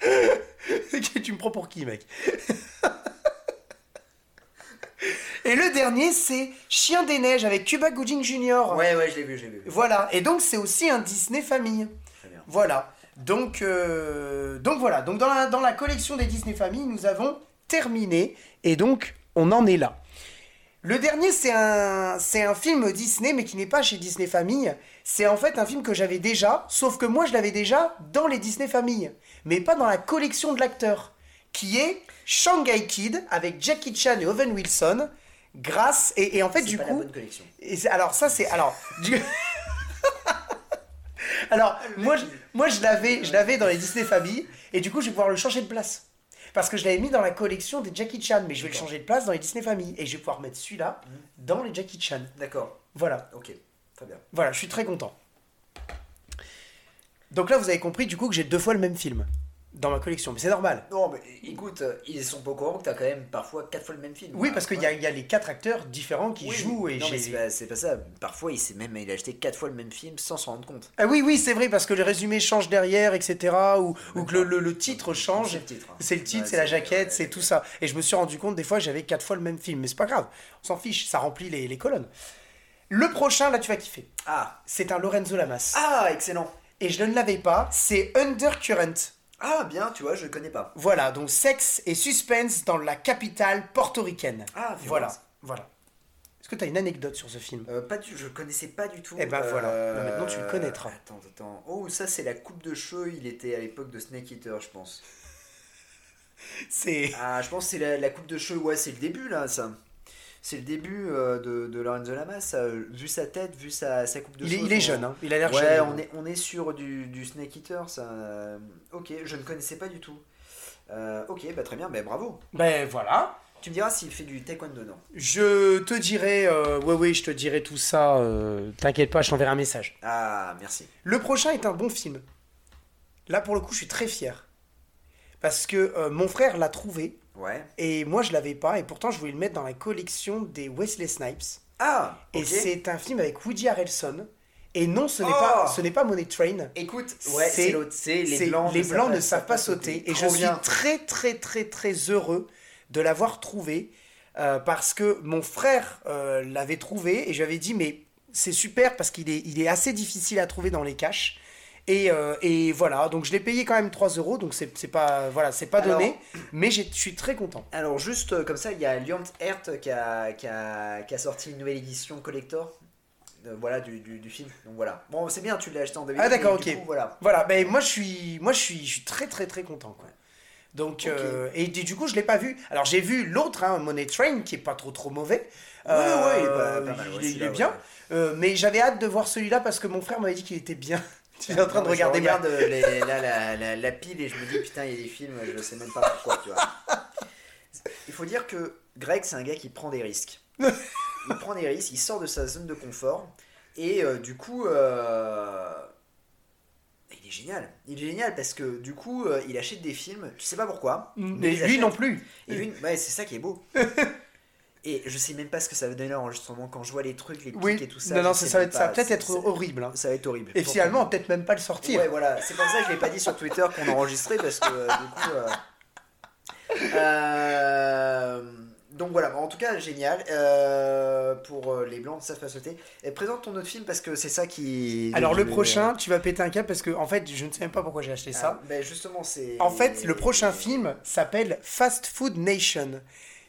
Speaker 3: tu me prends pour qui, mec Et le dernier, c'est Chien des Neiges avec Cuba Gooding Jr.
Speaker 2: Ouais, ouais, je l'ai vu, je l'ai vu.
Speaker 3: Voilà, et donc c'est aussi un Disney famille.
Speaker 2: Très bien.
Speaker 3: Voilà. Donc, euh, donc voilà. Donc dans la, dans la collection des Disney Family, nous avons terminé. Et donc, on en est là. Le dernier, c'est un, c'est un film Disney, mais qui n'est pas chez Disney Famille. C'est en fait un film que j'avais déjà, sauf que moi, je l'avais déjà dans les Disney Famille, mais pas dans la collection de l'acteur, qui est Shanghai Kid avec Jackie Chan et Owen Wilson. Grâce et, et en fait
Speaker 2: C'est
Speaker 3: du
Speaker 2: pas
Speaker 3: coup,
Speaker 2: la bonne collection.
Speaker 3: et c'est- alors ça c'est alors. du- alors moi je, moi je l'avais je l'avais dans les Disney Family et du coup je vais pouvoir le changer de place parce que je l'avais mis dans la collection des Jackie Chan mais je vais le changer de place dans les Disney Family et je vais pouvoir mettre celui-là dans les Jackie Chan.
Speaker 2: D'accord,
Speaker 3: Voilà
Speaker 2: ok, très bien.
Speaker 3: voilà je suis très content. Donc là vous avez compris du coup que j'ai deux fois le même film dans ma collection mais c'est normal.
Speaker 2: Non, mais écoute, euh, ils sont pas au courant que t'as quand même parfois quatre fois le même film.
Speaker 3: Oui parce qu'il y, a- il y a les quatre acteurs différents qui
Speaker 2: Oui,
Speaker 3: jouent
Speaker 2: mais-
Speaker 3: et
Speaker 2: non, mais
Speaker 3: j'ai
Speaker 2: c'est pas, c'est pas ça. Parfois, il s'est même il a acheté quatre fois le même film sans s'en rendre compte.
Speaker 3: Ah oui, oui, c'est vrai, parce que le résumé change derrière, etc. Ou, ou que le, le- le titre change.
Speaker 2: C'est le titre, hein.
Speaker 3: C'est le titre,
Speaker 2: Ouais,
Speaker 3: c'est la
Speaker 2: c'est-
Speaker 3: jaquette,
Speaker 2: ouais.
Speaker 3: c'est tout ça. Et je me suis rendu compte, des fois, j'avais quatre fois le même film. Mais c'est pas grave, on s'en fiche, ça remplit les, les colonnes. Le prochain, là, tu vas kiffer.
Speaker 2: Ah,
Speaker 3: C'est un Lorenzo Lamas.
Speaker 2: ah, excellent.
Speaker 3: Et je ne l'avais pas, c'est Undercurrent.
Speaker 2: Ah, bien, tu vois, je le connais pas.
Speaker 3: Voilà, donc sexe et suspense dans la capitale portoricaine.
Speaker 2: Ah, violence.
Speaker 3: voilà. Voilà. Est-ce que tu as une anecdote sur ce film
Speaker 2: Euh, pas du, je connaissais pas du tout. euh,
Speaker 3: Eh ben, voilà. Non, maintenant, tu le connaîtras.
Speaker 2: Attends, attends. Oh, ça c'est la coupe de cheveux. Il était à l'époque de Snake Eater, je pense.
Speaker 3: C'est.
Speaker 2: Ah, je pense que c'est la, la coupe de cheveux. Ouais, c'est le début là, ça. C'est le début euh, de, de Lorenzo Lamas. ça. vu sa tête, vu sa, sa coupe de
Speaker 3: Il, est-
Speaker 2: cheveux.
Speaker 3: il est
Speaker 2: son-
Speaker 3: jeune, hein. il a l'air
Speaker 2: Ouais,
Speaker 3: jeune.
Speaker 2: on est, on est sur du, du Snake Eater, ça. euh, Ok, je ne connaissais pas du tout. Euh, ok, bah très bien, bah bravo.
Speaker 3: Ben voilà.
Speaker 2: Tu me diras s'il fait du taekwondo, non
Speaker 3: Je te dirai, euh, ouais, ouais, je te dirai tout ça. euh, T'inquiète pas, je t'enverrai un message.
Speaker 2: Ah, merci.
Speaker 3: Le prochain est un bon film. Là, pour le coup, je suis très fier parce que euh, mon frère l'a trouvé
Speaker 2: Ouais.
Speaker 3: et moi je l'avais pas et pourtant je voulais le mettre dans la collection des Wesley Snipes.
Speaker 2: Ah,
Speaker 3: Et
Speaker 2: ok.
Speaker 3: c'est un film avec Woody Harrelson. Et non, ce n'est
Speaker 2: Oh
Speaker 3: pas, ce n'est pas Money Train.
Speaker 2: Écoute, ouais,
Speaker 3: C'est-
Speaker 2: c'est l'autre, c'est
Speaker 3: C'est-
Speaker 2: les blancs.
Speaker 3: les blancs ne savent pas sauter. Et je
Speaker 2: Trop bien.
Speaker 3: suis très, très, très, très heureux de l'avoir trouvé euh, parce que mon frère euh, l'avait trouvé et j'avais dit, mais c'est super parce qu'il est, il est assez difficile à trouver dans les caches. Et, euh, et voilà, donc je l'ai payé quand même 3 euros, donc c'est c'est pas, voilà, c'est pas
Speaker 2: Alors-
Speaker 3: donné, mais j'ai- je suis très content.
Speaker 2: Alors juste euh, comme ça, il y a Liant Hert qui a, qui, a, qui a sorti une nouvelle édition collector. euh, voilà du, du, du film. Donc voilà. Bon, c'est bien, tu l'as acheté en DVD.
Speaker 3: Ah, d'accord,
Speaker 2: mais du
Speaker 3: ok.
Speaker 2: coup, voilà.
Speaker 3: Voilà, ben moi je suis, moi, je suis, je suis très très très content. Quoi. Donc,
Speaker 2: Ok.
Speaker 3: euh, et du du coup, je l'ai pas vu. Alors j'ai vu l'autre, hein, Money Train, qui est pas trop trop mauvais. Euh,
Speaker 2: Ouais, ouais, Euh, il est pas- pas mal, ouais,
Speaker 3: il est- il
Speaker 2: celui-là,
Speaker 3: est bien.
Speaker 2: ouais.
Speaker 3: Euh, mais j'avais hâte de voir celui-là parce que mon frère m'avait dit qu'il était bien. Tu es en train
Speaker 2: Non,
Speaker 3: de
Speaker 2: mais je
Speaker 3: regarder
Speaker 2: regarde euh, les- là, la, la- la pile et je me dis putain, il y a des films, je sais même pas pourquoi, tu vois. Il faut dire que Greg, c'est un gars qui prend des risques. Il prend des risques, il sort de sa zone de confort et euh, du coup, euh, il est génial. Il est génial parce que du coup, euh, il achète des films, tu sais pas pourquoi.
Speaker 3: Mais
Speaker 2: il
Speaker 3: lui
Speaker 2: achète.
Speaker 3: non plus.
Speaker 2: Et lui, ouais, c'est ça qui est beau. Et je sais même pas ce que ça va donner l'enregistrement quand je vois les trucs, les clics et
Speaker 3: Oui.
Speaker 2: tout ça.
Speaker 3: non, non,
Speaker 2: je
Speaker 3: ça,
Speaker 2: sais
Speaker 3: ça va
Speaker 2: même
Speaker 3: être- ça va
Speaker 2: pas.
Speaker 3: peut-être
Speaker 2: C'est-
Speaker 3: être horrible. hein.
Speaker 2: c'est- Ça va être horrible.
Speaker 3: Et
Speaker 2: Pour-
Speaker 3: finalement, peut-être même pas le sortir.
Speaker 2: Ouais, voilà, c'est pour ça que je l'ai pas dit sur Twitter qu'on enregistrait parce que euh, du coup. euh, euh, Donc voilà, en tout cas, génial. euh, Pour euh, les blancs, ça se pas sauter. Et présente ton autre film parce que c'est ça qui. euh,
Speaker 3: Alors le prochain, tu vas péter un câble parce que en fait, je ne sais même pas pourquoi j'ai acheté
Speaker 2: Ah,
Speaker 3: ça.
Speaker 2: ben, justement, c'est.
Speaker 3: En fait, le prochain film s'appelle Fast Food Nation.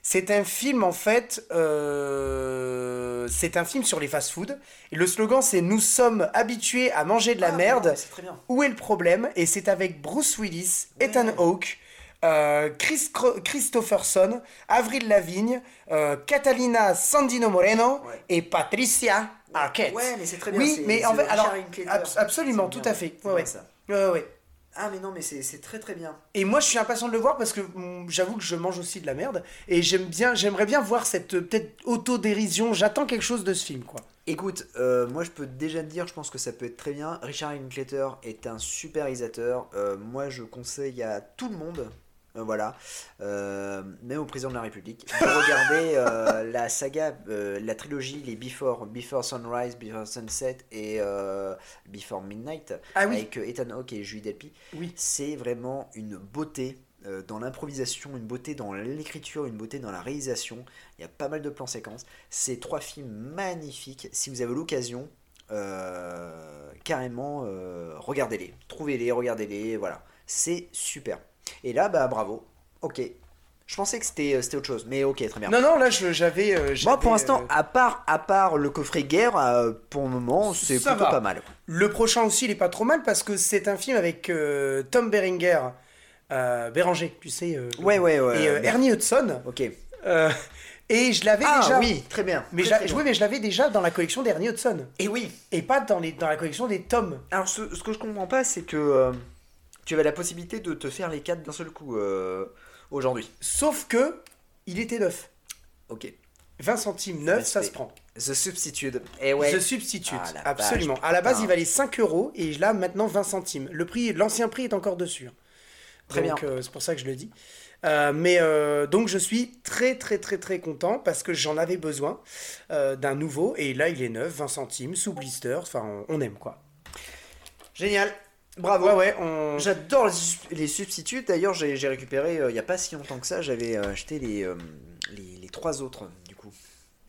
Speaker 3: C'est un film en fait, euh, c'est un film sur les fast food. Et le slogan c'est Nous sommes habitués à manger de la
Speaker 2: Ah,
Speaker 3: merde.
Speaker 2: non, C'est très bien.
Speaker 3: Où est le problème Et c'est avec Bruce Willis,
Speaker 2: Ouais.
Speaker 3: Ethan Hawke, euh, Chris Cro- Christopherson, Avril Lavigne, euh, Catalina Sandino Moreno
Speaker 2: Ouais.
Speaker 3: et Patricia Arquette.
Speaker 2: Ouais, mais c'est très bien.
Speaker 3: Ah, oui,
Speaker 2: c'est-
Speaker 3: mais
Speaker 2: c'est
Speaker 3: en fait,
Speaker 2: Richard
Speaker 3: alors
Speaker 2: Linklater.
Speaker 3: abs- absolument,
Speaker 2: C'est
Speaker 3: tout
Speaker 2: bien,
Speaker 3: à
Speaker 2: ouais.
Speaker 3: fait.
Speaker 2: C'est
Speaker 3: Ouais,
Speaker 2: bien
Speaker 3: ouais.
Speaker 2: ça.
Speaker 3: Ouais, ouais.
Speaker 2: Ah, mais non, mais c'est c'est très très bien.
Speaker 3: Et moi, je suis impatient de le voir parce que mm, j'avoue que je mange aussi de la merde et j'aime bien, j'aimerais bien voir cette euh, peut-être autodérision. J'attends quelque chose de ce film, quoi.
Speaker 2: Écoute, euh, moi je peux déjà te dire, je pense que ça peut être très bien. Richard Linklater est un super réalisateur. Euh, moi je conseille à tout le monde, euh, voilà, euh, même au président de la République, de regarder euh, la saga, euh, la trilogie, les Before, Before Sunrise, Before Sunset et euh, Before Midnight,
Speaker 3: Ah oui.
Speaker 2: avec euh, Ethan Hawke et Julie Delpy.
Speaker 3: Oui.
Speaker 2: C'est vraiment une beauté. euh, dans l'improvisation, une beauté dans l'écriture, une beauté dans la réalisation. Il y a pas mal de plans séquences. C'est trois films magnifiques. Si vous avez l'occasion, euh, carrément, euh, regardez-les. Trouvez-les, regardez-les, voilà. C'est super. Et là, bah bravo. Ok. Je pensais que c'était euh, c'était autre chose, mais ok, très bien.
Speaker 3: Non, non, là, je- j'avais. euh,
Speaker 2: Moi,
Speaker 3: j'avais,
Speaker 2: pour l'instant,
Speaker 3: euh,
Speaker 2: à part, à part le coffret guerre, euh, pour le moment,
Speaker 3: Ça
Speaker 2: c'est plutôt
Speaker 3: va.
Speaker 2: pas mal.
Speaker 3: Le prochain aussi, il est pas trop mal parce que c'est un film avec euh, Tom Berenger, euh, Béranger, tu sais. euh,
Speaker 2: Ouais, ouais, ouais.
Speaker 3: Et euh,
Speaker 2: bien.
Speaker 3: Ernie Hudson.
Speaker 2: Ok.
Speaker 3: euh, et je l'avais
Speaker 2: Ah
Speaker 3: déjà.
Speaker 2: oui, très bien.
Speaker 3: Mais je,
Speaker 2: Très,
Speaker 3: l'a-
Speaker 2: très
Speaker 3: oui,
Speaker 2: bien.
Speaker 3: mais je l'avais déjà dans la collection d'Ernie Hudson.
Speaker 2: Et oui.
Speaker 3: Et pas dans, les, dans la collection des tomes.
Speaker 2: Alors, ce, ce que je comprends pas, c'est que euh, tu avais la possibilité de te faire les quatre d'un seul coup euh, aujourd'hui.
Speaker 3: Sauf que, il était neuf.
Speaker 2: Ok.
Speaker 3: 20 centimes neuf, ça se
Speaker 2: Respect.
Speaker 3: prend.
Speaker 2: The Substitute. Eh ouais.
Speaker 3: The Substitute,
Speaker 2: Ah, la vache,
Speaker 3: absolument. à la base,
Speaker 2: putain.
Speaker 3: il valait 5 euros et là, maintenant, 20 centimes. Le prix, l'ancien prix est encore dessus. hein.
Speaker 2: Très
Speaker 3: donc, euh, c'est pour ça que je le dis. Euh, mais euh, donc, je suis très, très, très, très content parce que j'en avais besoin euh, d'un nouveau et là, il est neuf, 20 centimes, sous blister. Enfin, on, on aime quoi.
Speaker 2: Génial. Bravo.
Speaker 3: Ouais, ouais, on.
Speaker 2: J'adore les, sus- les substituts. D'ailleurs, j'ai j'ai récupéré euh, il y n'y a pas si longtemps que ça. J'avais euh, acheté les, euh, les, les trois autres, du coup.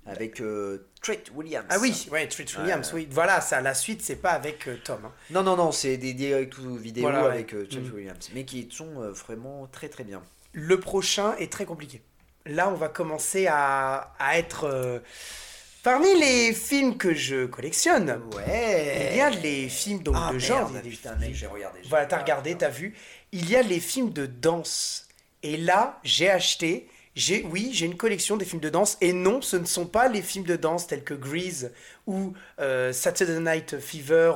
Speaker 2: Avec euh, Trent Williams.
Speaker 3: Ah oui, ouais, Treat
Speaker 2: Euh.
Speaker 3: Williams, oui. Voilà, ça, la suite, c'est pas avec euh, Tom. hein.
Speaker 2: Non, non, non, c'est des directs ou vidéos
Speaker 3: Voilà, ouais.
Speaker 2: avec euh, Trent
Speaker 3: Mhm.
Speaker 2: Williams. Mais qui sont euh, vraiment très très bien.
Speaker 3: Le prochain est très compliqué. Là, on va commencer à, à être. euh, Parmi les films que je collectionne,
Speaker 2: Ouais.
Speaker 3: Il y a les films donc,
Speaker 2: Ah,
Speaker 3: de
Speaker 2: merde,
Speaker 3: genre. il y a des
Speaker 2: putain,
Speaker 3: films-
Speaker 2: mec, j'ai regardé. j'ai
Speaker 3: Voilà, t'as
Speaker 2: regardé.
Speaker 3: regardé, t'as vu. Il y a les films de danse. Et là, j'ai acheté. J'ai, oui, j'ai une collection des films de danse. Et non, ce ne sont pas les films de danse tels que Grease ou euh, Saturday Night Fever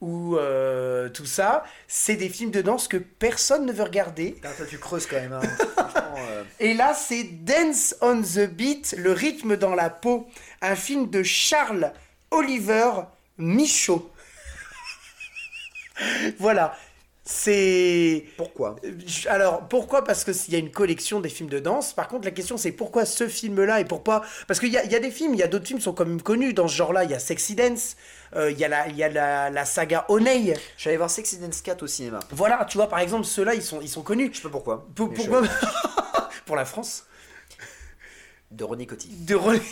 Speaker 3: ou euh, tout ça. C'est des films de danse que personne ne veut regarder.
Speaker 2: Putain, toi, tu creuses quand même. hein. Franchement, euh,
Speaker 3: Et là, c'est Dance on the Beat, le rythme dans la peau, un film de Charles Oliver Michaud. voilà. C'est.
Speaker 2: Pourquoi
Speaker 3: Alors, pourquoi Parce qu'il y a une collection des films de danse. Par contre, la question, c'est pourquoi ce film-là et pourquoi Parce qu'il y a, il y a des films, il y a d'autres films qui sont quand même connus dans ce genre-là. Il y a Sexy Dance, euh, il y a la, il y a la, la saga Oney.
Speaker 2: J'allais voir Sexy Dance 4 au cinéma.
Speaker 3: Voilà, tu vois, par exemple, ceux-là, ils sont, ils sont connus.
Speaker 2: Je sais pas pourquoi.
Speaker 3: Pour-
Speaker 2: mais
Speaker 3: pourquoi Pour la France
Speaker 2: je- De René Coty.
Speaker 3: de relais.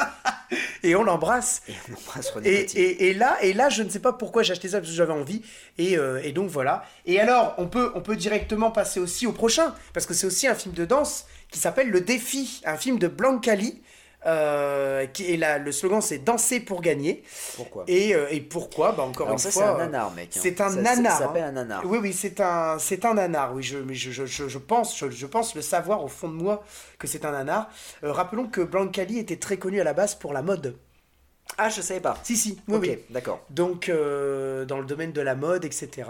Speaker 3: et on l'embrasse.
Speaker 2: Et on embrasse René
Speaker 3: Et,
Speaker 2: Coty.
Speaker 3: et- et là, et là, je ne sais pas pourquoi j'ai acheté ça parce que j'avais envie. Et, euh, et donc voilà. Et alors, on peut, on peut directement passer aussi au prochain parce que c'est aussi un film de danse qui s'appelle Le Défi, un film de Blancali. Euh, qui est là, le slogan c'est danser pour gagner
Speaker 2: Pourquoi
Speaker 3: et, euh, et pourquoi bah encore
Speaker 2: Alors
Speaker 3: une
Speaker 2: ça,
Speaker 3: fois
Speaker 2: c'est un
Speaker 3: euh,
Speaker 2: nanar, mec. hein.
Speaker 3: c'est un
Speaker 2: Ça- ça-
Speaker 3: nanar,
Speaker 2: Ça s'appelle
Speaker 3: hein.
Speaker 2: un nanar.
Speaker 3: oui oui c'est un c'est un nanar oui je, mais je, je, je, je pense je, je pense le savoir au fond de moi que c'est un nanar Euh, rappelons que Blancali était très connu à la base pour la mode
Speaker 2: Ah, je savais pas.
Speaker 3: si, si, oui,
Speaker 2: ok,
Speaker 3: oui.
Speaker 2: d'accord.
Speaker 3: Donc, euh, dans le domaine de la mode, etc.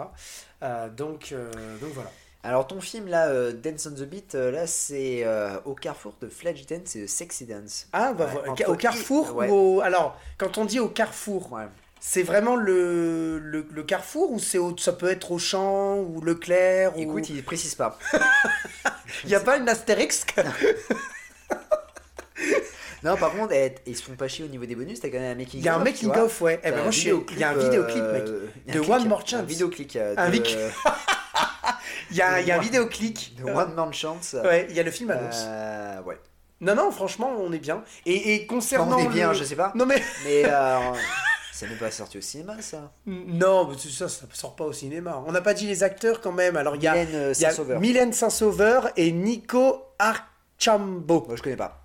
Speaker 3: Euh, donc, euh, donc voilà.
Speaker 2: Alors, ton film là, euh, Dance on the Beat, euh, là, c'est euh, au carrefour de Flash Dance et de Sexy Dance.
Speaker 3: Ah, bah,
Speaker 2: Ouais,
Speaker 3: voilà.
Speaker 2: entre-
Speaker 3: au carrefour
Speaker 2: Ouais.
Speaker 3: ou au... Alors, quand on dit au carrefour,
Speaker 2: Ouais.
Speaker 3: c'est vraiment le, le, le carrefour ou c'est au- ça peut être Auchan ou Leclerc ou...
Speaker 2: Écoute, il précise pas.
Speaker 3: il n'y a pas une astérix
Speaker 2: Non, par contre, eh, ils se font pas chier au niveau des bonus. T'as quand même un making
Speaker 3: Il y a un
Speaker 2: of, tu
Speaker 3: making
Speaker 2: vois.
Speaker 3: of, ouais. Eh ben,
Speaker 2: T'as un
Speaker 3: moi, je suis... Il y a un vidéoclip, mec.
Speaker 2: euh, il y a
Speaker 3: De
Speaker 2: un
Speaker 3: One
Speaker 2: clic, Un
Speaker 3: More
Speaker 2: euh,
Speaker 3: Chance.
Speaker 2: vidéoclip.
Speaker 3: Un
Speaker 2: Un
Speaker 3: vic- Il y a, un- il y a un
Speaker 2: de-
Speaker 3: vidéoclic.
Speaker 2: De One Man Chance.
Speaker 3: Ouais, il y a le film annonce.
Speaker 2: Euh, ouais.
Speaker 3: Non, non, franchement, on est bien. Et, et concernant.
Speaker 2: On est bien,
Speaker 3: le-
Speaker 2: je sais pas.
Speaker 3: Non, mais.
Speaker 2: Mais euh, ça n'est pas sorti au cinéma, ça.
Speaker 3: Mm. Non, mais c'est ça, ça sort pas au cinéma. On n'a pas dit les acteurs quand même. Alors il y a,
Speaker 2: Mylène euh,
Speaker 3: il y a
Speaker 2: Saint-Sauveur.
Speaker 3: Mylène Saint-Sauveur et Nico Archambault.
Speaker 2: Moi, je connais pas.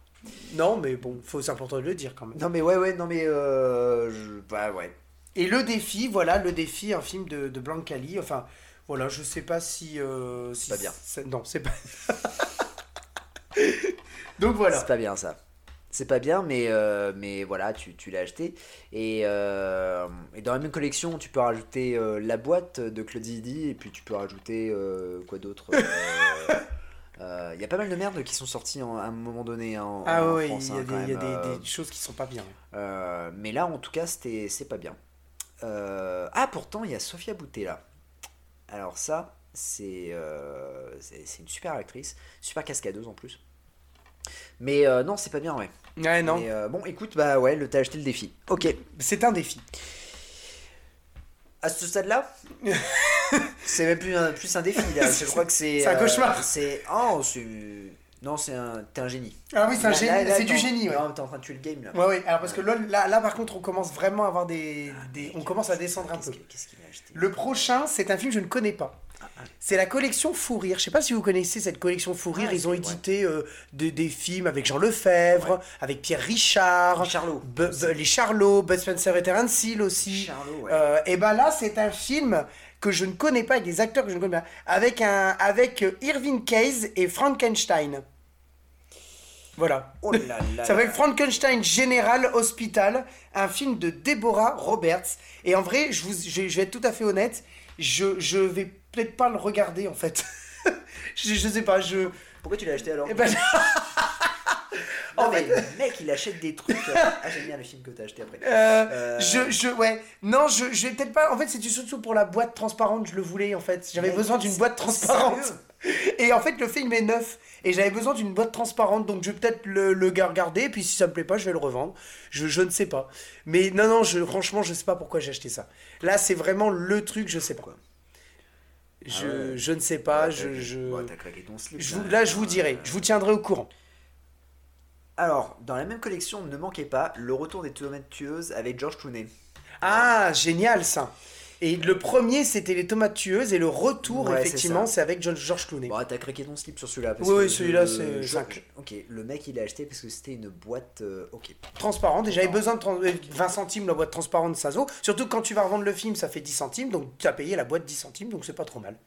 Speaker 3: Non, mais bon, faut- c'est important de le dire quand même.
Speaker 2: Non, mais ouais, ouais, non, mais. Euh, je- Bah, ouais.
Speaker 3: Et le défi, voilà, le défi, un film de, de Blancali. Enfin, voilà, je sais pas si. euh, si
Speaker 2: Pas bien.
Speaker 3: c'est- Non, c'est pas. Donc voilà.
Speaker 2: C'est pas bien, ça. C'est pas bien, mais, euh, mais voilà, tu, tu l'as acheté. Et, euh, et dans la même collection, tu peux rajouter euh, la boîte de ClaudieIdi, et puis tu peux rajouter euh, quoi d'autre Il y a pas mal de merdes qui sont sorties en- à un moment donné hein, en,
Speaker 3: Ah
Speaker 2: en
Speaker 3: ouais,
Speaker 2: France,
Speaker 3: il y a,
Speaker 2: hein,
Speaker 3: des,
Speaker 2: quand
Speaker 3: il y a
Speaker 2: même,
Speaker 3: des-
Speaker 2: euh,
Speaker 3: des choses qui sont pas bien.
Speaker 2: Euh, mais là, en tout cas, c'était, c'est pas bien. Euh, ah, pourtant, il y a Sofia Boutella. Alors ça, c'est, euh, c'est, c'est une super actrice, super cascadeuse en plus. Mais euh, non, c'est pas bien, ouais.
Speaker 3: Ouais, non.
Speaker 2: Mais, euh, bon, écoute, bah ouais, le, t'as acheté le défi. Ok.
Speaker 3: C'est un défi.
Speaker 2: À ce stade-là, c'est même plus un, plus un défi. Là. Je crois que c'est.
Speaker 3: C'est un cauchemar.
Speaker 2: C'est. Oh, c'est. Non, c'est un, t'es un génie.
Speaker 3: Ah oui, c'est un
Speaker 2: Là, là,
Speaker 3: génie,
Speaker 2: là,
Speaker 3: c'est du
Speaker 2: t'en-
Speaker 3: génie, ouais.
Speaker 2: Non, mais t'es en train de tuer le game là.
Speaker 3: Ouais, ouais, alors parce que LOL, là, là par contre, on commence vraiment à avoir des. des- on commence à descendre un
Speaker 2: Qu'est-ce
Speaker 3: peu.
Speaker 2: que- Qu'est-ce qu'il a acheté
Speaker 3: Le prochain, c'est un film que je ne connais pas. C'est la collection Fou Rire. Je sais pas si vous connaissez cette collection Fou Rire.
Speaker 2: Ah,
Speaker 3: Ils ont
Speaker 2: c'est-
Speaker 3: édité euh, des, des films avec Jean Lefebvre, avec Pierre Richard,
Speaker 2: Charlot.
Speaker 3: Bu- Bu- les Charlots, Bud Spencer et Terence Hill aussi.
Speaker 2: Charlot, ouais.
Speaker 3: Euh, et ben là, c'est un film que je ne connais pas, avec des acteurs que je ne connais pas, avec, un, avec euh, Irving Case et Frankenstein. Voilà.
Speaker 2: Oh là là.
Speaker 3: Ça s'appelle Frankenstein General Hospital, un film de Deborah Roberts. Et en vrai, je, vous, je, je vais être tout à fait honnête, je, je vais peut-être pas le regarder en fait. je, je sais pas, je.
Speaker 2: Pourquoi tu l'as acheté alors
Speaker 3: Eh ben,
Speaker 2: Non,
Speaker 3: en
Speaker 2: mais
Speaker 3: fait-
Speaker 2: le mec, il achète des trucs. ah, j'aime bien le film que t'as acheté après.
Speaker 3: euh,
Speaker 2: Euh,
Speaker 3: Je, je, ouais. Non, je, je vais peut-être pas. En fait, c'était surtout pour la boîte transparente, je le voulais en fait. J'avais
Speaker 2: Mais
Speaker 3: besoin d'une
Speaker 2: c'est-
Speaker 3: boîte transparente.
Speaker 2: sérieux
Speaker 3: Et en fait, le film est neuf. Et j'avais besoin d'une boîte transparente. Donc, je vais peut-être le, le gars regarder. Et puis, si ça me plaît pas, je vais le revendre. Je, je ne sais pas. Mais non, non, je, franchement, je sais pas pourquoi j'ai acheté ça. Là, c'est vraiment le truc, je sais pas. Je,
Speaker 2: Ah ouais.
Speaker 3: je ne sais pas.
Speaker 2: Ouais,
Speaker 3: je,
Speaker 2: t'as-
Speaker 3: je...
Speaker 2: ouais, t'as claqué ton slip.
Speaker 3: je vous- là, je vous dirai. Je vous tiendrai au courant.
Speaker 2: Alors, dans la même collection, ne manquez pas Le Retour des Tomates Tueuses avec George Clooney.
Speaker 3: Ah, génial ça. Et le premier, c'était les tomates tueuses. Et le retour,
Speaker 2: Ouais, c'est
Speaker 3: effectivement,
Speaker 2: ça.
Speaker 3: c'est avec John- George Clooney.
Speaker 2: Bon, ah, t'as craqué ton slip sur celui-là. parce
Speaker 3: Oui,
Speaker 2: que
Speaker 3: oui,
Speaker 2: le-
Speaker 3: celui-là, c'est
Speaker 2: je-
Speaker 3: cinq.
Speaker 2: Ok, le mec, il l'a acheté parce que c'était une boîte. euh, ok.
Speaker 3: transparent. Déjà, j'avais besoin de tran- euh, 20 centimes la boîte transparente, ça se vaut. Surtout que quand tu vas revendre le film, ça fait 10 centimes. Donc, tu as payé la boîte 10 centimes, donc c'est pas trop mal.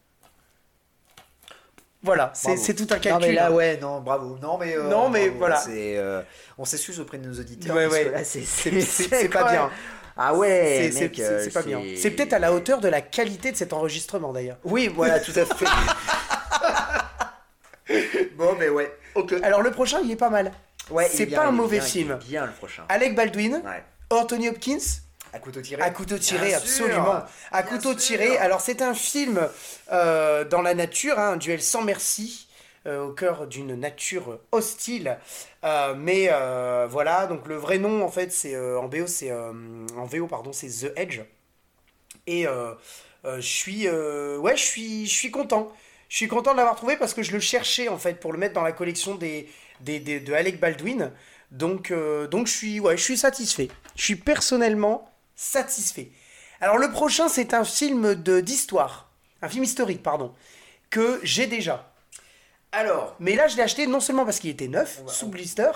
Speaker 3: Voilà, c'est
Speaker 2: Bravo.
Speaker 3: c'est tout un calcul.
Speaker 2: Non, mais là,
Speaker 3: hein.
Speaker 2: ouais, non, bravo. Non, mais, euh,
Speaker 3: Non, mais
Speaker 2: bravo,
Speaker 3: voilà.
Speaker 2: c'est, euh, on s'excuse auprès de nos auditeurs.
Speaker 3: Ouais,
Speaker 2: parce
Speaker 3: ouais.
Speaker 2: que là, c'est,
Speaker 3: C'est- c'est- c'est pas
Speaker 2: quand
Speaker 3: bien.
Speaker 2: même- Ah ouais,
Speaker 3: C'est- c'est-
Speaker 2: mec,
Speaker 3: c'est
Speaker 2: euh,
Speaker 3: c'est pas bien. C'est peut-être à la hauteur de la qualité de cet enregistrement, d'ailleurs.
Speaker 2: Oui, voilà, tout à fait. bon, mais ouais. Ok.
Speaker 3: Alors, le prochain, il est pas mal.
Speaker 2: Ouais, il est
Speaker 3: c'est
Speaker 2: bien,
Speaker 3: pas
Speaker 2: il
Speaker 3: un
Speaker 2: est
Speaker 3: mauvais
Speaker 2: bien, il est
Speaker 3: film.
Speaker 2: Bien le prochain.
Speaker 3: Alec Baldwin,
Speaker 2: Ouais.
Speaker 3: Anthony Hopkins,
Speaker 2: À couteau tiré.
Speaker 3: à couteau tiré,
Speaker 2: Bien
Speaker 3: absolument.
Speaker 2: sûr.
Speaker 3: À
Speaker 2: Bien
Speaker 3: couteau
Speaker 2: sûr.
Speaker 3: tiré. Alors, c'est un film euh, dans la nature, hein, un duel sans merci. euh, au cœur d'une nature hostile. Euh, mais euh, voilà, donc le vrai nom en fait, c'est euh, en BO, c'est euh, en VO pardon, c'est The Edge. Et euh, euh, je suis euh, ouais, je suis je suis content. Je suis content de l'avoir trouvé parce que je le cherchais en fait pour le mettre dans la collection des, des, des- de Alec Baldwin. Donc euh, donc je suis ouais, je suis satisfait. Je suis personnellement satisfait. Alors le prochain c'est un film de d'histoire, un film historique pardon, que j'ai déjà.
Speaker 2: Alors,
Speaker 3: Mais là je l'ai acheté non seulement parce qu'il était neuf
Speaker 2: Ouais.
Speaker 3: sous blister,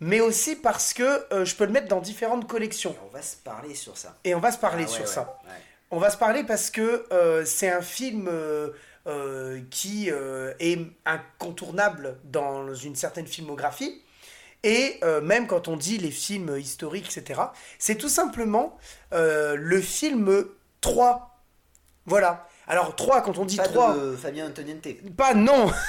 Speaker 3: mais aussi parce que euh, je peux le mettre dans différentes collections.
Speaker 2: on va se parler sur ça.
Speaker 3: Et on va se parler
Speaker 2: Ah, ouais,
Speaker 3: sur
Speaker 2: ouais,
Speaker 3: ça.
Speaker 2: ouais.
Speaker 3: On va se parler parce que euh, c'est un film euh, euh, qui euh, est incontournable dans une certaine filmographie. Et euh, même quand on dit les films historiques, etc., c'est tout simplement euh, le film 3. Voilà. Alors 3, quand on dit
Speaker 2: Pas
Speaker 3: 3...
Speaker 2: de Fabien Antoniente. Oui,
Speaker 3: Pas non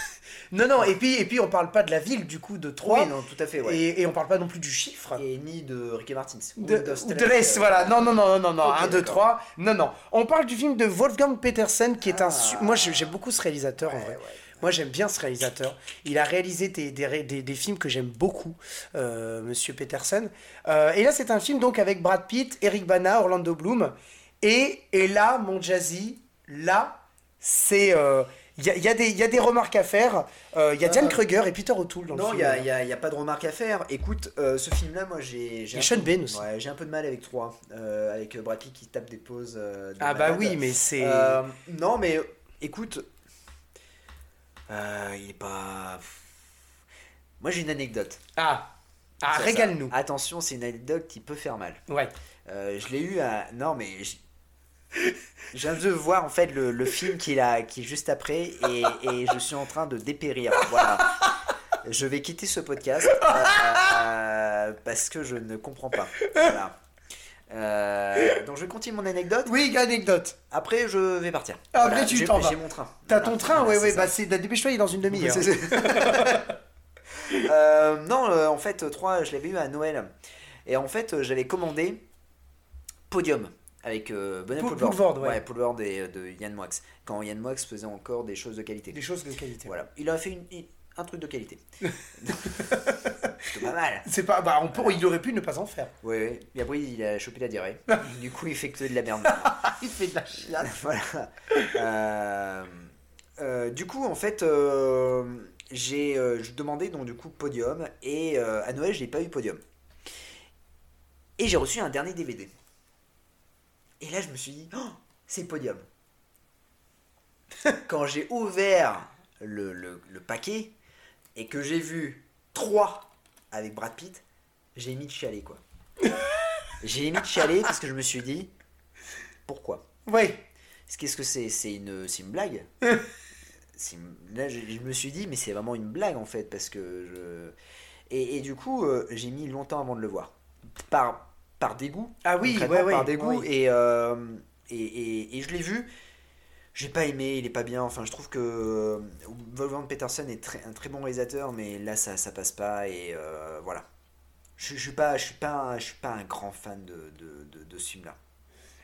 Speaker 3: Non, non, et puis, et puis on parle pas de la ville du coup de 3.
Speaker 2: non, tout à fait, ouais. Et,
Speaker 3: et, et on parle pas non plus du chiffre.
Speaker 2: ni de Ricky Martins. Ou
Speaker 3: De,
Speaker 2: d'Ostel-
Speaker 3: ou de l'Est, voilà. Non, non, non, non, non,
Speaker 2: Ok,
Speaker 3: 1, 2,
Speaker 2: d'accord.
Speaker 3: 3. Non, non. On parle du film de Wolfgang Petersen, qui est un.
Speaker 2: Ah.
Speaker 3: su- Moi, je- j'aime beaucoup ce réalisateur, en
Speaker 2: Ouais,
Speaker 3: vrai.
Speaker 2: ouais.
Speaker 3: Moi, j'aime bien ce réalisateur. Il a réalisé des, des, ré- des- des films que j'aime beaucoup, euh, Monsieur Petersen. Euh, et là, c'est un film donc avec Brad Pitt, Eric Bana, Orlando Bloom. Et, et là, mon Jazzy, là, c'est. euh, Il y, a, y a des- y a des remarques à faire. Il y a Diane
Speaker 2: Euh,
Speaker 3: Kruger et Peter O'Toole dans
Speaker 2: Non,
Speaker 3: le
Speaker 2: il
Speaker 3: film.
Speaker 2: n'y a, y a- y a pas de remarque à faire. Écoute, euh, ce film-là, moi, j'ai. j'ai
Speaker 3: Et
Speaker 2: un
Speaker 3: Sean
Speaker 2: peu-
Speaker 3: Bean aussi.
Speaker 2: Ouais, j'ai un peu de mal avec 3. avec Brad Pitt qui tape des pauses. euh, de
Speaker 3: Ah, bah
Speaker 2: malade.
Speaker 3: oui, mais c'est.
Speaker 2: Euh, non, mais écoute, euh, il est pas. Moi, j'ai une anecdote.
Speaker 3: Ah! Ah,
Speaker 2: sur ça.
Speaker 3: régale-nous.
Speaker 2: Attention, c'est une anecdote qui peut faire mal.
Speaker 3: Ouais.
Speaker 2: Euh, je l'ai eu à. Non, mais. Je... je viens de voir en fait le, le film qu'il a, qui est juste après et, et je suis en train de dépérir. Voilà. Je vais quitter ce podcast euh, parce que je ne comprends pas. Voilà. Euh, donc je continue mon anecdote.
Speaker 3: Oui, anecdote.
Speaker 2: Après, je vais partir.
Speaker 3: Après, tu
Speaker 2: j'ai-
Speaker 3: t'en vas.
Speaker 2: J'ai mon train.
Speaker 3: T'as
Speaker 2: Voilà.
Speaker 3: ton train,
Speaker 2: Voilà,
Speaker 3: ouais,
Speaker 2: Ah, c'est
Speaker 3: ouais,
Speaker 2: ça.
Speaker 3: bah c'est dépêche-toi, il est dans une demi-heure.
Speaker 2: C'est-
Speaker 3: hein.
Speaker 2: c'est- Euh, non, euh, en fait, 3, je l'avais eu à Noël. Et en fait, euh, j'avais commandé Podium avec euh, Bonnet
Speaker 3: Pou-
Speaker 2: Poulvord.
Speaker 3: Poulvord, ouais.
Speaker 2: Poulvord et, euh, de Yann Moix. Quand Yann Moix faisait encore des choses de qualité.
Speaker 3: Des choses de qualité.
Speaker 2: Voilà. Il a fait une- une- un truc de qualité. Plutôt pas mal.
Speaker 3: C'est pas, bah on peut, il aurait pu ne pas en faire.
Speaker 2: Oui, oui. Et après, il a chopé la diarrhée. du coup, il fait que de la merde.
Speaker 3: Il fait de la chiasse.
Speaker 2: voilà. Euh, euh, du coup, en fait, euh, j'ai euh, je demandais donc du coup podium et euh, à Noël j'ai pas eu podium. Et j'ai reçu un dernier DVD. Et là je me suis dit Oh, c'est podium. Quand j'ai ouvert le, le- le paquet et que j'ai vu 3 avec Brad Pitt, j'ai mis de chalet quoi. j'ai mis de chalet parce que je me suis dit pourquoi
Speaker 3: Ouais.
Speaker 2: Qu'est-ce que c'est C'est une, c'est une blague C'est une- Là, je, je me suis dit, mais c'est vraiment une blague en fait, parce que je. Et, et du coup, euh, j'ai mis longtemps avant de le voir. Par, par dégoût.
Speaker 3: Ah oui,
Speaker 2: concrètement,
Speaker 3: ouais, ouais,
Speaker 2: Par dégoût.
Speaker 3: oui.
Speaker 2: Et, euh, et, et- et je l'ai vu. J'ai pas aimé, il est pas bien. Enfin, je trouve que euh, Wolfgang Peterson est très- un très bon réalisateur, mais là, ça, ça passe pas. Et euh, voilà. Je, je suis pas, je suis pas, un- je suis pas un grand fan de, de, de, de ce film-là.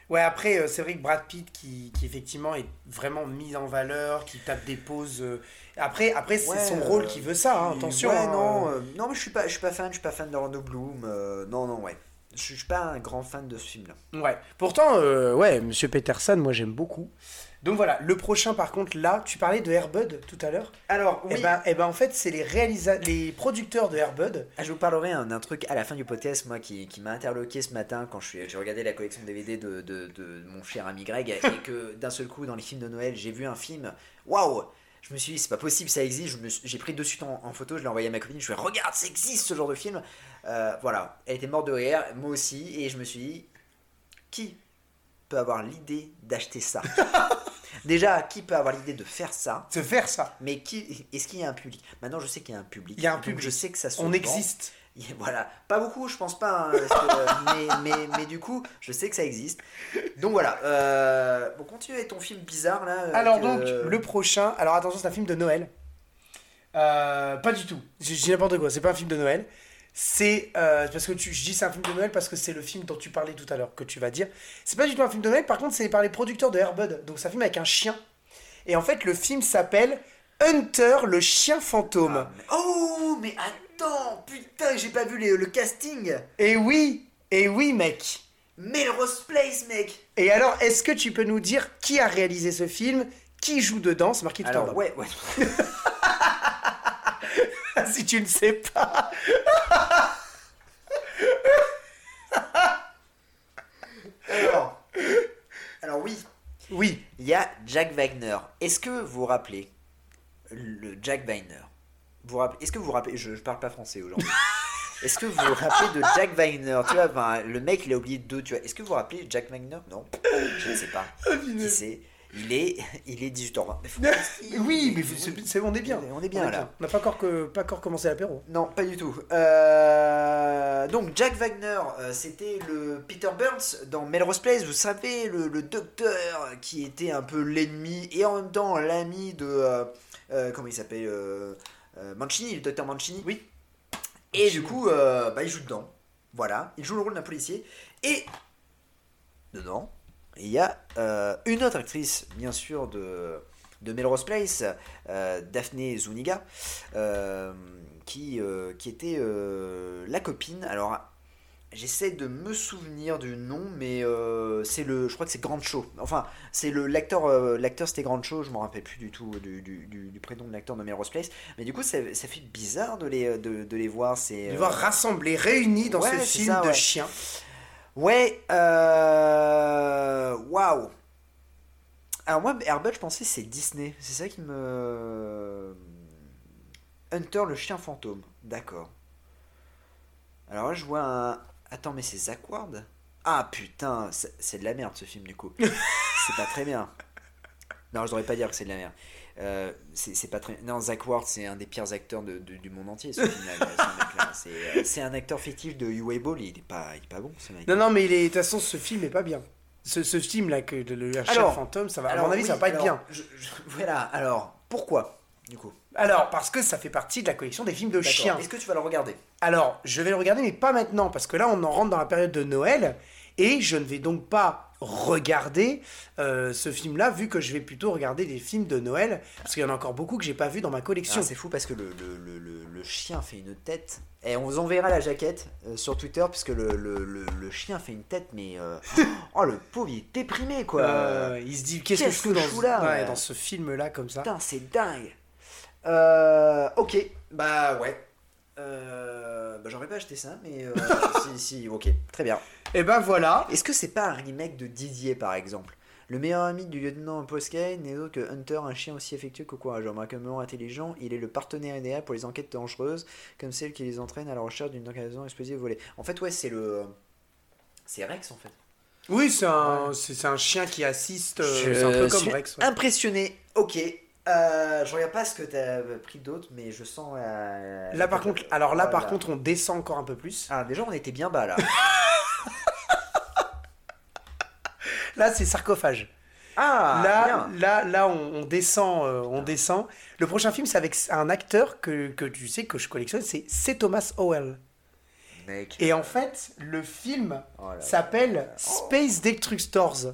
Speaker 3: Ouais, après, euh, c'est vrai que Brad Pitt, qui, qui effectivement est vraiment mis en valeur, qui tape des poses. euh, Après, après c'est
Speaker 2: Ouais,
Speaker 3: son rôle
Speaker 2: euh,
Speaker 3: qui veut ça, hein,
Speaker 2: Puis,
Speaker 3: attention.
Speaker 2: ouais,
Speaker 3: hein.
Speaker 2: non, euh, non, mais je suis pas, je suis pas fan, je suis pas fan d'Orlando Bloom. euh, non, non, ouais. Je suis je suis pas un grand fan de ce film-là.
Speaker 3: Ouais. Pourtant, euh, ouais, Monsieur Peterson, moi j'aime beaucoup. Donc voilà, le prochain par contre, là, tu parlais de Airbud tout à l'heure.
Speaker 2: Alors,
Speaker 3: Et ben, eh ben, en fait, c'est les, réalisa- les producteurs de Airbud.
Speaker 2: Ah, je vous parlerai un- d'un truc à la fin du podcast, moi, qui, qui m'a interloqué ce matin quand je suis, j'ai regardé la collection DVD de, de, de mon cher ami Greg et que d'un seul coup, dans les films de Noël, j'ai vu un film. Waouh Je me suis dit, c'est pas possible, ça existe. Je me suis- J'ai pris de suite en, en photo, je l'ai envoyé à ma copine. Je lui ai dit, regarde, ça existe ce genre de film. Euh, voilà, elle était morte de rire, moi aussi, et je me suis dit, qui peut avoir l'idée d'acheter ça Déjà, qui peut avoir l'idée de faire ça
Speaker 3: De faire ça.
Speaker 2: mais qui est-ce qu'il y a un public Maintenant, je sais qu'il y a un public.
Speaker 3: Il y a un
Speaker 2: Donc,
Speaker 3: public.
Speaker 2: Je sais que ça se
Speaker 3: On
Speaker 2: vend.
Speaker 3: existe.
Speaker 2: Et Voilà, pas beaucoup, je pense pas, hein, parce que, euh, mais, mais, mais du coup, je sais que ça existe. Donc voilà, euh, bon, continue avec ton film bizarre là. euh,
Speaker 3: Alors
Speaker 2: que-
Speaker 3: donc, le prochain. Alors attention, c'est un film de Noël. Euh, pas du tout. J'ai j'ai n'importe quoi. C'est pas un film de Noël. C'est euh, parce que tu, je dis c'est un film de Noël parce que c'est le film dont tu parlais tout à l'heure que tu vas dire. C'est pas du tout un film de Noël. Par contre, c'est par les producteurs de Airbud. Donc c'est un film avec un chien. Et en fait, le film s'appelle Hunter, le chien fantôme.
Speaker 2: Ah, mais- Oh, mais attends, putain, j'ai pas vu les- le casting.
Speaker 3: Et oui, et oui, mec.
Speaker 2: Melrose Place, mec.
Speaker 3: Et alors, est-ce que tu peux nous dire qui a réalisé ce film, qui joue dedans C'est marqué tout en bas.
Speaker 2: Alors ouais, ouais.
Speaker 3: si tu ne sais pas.
Speaker 2: Alors, alors oui,
Speaker 3: Oui.
Speaker 2: il y a Jack Wagner. Est-ce que vous vous rappelez le Jack Wagner Vous vous rappelez- Est-ce que vous vous rappelez Je, je parle pas français aujourd'hui. Est-ce que vous vous rappelez de Jack Wagner Tu vois, ben, le mec, il a oublié deux. Tu vois, est-ce que vous vous rappelez Jack Wagner Non, je ne sais pas. Qui c'est Il est, il est 18h20. Mais faut-
Speaker 3: Oui, mais c'est- c'est- on est bien.
Speaker 2: On est bien, là.
Speaker 3: On n'a pas encore, que, pas encore commencé l'apéro.
Speaker 2: Non, pas du tout. Euh, donc Jack Wagner, euh, c'était le Peter Burns dans Melrose Place, vous savez, le, le docteur qui était un peu l'ennemi et en même temps l'ami de... euh, euh, comment il s'appelle euh, euh, Mancini, le docteur Mancini.
Speaker 3: Oui.
Speaker 2: Et du coup, euh, bah, il joue dedans. Voilà, il joue le rôle d'un policier. Et dedans, il y a euh, une autre actrice, bien sûr, de, de Melrose Place, euh, Daphné Zuniga, euh, qui, euh, qui était euh, la copine. Alors, j'essaie de me souvenir du nom, mais euh, c'est le, je crois que c'est Grand Show. Enfin, c'est le l'acteur, euh, l'acteur c'était Grand Show. Je me rappelle plus du tout du, du- du- du prénom de l'acteur de Melrose Place. Mais du coup, ça, ça fait bizarre de les, de, de les voir. C'est
Speaker 3: De
Speaker 2: euh,
Speaker 3: voir rassemblés, réunis dans
Speaker 2: ouais,
Speaker 3: ce
Speaker 2: c'est
Speaker 3: film
Speaker 2: ça,
Speaker 3: de
Speaker 2: ouais.
Speaker 3: chien.
Speaker 2: Ouais, euh... Waouh. Alors moi, Airbud, je pensais que c'est Disney. C'est ça qui me... Hunter, le chien fantôme. D'accord. Alors là, je vois un... Attends, mais c'est Zach Ward Ah putain, c'est c'est de la merde ce film du coup. c'est pas très bien. Non, je devrais pas dire que c'est de la merde. Euh, c'est c'est pas très... Non, Zach Ward, c'est un des pires acteurs de- de- du monde entier. ce film-là, ce mec-là. C'est euh, c'est un acteur fictif de Uwe Boll. Il est pas, il est pas bon, ce mec.
Speaker 3: Non, non, mais il est- de toute façon, ce film est pas bien. Ce, ce film là, que le, le chien
Speaker 2: Alors,
Speaker 3: fantôme, ça va.
Speaker 2: Alors,
Speaker 3: à mon avis,
Speaker 2: oui,
Speaker 3: ça va pas être
Speaker 2: alors,
Speaker 3: bien.
Speaker 2: je- je- voilà, alors, pourquoi Du coup,
Speaker 3: Alors, parce que ça fait partie de la collection des films de
Speaker 2: D'accord.
Speaker 3: chiens.
Speaker 2: Est-ce que tu vas le Ah, regarder
Speaker 3: Alors, je vais le regarder, mais pas maintenant, parce que là, on en rentre dans la période de Noël, et je ne vais donc pas regarder euh, ce film-là, vu que je vais plutôt regarder des films de Noël, parce qu'il y en a encore beaucoup que j'ai pas vu dans ma collection.
Speaker 2: Alors, Ah, C'est fou parce que le, le- le- le- le chien fait une tête. Et on vous enverra la jaquette euh, sur Twitter parce que le, le- le- le chien fait une tête, mais euh, oh le pauvre, il est déprimé quoi.
Speaker 3: Euh, il se dit, qu'est-ce que je
Speaker 2: qu'est-ce
Speaker 3: fous
Speaker 2: que
Speaker 3: dans,
Speaker 2: je fous là,
Speaker 3: ouais,
Speaker 2: ouais.
Speaker 3: dans ce film-là, comme ça
Speaker 2: Putain, c'est dingue. Euh, ok, bah ouais. Euh, bah, J'aurais pas acheté ça, mais euh, si, si, ok, très bien.
Speaker 3: Et ben voilà.
Speaker 2: Est-ce que c'est pas un remake de Didier par exemple Le meilleur ami du lieutenant Paul Sky n'est autre que Hunter, un chien aussi affectueux que courageux, remarquablement intelligent. Il est le partenaire idéal pour les enquêtes dangereuses, comme celles qui les entraînent à la recherche d'une occasion explosive volée. En fait, ouais, c'est le. C'est Rex en fait.
Speaker 3: Oui, c'est un, c'est- c'est un chien qui assiste. euh,
Speaker 2: Je
Speaker 3: C'est un peu comme
Speaker 2: suis
Speaker 3: Rex. ouais.
Speaker 2: Impressionné, ok. Euh, je regarde pas ce que t'as pris d'autre, mais je sens. euh,
Speaker 3: Là par contre, alors là par
Speaker 2: voilà.
Speaker 3: contre, on descend encore un peu plus.
Speaker 2: Ah, déjà, on était bien bas là.
Speaker 3: Là, c'est sarcophage.
Speaker 2: Ah,
Speaker 3: là,
Speaker 2: bien.
Speaker 3: là, là, on, on descend, euh, on descend. Le prochain film, c'est avec un acteur que, que tu sais que je collectionne, c'est c'est Thomas Howell.
Speaker 2: Mec.
Speaker 3: Et en fait, le film
Speaker 2: Oh là
Speaker 3: s'appelle Space Destructors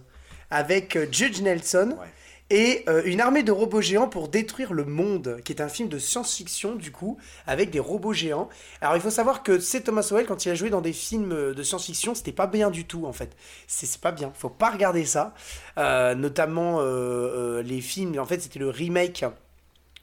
Speaker 3: avec euh, Judge Nelson
Speaker 2: Ouais.
Speaker 3: et euh, une armée de robots géants pour détruire le monde, qui est un film de science-fiction du coup, avec des robots géants. Alors il faut savoir que c'est Thomas Howell quand il a joué dans des films euh, de science-fiction, c'était pas bien du tout en fait. C'est c'est pas bien, faut pas regarder ça. Euh, notamment euh, euh, les films, en fait c'était le remake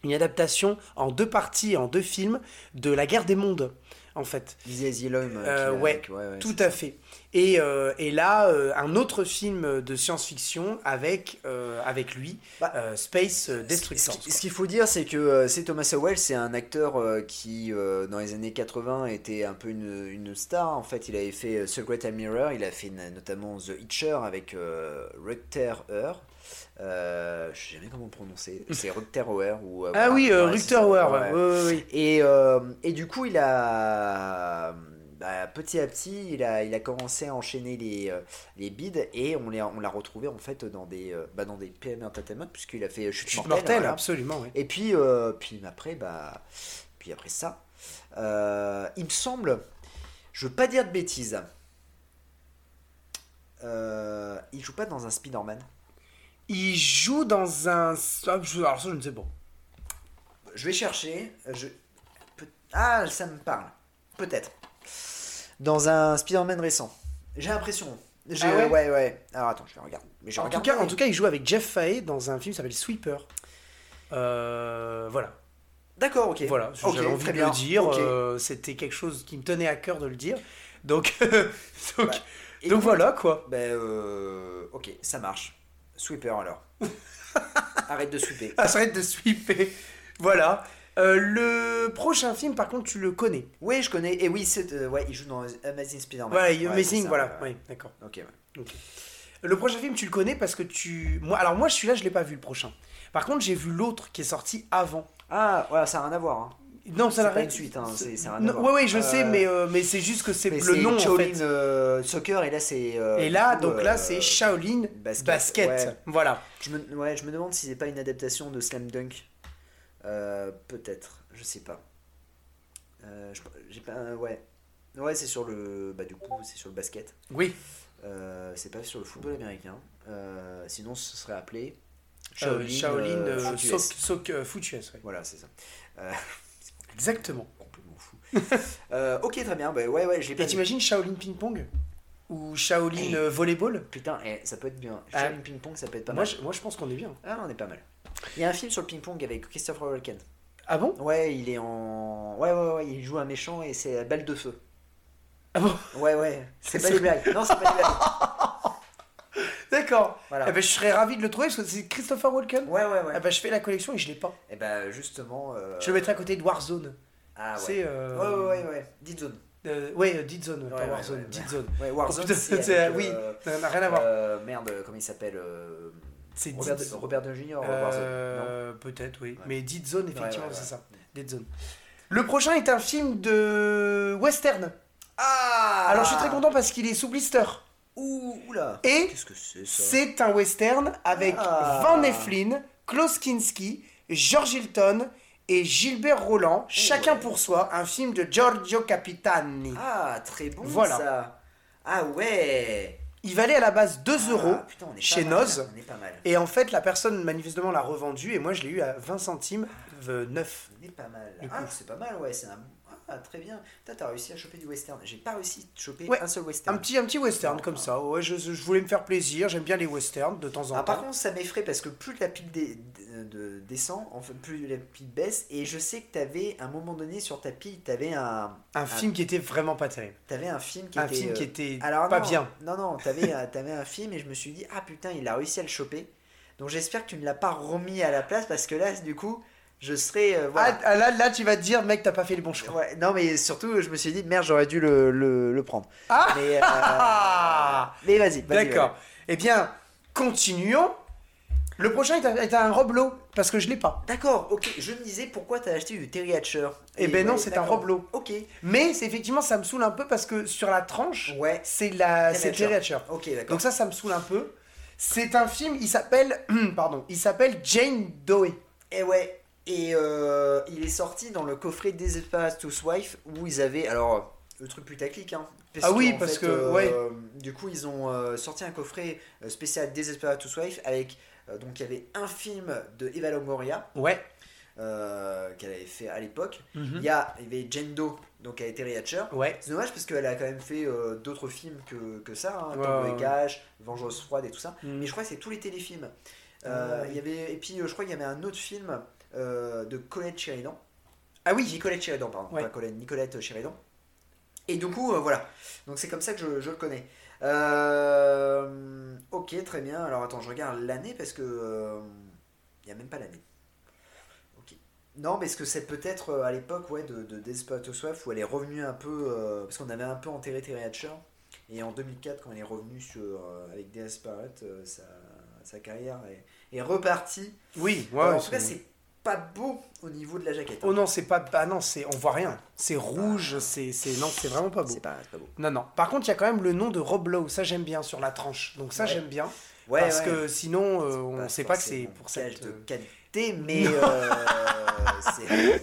Speaker 3: une adaptation en deux parties, en deux films, de La Guerre des Mondes, en fait.
Speaker 2: Disait Asylum. euh,
Speaker 3: Euh,
Speaker 2: qui l'a-
Speaker 3: ouais,
Speaker 2: qui- ouais, ouais,
Speaker 3: Tout
Speaker 2: c'est
Speaker 3: à
Speaker 2: ça.
Speaker 3: fait. Et, euh, et là, euh, un autre film de science-fiction avec, euh, avec lui,
Speaker 2: Bah,
Speaker 3: euh, Space
Speaker 2: Ce
Speaker 3: Destructors.
Speaker 2: qui- Ce qu'il faut dire, c'est que euh, c'est Thomas Howell, c'est un acteur euh, qui, euh, dans les années 80, était un peu une, une star. En fait, il avait fait euh, Secret Admirer, il a fait na- notamment The Hitcher avec euh, Rutger Hauer. Euh, je sais jamais comment prononcer. C'est Rutger Hauer ou. euh,
Speaker 3: Ah
Speaker 2: voilà,
Speaker 3: oui, euh,
Speaker 2: ouais,
Speaker 3: Richter
Speaker 2: c'est ça,
Speaker 3: Hauer,
Speaker 2: ouais.
Speaker 3: ouais, ouais, ouais.
Speaker 2: Et, euh, et du coup, il a. bah, petit à petit, il a, il a commencé à enchaîner les, euh, les bids et on l'a on l'a retrouvé en fait dans des, euh, bah, dans des PM Entertainment puisqu'il a fait Chute,
Speaker 3: Chute
Speaker 2: mortelle.
Speaker 3: mortelle,
Speaker 2: voilà.
Speaker 3: absolument. ouais.
Speaker 2: Et puis, euh, puis après, bah, puis après ça, euh, il me semble, je veux pas dire de bêtises, euh, il joue pas dans un Spider-Man.
Speaker 3: Il joue dans un... ah, je- Alors ça, je ne sais pas.
Speaker 2: Je vais chercher. Je... peut- Ah, ça me parle. Peut-être. Dans un Spider-Man récent. J'ai l'impression. J'ai-
Speaker 3: Ah ouais
Speaker 2: ouais, ouais. Alors attends, je vais regarder. Mais je
Speaker 3: En tout,
Speaker 2: regarde.
Speaker 3: cas, en tout cas, il joue avec Jeff Fahey dans un film qui s'appelle Sweeper. Euh, voilà,
Speaker 2: D'accord, ok.
Speaker 3: voilà.
Speaker 2: Ok,
Speaker 3: J'avais envie
Speaker 2: très
Speaker 3: de
Speaker 2: bien.
Speaker 3: le dire.
Speaker 2: Ok.
Speaker 3: euh, C'était quelque chose qui me tenait à cœur de le dire. Donc, donc,
Speaker 2: Bah, Et
Speaker 3: donc
Speaker 2: donc-
Speaker 3: voilà quoi.
Speaker 2: Ben, euh, ok, ça marche. Sweeper alors. Arrête de sweeper.
Speaker 3: Arrête de sweeper. Voilà. Euh, le prochain film, par contre, tu le connais.
Speaker 2: Oui, je connais. Et oui, c'est, euh, ouais, il joue dans Amazing Spider-Man.
Speaker 3: Voilà,
Speaker 2: Ouais, c'est
Speaker 3: Amazing,
Speaker 2: ça,
Speaker 3: voilà.
Speaker 2: ouais.
Speaker 3: Oui, d'accord.
Speaker 2: Ok, ouais.
Speaker 3: Le prochain film, tu le connais parce que tu. Moi, alors moi, je suis là, je l'ai pas vu le prochain. Par contre, j'ai vu l'autre qui est sorti avant.
Speaker 2: Ah, voilà, ça n'a rien à voir. hein.
Speaker 3: Non, ça
Speaker 2: C'est
Speaker 3: n'a
Speaker 2: pas
Speaker 3: rien-
Speaker 2: une suite, hein, c'est- ça n'a rien à
Speaker 3: Non,
Speaker 2: voir.
Speaker 3: ouais, ouais, je
Speaker 2: Euh,
Speaker 3: sais, mais euh, mais c'est juste que c'est
Speaker 2: Mais
Speaker 3: le nom en
Speaker 2: Shaolin,
Speaker 3: fait.
Speaker 2: euh, Soccer, et là, c'est. euh,
Speaker 3: Et là,
Speaker 2: du coup,
Speaker 3: donc là,
Speaker 2: euh,
Speaker 3: c'est Shaolin Basket.
Speaker 2: basket, ouais.
Speaker 3: Voilà.
Speaker 2: Je me, ouais, je me demande si c'est pas une adaptation de Slam Dunk. Euh, Peut-être, je sais pas. Euh, je- J'ai pas. euh, ouais. Ouais, c'est sur le. Bah, du coup, c'est sur le basket.
Speaker 3: Oui.
Speaker 2: Euh, c'est pas sur le football américain. Euh, sinon, ce serait appelé.
Speaker 3: Shaolin, Shaolin
Speaker 2: euh,
Speaker 3: euh,
Speaker 2: foot US.
Speaker 3: Sok- Sok- euh, Foot US, ouais.
Speaker 2: Voilà, c'est ça.
Speaker 3: Exactement.
Speaker 2: Complètement fou. Euh, ok, très bien. Bah, ouais, ouais, je l'ai pas
Speaker 3: Et
Speaker 2: vu.
Speaker 3: t'imagines Shaolin Ping Pong ou Shaolin euh, Volleyball
Speaker 2: Putain, eh, ça peut être bien.
Speaker 3: Ah.
Speaker 2: Shaolin Ping Pong, ça peut être pas
Speaker 3: moi
Speaker 2: mal.
Speaker 3: je, moi, je pense qu'on est bien.
Speaker 2: Ah, on est pas mal. Il y a un film sur le ping pong avec Christopher Walken.
Speaker 3: Ah bon
Speaker 2: Ouais, il est en. Ouais, ouais, ouais, il joue un méchant et c'est la balle de feu.
Speaker 3: Ah bon
Speaker 2: Ouais, ouais. C'est
Speaker 3: C'est
Speaker 2: pas
Speaker 3: ça.
Speaker 2: des blagues. Non, c'est pas des blagues.
Speaker 3: D'accord.
Speaker 2: Voilà.
Speaker 3: Eh ben, je serais ravi de le trouver parce que c'est Christopher Walken.
Speaker 2: Ouais, ouais, ouais.
Speaker 3: Eh ben, je fais la collection et je l'ai pas.
Speaker 2: Et bah, justement. euh,
Speaker 3: Je le mettrai à côté de Warzone.
Speaker 2: Ah, ouais.
Speaker 3: C'est. euh,
Speaker 2: Ouais, ouais, ouais, ouais. Dead Zone.
Speaker 3: euh, ouais, euh, Dead Zone,
Speaker 2: Ouais,
Speaker 3: pas
Speaker 2: ouais,
Speaker 3: Warzone.
Speaker 2: ouais,
Speaker 3: Dead
Speaker 2: ouais.
Speaker 3: Zone.
Speaker 2: Ouais, Warzone.
Speaker 3: Oh, putain,
Speaker 2: c'est
Speaker 3: c'est-
Speaker 2: avec,
Speaker 3: oui.
Speaker 2: euh,
Speaker 3: Ça n'a rien à voir.
Speaker 2: euh, merde, comment il s'appelle euh,
Speaker 3: c'est
Speaker 2: Robert,
Speaker 3: Dead Zone.
Speaker 2: Robert De Junior, Warzone.
Speaker 3: Euh, Peut-être, oui.
Speaker 2: Ouais.
Speaker 3: Mais Dead Zone, effectivement,
Speaker 2: ouais, Mm. ouais.
Speaker 3: c'est ça. Dead Zone. Le prochain est un film de western.
Speaker 2: Ah
Speaker 3: Alors, je suis très content parce qu'il est sous blister.
Speaker 2: Ouh, oula.
Speaker 3: Et
Speaker 2: Qu'est-ce que c'est ça
Speaker 3: c'est un western avec
Speaker 2: Ah.
Speaker 3: Van Eflin, Klaus Kinski, George Hilton et Gilbert Roland, chacun
Speaker 2: Oh, ouais.
Speaker 3: pour soi, un film de Giorgio Capitani.
Speaker 2: Ah, très bon
Speaker 3: Voilà.
Speaker 2: ça. Ah ouais.
Speaker 3: Il valait à la base 2
Speaker 2: Ah,
Speaker 3: euros
Speaker 2: putain, on est pas
Speaker 3: chez
Speaker 2: mal,
Speaker 3: Noz.
Speaker 2: On est pas mal.
Speaker 3: Et en fait, la personne manifestement l'a revendu et moi je l'ai eu à 20 centimes, euh, 9.
Speaker 2: On est pas mal.
Speaker 3: Du
Speaker 2: Ah,
Speaker 3: coup.
Speaker 2: c'est pas mal, ouais. C'est un... Ah, très bien. Putain, t'as réussi à choper du western. J'ai pas réussi à choper
Speaker 3: Ouais,
Speaker 2: un seul western.
Speaker 3: Un petit, un petit western comme ça. Ouais, je, je voulais me faire plaisir. J'aime bien les westerns de temps en
Speaker 2: Ah,
Speaker 3: temps.
Speaker 2: par contre, ça m'effraie parce que plus la pile dé- de- de- descend, en fait, plus la pile baisse. Et je sais que t'avais, à un moment donné, sur ta pile, t'avais un,
Speaker 3: un film qui était vraiment pas terrible.
Speaker 2: t'avais un film qui
Speaker 3: Un
Speaker 2: était.
Speaker 3: film
Speaker 2: euh,
Speaker 3: qui était
Speaker 2: Alors,
Speaker 3: pas
Speaker 2: non,
Speaker 3: bien.
Speaker 2: Non, non, t'avais, un- t'avais un film et je me suis dit, ah putain, il a réussi à le choper. Donc j'espère que tu ne l'as pas remis à la place parce que là, du coup, je serais. euh, voilà.
Speaker 3: Ah, là, là, tu vas te dire, mec, t'as pas fait les bons choix.
Speaker 2: Ouais, non, mais surtout, je me suis dit, merde, j'aurais dû le, le- le prendre.
Speaker 3: Ah
Speaker 2: mais, euh, mais vas-y, vas-y,
Speaker 3: D'accord. Eh bien, continuons. Le prochain est un, est un Roblo, parce que je l'ai pas.
Speaker 2: vas-y. D'accord, ok. Je me disais, pourquoi t'as acheté du Terry Hatcher
Speaker 3: Eh
Speaker 2: Et
Speaker 3: ben non,
Speaker 2: ouais,
Speaker 3: c'est un
Speaker 2: d'accord.
Speaker 3: Roblo.
Speaker 2: Ok,
Speaker 3: Mais c'est effectivement, ça me saoule un peu parce que sur la tranche,
Speaker 2: ouais.
Speaker 3: c'est la,
Speaker 2: Terry
Speaker 3: c'est
Speaker 2: Hatcher.
Speaker 3: Terry Hatcher.
Speaker 2: Ok, d'accord.
Speaker 3: Donc ça, ça me saoule un peu. C'est un film, il s'appelle, pardon, il s'appelle Jane Doe.
Speaker 2: Et Eh ouais, et euh, il est sorti dans le coffret des espaces Tous Wife où ils avaient. Alors, euh, le truc putaclic, hein.
Speaker 3: Ah oui,
Speaker 2: qu'en
Speaker 3: parce
Speaker 2: fait,
Speaker 3: que,
Speaker 2: euh,
Speaker 3: ouais.
Speaker 2: Du coup, ils ont euh, sorti un coffret euh, spécial des espaces Tous Wife avec. euh, donc, il y avait un film de Eva Longoria
Speaker 3: Ouais.
Speaker 2: euh, qu'elle avait fait à l'époque.
Speaker 3: Hmm. Mm-hmm.
Speaker 2: Il y, a, il y avait Jane Doe, donc elle était Terry Hatcher.
Speaker 3: Ouais.
Speaker 2: C'est dommage parce qu'elle a quand même fait euh, d'autres films que, que ça, hein,
Speaker 3: Ouais,
Speaker 2: Tango et
Speaker 3: ouais.
Speaker 2: Cash, Vengeance froide et tout ça.
Speaker 3: Mhm.
Speaker 2: Mais je crois que c'est tous les téléfilms. Euh,
Speaker 3: Ouais.
Speaker 2: il y avait, et puis euh, je crois qu'il y avait un autre film euh, de Colette Sheridan.
Speaker 3: Ah
Speaker 2: Oui, Nicolette Sheridan, pardon.
Speaker 3: Ouais.
Speaker 2: Pas Colette, Nicolette Sheridan. Et du coup, euh, voilà. Donc c'est comme ça que je, je le connais. Euh, ok, très bien. Alors attends, je regarde l'année parce que. euh, Il n'y a même pas l'année. Ok. Non, mais est-ce que c'est peut-être euh, à l'époque ouais, de, de Desperate Housewives où elle est revenue un peu. euh, parce qu'on avait un peu enterré Terry Hatcher. Et en 2004, quand elle est revenue sur, euh, avec Desperate, euh, sa, sa carrière est, est repartie.
Speaker 3: Oui. Ouais,
Speaker 2: Alors, en
Speaker 3: c'est-
Speaker 2: tout cas, c'est pas beau au niveau de la jaquette. hein.
Speaker 3: Oh non, c'est pas. Ah non, c'est. On voit rien. C'est rouge. C'est. c'est- Non, c'est vraiment pas beau.
Speaker 2: C'est pas, c'est pas beau.
Speaker 3: Non, non. Par contre, il y a quand même le nom de Roblo. Ça, j'aime bien sur la tranche. Donc ça,
Speaker 2: Ouais.
Speaker 3: j'aime bien.
Speaker 2: Ouais,
Speaker 3: parce
Speaker 2: ouais.
Speaker 3: que sinon, euh, on
Speaker 2: Pas
Speaker 3: sait pas que c'est
Speaker 2: forcément
Speaker 3: pour
Speaker 2: gage
Speaker 3: cette.
Speaker 2: de
Speaker 3: euh,
Speaker 2: qualité, mais euh, c'est-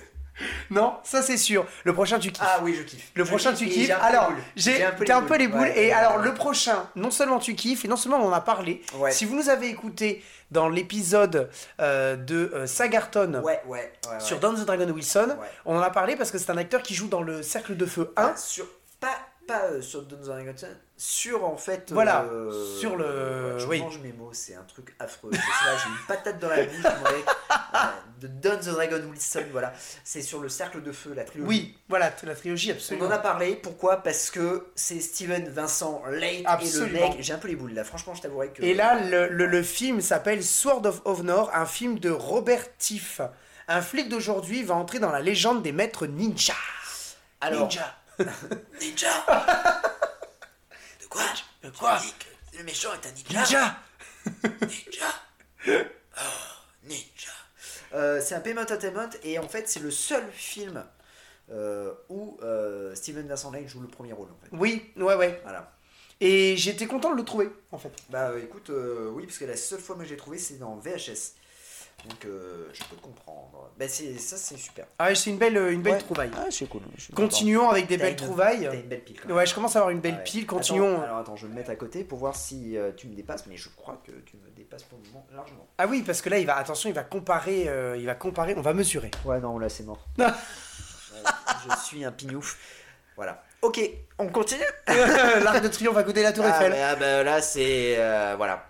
Speaker 3: Non, ça c'est sûr. Le prochain, tu kiffes.
Speaker 2: ah oui, je kiffe.
Speaker 3: Le
Speaker 2: Je
Speaker 3: prochain,
Speaker 2: kiffe et
Speaker 3: tu kiffes.
Speaker 2: j'ai un peu
Speaker 3: Alors,
Speaker 2: les boules.
Speaker 3: j'ai
Speaker 2: un peu
Speaker 3: t'as un peu les boules.
Speaker 2: Ouais,
Speaker 3: et
Speaker 2: ouais,
Speaker 3: alors,
Speaker 2: ouais.
Speaker 3: le prochain, non seulement tu kiffes, et non seulement on en a parlé.
Speaker 2: ouais.
Speaker 3: Si vous nous avez écouté dans l'épisode euh, de euh, Sagarton
Speaker 2: ouais, ouais, ouais, ouais.
Speaker 3: sur Don the Dragon Wilson,
Speaker 2: Ouais.
Speaker 3: on en a parlé parce que c'est un acteur qui joue dans le Cercle de Feu 1.
Speaker 2: Ah, sur pas pas euh, sur Dungeons and Dragons, sur en fait.
Speaker 3: Voilà,
Speaker 2: euh,
Speaker 3: sur le-
Speaker 2: ouais, je
Speaker 3: oui.
Speaker 2: mange mes mots, c'est un truc affreux. Je sais pas, j'ai une patate dans la bouche. moi, avec, euh, De Dungeons and Dragons Wilson, voilà. C'est sur le cercle de feu, la trilogie.
Speaker 3: Oui, voilà, t- la trilogie,
Speaker 2: On
Speaker 3: absolument.
Speaker 2: en a parlé, pourquoi Parce que c'est Steven Vincent Lake et
Speaker 3: Absolument.
Speaker 2: le mec, j'ai un peu les boules là, franchement je t'avouerai que...
Speaker 3: Et là, le, le- le film s'appelle Sword of Honor, un film de Robert Tiff. Un flic d'aujourd'hui va entrer dans la légende des maîtres ninja.
Speaker 2: Alors,
Speaker 3: Ninja.
Speaker 2: Ninja De quoi De
Speaker 3: quoi
Speaker 2: Le méchant est un ninja
Speaker 3: Ninja
Speaker 2: Ninja Oh, ninja Euh, C'est un payment entertainment et en fait c'est le seul film euh, où euh, Steven Vincent Lake joue le premier rôle en fait.
Speaker 3: Oui, ouais, ouais.
Speaker 2: Voilà.
Speaker 3: Et j'étais content de le trouver, en fait.
Speaker 2: Bah euh, écoute, euh, oui, parce que la seule fois que j'ai trouvé c'est dans VHS. Donc euh, je peux comprendre. Bah c'est- ça c'est super.
Speaker 3: Ah, c'est une belle, une belle
Speaker 2: Ouais.
Speaker 3: trouvaille.
Speaker 2: Ah c'est cool. je suis
Speaker 3: Continuons avec des
Speaker 2: T'as
Speaker 3: belles
Speaker 2: une-
Speaker 3: trouvailles.
Speaker 2: content. T'as une belle pile. quand même.
Speaker 3: Ouais, je commence à avoir une belle
Speaker 2: Ah ouais.
Speaker 3: pile.
Speaker 2: Attends,
Speaker 3: Continuons.
Speaker 2: alors attends, je vais me mettre à côté pour voir si euh, tu me dépasses, mais je crois que tu me dépasses pour le moment largement.
Speaker 3: Ah oui, parce que là, il va, attention, il va comparer, euh, il va comparer, on va mesurer.
Speaker 2: Ouais, non, là c'est mort.
Speaker 3: Non.
Speaker 2: Ouais, je suis un pignouf. Voilà. Ok, on continue
Speaker 3: L'arc de triomphe à côté de la Tour
Speaker 2: ah,
Speaker 3: Eiffel.
Speaker 2: bah, ah, bah, Là c'est. euh, voilà.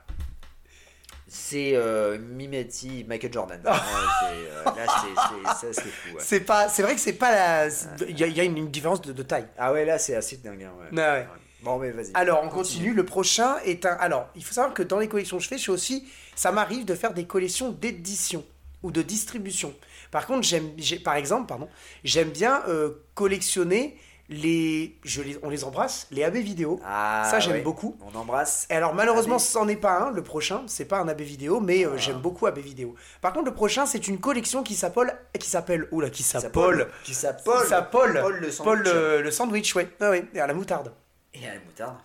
Speaker 2: C'est euh, Mimeti Michael Jordan. Ouais, c'est, euh, là c'est- c'est. Ça c'est fou. ouais.
Speaker 3: C'est pas, c'est vrai que c'est pas la, il y a, il y a une, une différence de, de taille.
Speaker 2: Ah ouais, là c'est assez dingue. hein, ouais.
Speaker 3: Ah ouais.
Speaker 2: Bon, mais vas-y.
Speaker 3: Alors, on continue. Le prochain est un. Alors, il faut savoir que dans les collections que je fais, je suis aussi. Ça m'arrive de faire des collections d'édition ou de distribution. Par contre, j'aime, j'ai- par exemple, pardon, j'aime bien euh, collectionner les, je les, on les embrasse, les AB vidéo.
Speaker 2: Ah,
Speaker 3: ça, j'aime
Speaker 2: ouais.
Speaker 3: beaucoup.
Speaker 2: On embrasse.
Speaker 3: Et alors malheureusement,
Speaker 2: AB.
Speaker 3: ce n'en est pas un, le prochain, c'est pas un AB vidéo, mais euh,
Speaker 2: Ah.
Speaker 3: j'aime beaucoup AB vidéo. Par contre, le prochain, c'est une collection qui s'appelle, qui s'appelle, oula, qui
Speaker 2: Ça
Speaker 3: s'appelle,
Speaker 2: Qui s'appelle
Speaker 3: Ça, Paul.
Speaker 2: Paul le sandwich.
Speaker 3: Paul euh, le sandwich, ouais, ah, ouais, et à la moutarde.
Speaker 2: Et à la moutarde.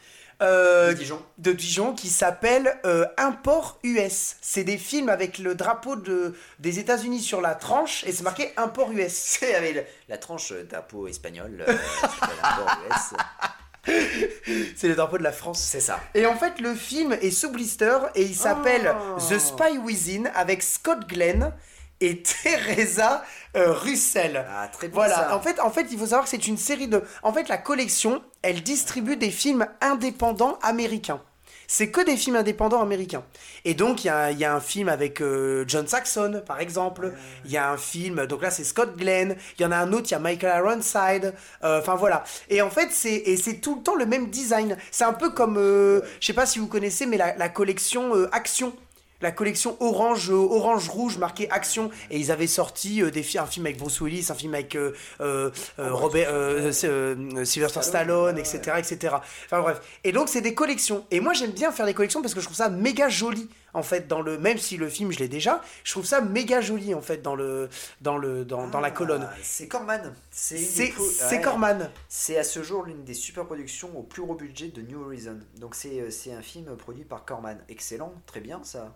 Speaker 3: Euh,
Speaker 2: De Dijon.
Speaker 3: de Dijon qui s'appelle euh, Import US. C'est des films avec le drapeau de, des États-Unis sur la tranche et c'est marqué Import US.
Speaker 2: C'est avec la, la tranche d'impôt espagnol. euh, ça s'appelle l'impôt US.
Speaker 3: C'est le drapeau de la France.
Speaker 2: c'est ça.
Speaker 3: Et en fait, le film est sous blister et il s'appelle
Speaker 2: Oh.
Speaker 3: The Spy Within avec Scott Glenn et Teresa euh, Russell.
Speaker 2: Ah, très bien
Speaker 3: Voilà,
Speaker 2: ça.
Speaker 3: en fait, en fait, il faut savoir que c'est une série de. En fait, la collection, elle distribue des films indépendants américains. C'est que des films indépendants américains. Et donc, il y, a un- il y a un film avec euh, John Saxon, par exemple. Il y a un film, donc là, c'est Scott Glenn. Il y en a un autre, il y a Michael Ironside. Euh, Enfin, voilà. Et en fait, c'est et c'est tout le temps le même design. C'est un peu comme, euh, je sais pas si vous connaissez, mais la, la collection euh, Action la collection orange euh, orange rouge marquée action et ils avaient sorti euh, des fi- un film avec Bruce Willis un film avec euh, euh, euh, Robert euh, c'est, euh, Sylvester Stallone
Speaker 2: Ah ouais,
Speaker 3: etc etc enfin bref et donc c'est des collections et moi j'aime bien faire des collections parce que je trouve ça méga joli en fait dans le même si le film je l'ai déjà je trouve ça méga joli en fait dans le dans le dans, dans la colonne
Speaker 2: Ah, C'est Corman. C'est une
Speaker 3: c'est
Speaker 2: des pro-
Speaker 3: c'est
Speaker 2: ouais.
Speaker 3: Corman
Speaker 2: C'est à ce jour l'une des super productions au plus gros budget de New Horizon. Donc c'est euh, c'est un film produit par Corman. Excellent, très bien ça.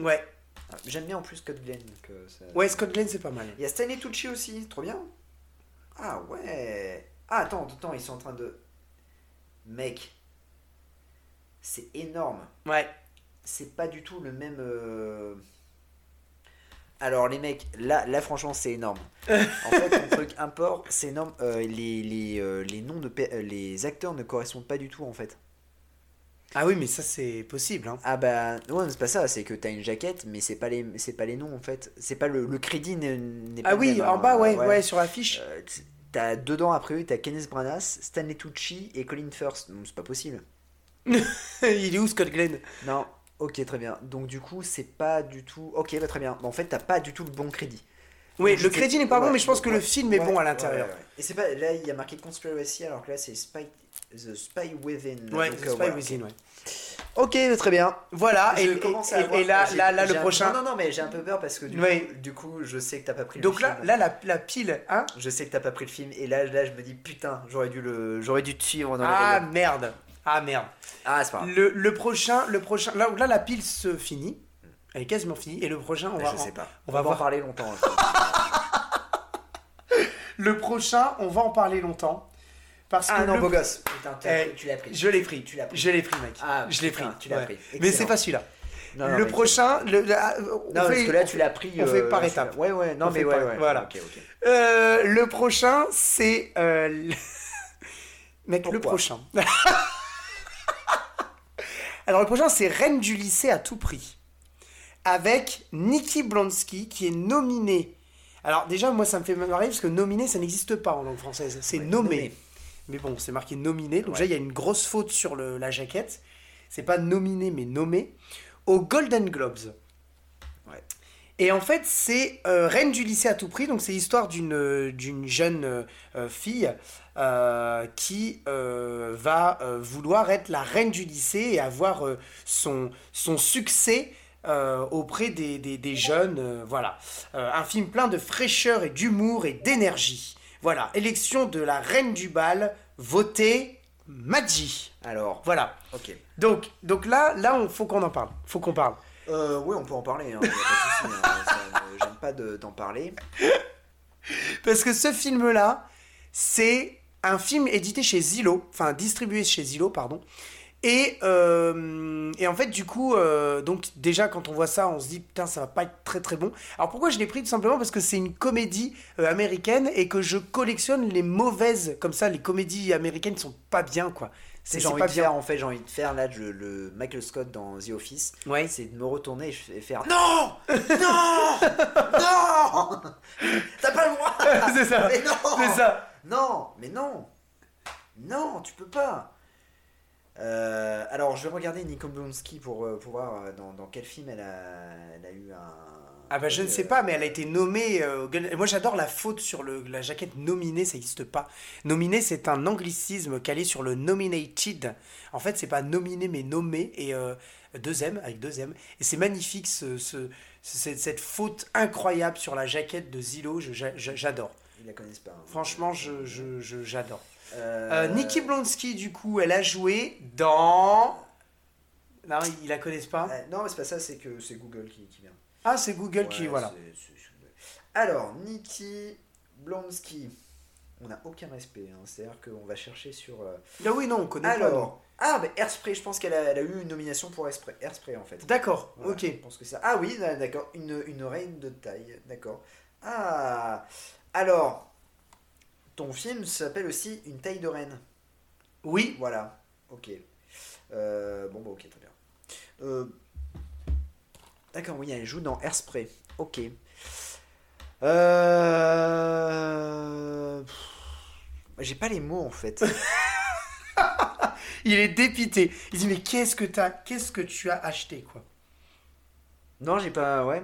Speaker 3: ouais
Speaker 2: Ah, J'aime bien en plus Scott Glenn. donc, euh, ça-
Speaker 3: ouais Scott Glenn c'est pas mal
Speaker 2: Il y a Stanley Tucci aussi, trop bien. Ah ouais. Ah attends, attends, ils sont en train de. Mec, c'est énorme.
Speaker 3: ouais
Speaker 2: C'est pas du tout le même. euh, Alors les mecs, là, là franchement c'est énorme. En fait, un truc import, c'est énorme. Euh, les, les, euh, les noms de pe- euh, les acteurs ne correspondent pas du tout en fait.
Speaker 3: ah oui mais ça c'est possible hein.
Speaker 2: Ah bah ouais, mais c'est pas ça, c'est que t'as une jaquette, mais c'est pas les c'est pas les noms en fait. C'est pas le, le crédit n'est n'est pas
Speaker 3: ah
Speaker 2: le
Speaker 3: oui
Speaker 2: même,
Speaker 3: en
Speaker 2: hein.
Speaker 3: bas ouais ouais sur l'affiche
Speaker 2: Euh, t- T'as dedans après eux, t'as Kenneth Branagh, Stanley Tucci et Colin Firth. Non, c'est pas possible.
Speaker 3: il est où Scott Glenn
Speaker 2: Non, ok, très bien. Donc du coup, c'est pas du tout. Ok, bah, très bien. En fait, t'as pas du tout le bon crédit.
Speaker 3: Oui,
Speaker 2: Donc,
Speaker 3: le
Speaker 2: je-
Speaker 3: crédit n'est pas
Speaker 2: ouais,
Speaker 3: bon, mais je pense
Speaker 2: donc,
Speaker 3: que le
Speaker 2: ouais,
Speaker 3: film est
Speaker 2: ouais,
Speaker 3: bon à
Speaker 2: ouais,
Speaker 3: l'intérieur.
Speaker 2: ouais, ouais. Et c'est pas là, il y a marqué Conspiracy, alors que là, c'est Spy, The Spy Within.
Speaker 3: Ouais,
Speaker 2: Donc,
Speaker 3: The
Speaker 2: euh,
Speaker 3: Spy
Speaker 2: voilà.
Speaker 3: Within, ouais.
Speaker 2: Ok, très bien.
Speaker 3: Voilà, et,
Speaker 2: Je
Speaker 3: et-
Speaker 2: commence à
Speaker 3: et-
Speaker 2: avoir-
Speaker 3: et là,
Speaker 2: j'ai-
Speaker 3: là, là,
Speaker 2: j'ai
Speaker 3: le
Speaker 2: un-
Speaker 3: prochain.
Speaker 2: Non, non, non, mais j'ai un peu peur parce que du,
Speaker 3: Ouais.
Speaker 2: coup, du coup, je sais que t'as pas pris le
Speaker 3: Donc
Speaker 2: film.
Speaker 3: là, là la, la pile, hein
Speaker 2: Je sais que t'as pas pris le film, et là, là, je me dis putain, j'aurais dû le, j'aurais dû te suivre dans les
Speaker 3: Ah
Speaker 2: rayons.
Speaker 3: merde, ah merde.
Speaker 2: ah, c'est pas grave.
Speaker 3: Le, le prochain, le prochain. Là, là, la pile se finit. Elle est quasiment finie. Et le prochain, on va.
Speaker 2: je sais pas.
Speaker 3: on va
Speaker 2: en
Speaker 3: voir.
Speaker 2: parler longtemps.
Speaker 3: Le prochain, on va en parler longtemps. Parce que Ah, le-
Speaker 2: gosse. Putain, tu-
Speaker 3: Eh,
Speaker 2: Ah, tu l'as pris.
Speaker 3: Je l'ai pris.
Speaker 2: Tu l'as pris.
Speaker 3: Je l'ai pris, mec.
Speaker 2: Ah,
Speaker 3: je l'ai pris.
Speaker 2: putain, tu l'as
Speaker 3: ouais.
Speaker 2: pris.
Speaker 3: Mais
Speaker 2: Excellent.
Speaker 3: c'est pas celui-là.
Speaker 2: Non, non,
Speaker 3: le
Speaker 2: mais-
Speaker 3: prochain, le. là, on
Speaker 2: Non, parce
Speaker 3: fait-
Speaker 2: que là,
Speaker 3: on
Speaker 2: tu
Speaker 3: fait-
Speaker 2: l'as pris.
Speaker 3: on fait
Speaker 2: euh,
Speaker 3: par
Speaker 2: là, tu
Speaker 3: étapes.
Speaker 2: l'as- Ouais, ouais, non,
Speaker 3: On
Speaker 2: mais
Speaker 3: fait
Speaker 2: ouais,
Speaker 3: par-
Speaker 2: ouais.
Speaker 3: voilà.
Speaker 2: Ok, ok.
Speaker 3: Euh, le prochain, c'est. euh, le- Mec, le
Speaker 2: Pourquoi
Speaker 3: prochain. Alors, le prochain, c'est Reine du lycée à tout prix. Avec Nikki Blonsky, qui est nominée. Alors, déjà, moi, ça me fait marrer parce que nominée, ça n'existe pas en langue française. C'est
Speaker 2: Ouais,
Speaker 3: nommé.
Speaker 2: nommé.
Speaker 3: Mais bon, c'est marqué nominé. Donc,
Speaker 2: Ouais.
Speaker 3: déjà, il y a une grosse faute sur le- la jaquette. C'est pas nominé, mais nommé. Au Golden Globes.
Speaker 2: Ouais.
Speaker 3: Et en fait, c'est euh, Reine du lycée à tout prix. Donc, c'est l'histoire d'une euh, d'une jeune euh, euh, fille euh, qui euh, va euh, vouloir être la reine du lycée et avoir euh, son, son succès euh, auprès des, des- des jeunes. euh, voilà. Euh, un film plein de fraîcheur et d'humour et d'énergie. Voilà. Élection de la reine du bal. Votée Maggi.
Speaker 2: Alors,
Speaker 3: Voilà.
Speaker 2: ok.
Speaker 3: Donc, donc là, là, on faut qu'on en parle. Faut qu'on parle.
Speaker 2: Euh, ouais, on peut en parler. Hein, y a pas de souci, hein, ça me- J'aime pas de- d'en parler.
Speaker 3: Parce que ce film-là, c'est un film édité chez Zillow, enfin distribué chez Zillow, pardon. Et, euh, et en fait, du coup, euh, donc déjà quand on voit ça, on se dit putain, ça va pas être très très bon. Alors pourquoi je l'ai pris tout simplement parce que c'est une comédie euh, américaine et que je collectionne les mauvaises comme ça, les comédies américaines qui sont pas bien quoi.
Speaker 2: C'est
Speaker 3: C'est
Speaker 2: j'ai
Speaker 3: c'est
Speaker 2: envie de
Speaker 3: pas bien.
Speaker 2: faire, en fait, j'ai envie de faire là le, le Michael Scott dans The Office.
Speaker 3: Ouais.
Speaker 2: C'est de me retourner et je- et faire Non Non Non T'as pas le droit
Speaker 3: c'est ça.
Speaker 2: Mais non
Speaker 3: C'est ça.
Speaker 2: Non, mais non Non, tu peux pas Euh, Alors, je vais regarder Nico Blonsky pour, euh, pour voir euh, dans, dans quel film elle a, elle a eu un...
Speaker 3: Ah bah je
Speaker 2: euh,
Speaker 3: ne sais pas, mais elle a été nommée. euh, au Golden- Moi j'adore la faute sur le, la jaquette nominée, ça n'existe pas. Nominée c'est un anglicisme calé sur le nominated. En fait c'est pas nominé mais nommé et euh, deuxième avec deuxième. Et c'est magnifique ce, ce- ce- cette, cette faute incroyable sur la jaquette de Zillow, je- j'a- j'a- j'adore.
Speaker 2: Ils la connaissent pas. hein.
Speaker 3: Franchement je, je- je- j'adore.
Speaker 2: Euh,
Speaker 3: Euh, Nikki Blonsky du coup elle a joué dans... Non ils la connaissent pas.
Speaker 2: euh, non, mais c'est pas ça, c'est que c'est Google qui, qui vient.
Speaker 3: Ah c'est Ah. Google
Speaker 2: Ouais,
Speaker 3: qui voilà.
Speaker 2: c'est- c'est- c'est Google. Alors, Nikki Blonsky. on n'a aucun respect. hein. C'est-à-dire qu'on va chercher sur. euh,
Speaker 3: Là Ah oui, non, on connaît pas, non.
Speaker 2: Alors, ah, mais Airspray, je pense qu'elle a, elle a eu une nomination pour Airspray, Airspray, en fait.
Speaker 3: D'accord,
Speaker 2: Voilà,
Speaker 3: ok.
Speaker 2: Je pense que ça. Ah oui, là, d'accord, une, une reine de taille, d'accord. Ah, alors, ton film s'appelle aussi Une taille de reine.
Speaker 3: Oui,
Speaker 2: Voilà, ok. Euh, bon, bah, ok, très bien. Euh, D'accord, oui, elle joue dans Airspray. Ok. Euh... pff, J'ai pas les mots en fait.
Speaker 3: il est dépité. Il dit mais qu'est-ce que t'as, qu'est-ce que tu as acheté quoi
Speaker 2: non, j'ai pas. Ouais.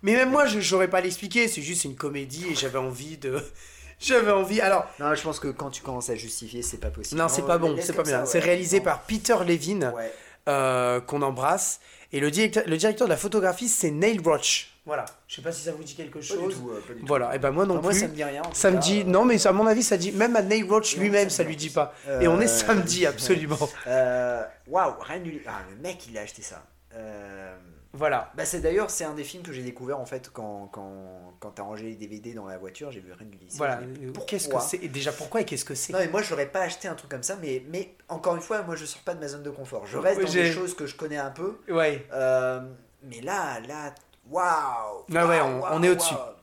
Speaker 3: Mais même moi, je j'aurais pas à l'expliquer. C'est juste une comédie et j'avais envie de, j'avais envie. Alors
Speaker 2: Non, je pense que quand tu commences à justifier, c'est pas possible.
Speaker 3: non, c'est pas bon,
Speaker 2: laisse
Speaker 3: c'est pas
Speaker 2: comme ça,
Speaker 3: bien. C'est
Speaker 2: ouais.
Speaker 3: réalisé
Speaker 2: Non.
Speaker 3: par Peter Levin
Speaker 2: Ouais.
Speaker 3: euh, qu'on embrasse et le directeur, le directeur de la photographie c'est Neil Roach. Voilà. Je sais pas si ça vous dit quelque
Speaker 2: Pas du
Speaker 3: chose.
Speaker 2: tout. euh, pas du tout.
Speaker 3: Voilà. Et ben moi non
Speaker 2: Enfin, moi,
Speaker 3: plus.
Speaker 2: ça me dit rien. en tout
Speaker 3: Ça me
Speaker 2: cas,
Speaker 3: dit
Speaker 2: euh,
Speaker 3: non, mais à mon avis, ça dit même à Neil Roach
Speaker 2: et on est
Speaker 3: lui-même, ça
Speaker 2: samedi,
Speaker 3: lui
Speaker 2: en
Speaker 3: dit
Speaker 2: plus.
Speaker 3: pas.
Speaker 2: Euh,
Speaker 3: Et on est samedi, absolument.
Speaker 2: Euh, Waouh, rien du- Ah, le mec, il a acheté ça. Euh,
Speaker 3: Voilà.
Speaker 2: Bah, c'est d'ailleurs, c'est un des films que j'ai découvert en fait quand, quand, quand t'as rangé les DVD dans la voiture, j'ai vu Rien du lycée.
Speaker 3: Voilà.
Speaker 2: Je me dis,
Speaker 3: Euh,
Speaker 2: pourquoi
Speaker 3: Qu'est-ce que c'est et Déjà pourquoi et qu'est-ce que c'est
Speaker 2: Non, mais moi, j'aurais pas acheté un truc comme ça, mais, mais encore une fois, moi, je sors pas de ma zone de confort. Je reste
Speaker 3: Oui,
Speaker 2: dans
Speaker 3: j'ai-
Speaker 2: des choses que je connais un peu.
Speaker 3: Ouais.
Speaker 2: Euh, mais là, là, waouh
Speaker 3: Ah ouais,
Speaker 2: waouh,
Speaker 3: on-
Speaker 2: waouh,
Speaker 3: on est au-dessus.
Speaker 2: waouh.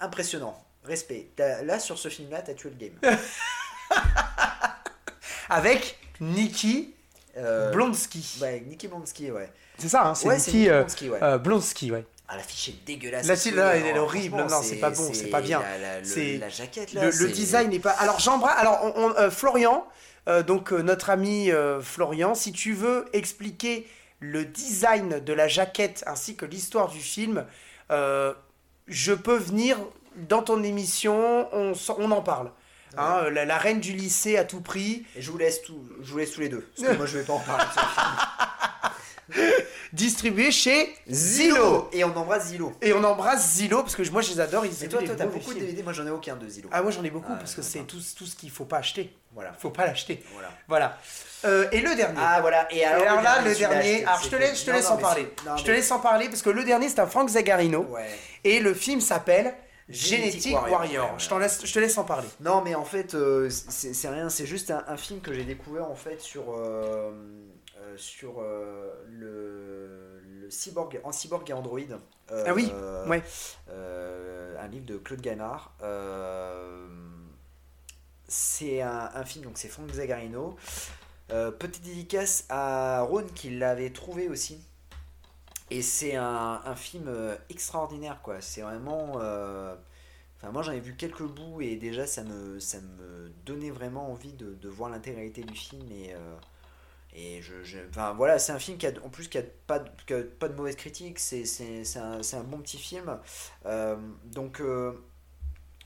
Speaker 2: Impressionnant. Respect. T'as- Là, sur ce film-là, t'as tué le game.
Speaker 3: Avec Nikki
Speaker 2: Euh,
Speaker 3: Blonsky.
Speaker 2: Ouais, avec Nicky Blonsky, ouais.
Speaker 3: C'est ça, hein, c'est
Speaker 2: Ouais,
Speaker 3: Nikki
Speaker 2: Nicky
Speaker 3: euh,
Speaker 2: Blonsky, ouais.
Speaker 3: euh, Blonsky, ouais.
Speaker 2: Ah, l'affiche est dégueulasse.
Speaker 3: La fille,
Speaker 2: c'est
Speaker 3: là,
Speaker 2: souillé,
Speaker 3: elle est
Speaker 2: hein.
Speaker 3: horrible.
Speaker 2: Franchement,
Speaker 3: Non, c'est pas bon, c'est pas bien.
Speaker 2: la- la- le-
Speaker 3: C'est-
Speaker 2: la jaquette, là.
Speaker 3: Le, le
Speaker 2: c'est-
Speaker 3: design n'est pas. Alors j'embrasse. Alors on, on- euh, Florian, euh, donc euh, notre ami euh, Florian, si tu veux expliquer le design de la jaquette ainsi que l'histoire du film, euh, je peux venir dans ton émission. On, s'en- on en parle. Hein, euh, la, la reine du lycée à tout prix.
Speaker 2: Et Je vous laisse tout, je vous laisse tous les deux. Parce que moi, je vais pas en parler.
Speaker 3: distribuée chez
Speaker 2: Zillow Et on embrasse Zillow.
Speaker 3: et on embrasse Zillow parce que je- moi je les adore. Ils
Speaker 2: Et
Speaker 3: ont
Speaker 2: toi,
Speaker 3: des
Speaker 2: toi, t'as
Speaker 3: beaux
Speaker 2: beaucoup de
Speaker 3: films.
Speaker 2: DVD. Moi, j'en ai aucun de Zillow.
Speaker 3: Ah moi j'en ai beaucoup
Speaker 2: Ah,
Speaker 3: parce que
Speaker 2: j'en ai
Speaker 3: c'est
Speaker 2: pas.
Speaker 3: tout, tout ce qu'il faut pas acheter.
Speaker 2: Voilà.
Speaker 3: Faut pas l'acheter.
Speaker 2: Voilà.
Speaker 3: Voilà. Euh, et le dernier.
Speaker 2: Ah, voilà. Et alors,
Speaker 3: alors, là, le
Speaker 2: celui-là,
Speaker 3: dernier.
Speaker 2: je te-
Speaker 3: Alors, je te
Speaker 2: c'est-
Speaker 3: laisse, je te
Speaker 2: Non,
Speaker 3: laisse
Speaker 2: non,
Speaker 3: en
Speaker 2: mais
Speaker 3: parler.
Speaker 2: c'est- non,
Speaker 3: Je te
Speaker 2: mais-
Speaker 3: laisse en parler parce que le dernier, c'est un Frank Zagarino.
Speaker 2: Ouais.
Speaker 3: Et le film s'appelle
Speaker 2: Genetic
Speaker 3: Genetic Warrior.
Speaker 2: Warrior. Ouais, ouais.
Speaker 3: Je, t'en laisse, je te laisse en parler.
Speaker 2: Non, mais en fait, euh, c'est c'est rien, c'est juste un, un film que j'ai découvert en fait sur, euh, euh, sur euh, le, le cyborg, en cyborg et Android. Euh,
Speaker 3: Ah oui,
Speaker 2: euh,
Speaker 3: ouais.
Speaker 2: euh, un livre de Claude Gaimard. Euh, c'est un, un film, donc c'est Franck Zagarino. Euh, petite dédicace à Ron qui l'avait trouvé aussi. Et c'est un, un film euh, extraordinaire, quoi. C'est vraiment. euh, Enfin, moi, j'en ai vu quelques bouts et déjà, ça me, ça me donnait vraiment envie de, de voir l'intégralité du film. Et, euh, et je, je- enfin, voilà, c'est un film qui a, en plus qui a pas, de- qui a pas de mauvaise critique. C'est c'est- c'est un, c'est un bon petit film. Euh, donc, euh,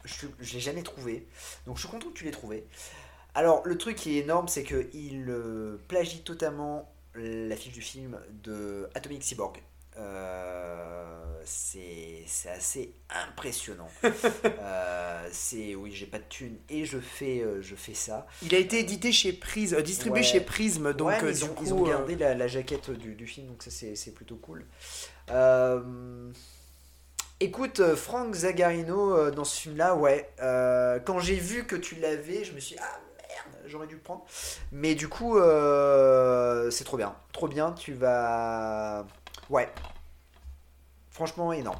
Speaker 2: je suis- je l'ai jamais trouvé. Donc, je suis content que tu l'aies trouvé. Alors, le truc qui est énorme, c'est qu'il plagie totalement l'affiche du film de Atomic Cyborg. Euh, c'est c'est assez impressionnant. Euh, c'est oui, j'ai pas de thune et je fais euh, je fais ça.
Speaker 3: Il a été édité chez Prism, euh, distribué
Speaker 2: Ouais.
Speaker 3: chez Prism. Donc,
Speaker 2: Ouais, mais
Speaker 3: euh,
Speaker 2: ils,
Speaker 3: du
Speaker 2: ont,
Speaker 3: coup,
Speaker 2: ils ont
Speaker 3: euh,
Speaker 2: gardé la, la jaquette du, du film, donc ça c'est c'est plutôt cool. Euh, écoute, euh, Franck Zagarino euh, dans ce film-là, ouais. euh, quand j'ai vu que tu l'avais, je me suis dit, ah merde, j'aurais dû le prendre. Mais du coup, euh, c'est trop bien, trop bien. Tu vas, ouais. Franchement, énorme,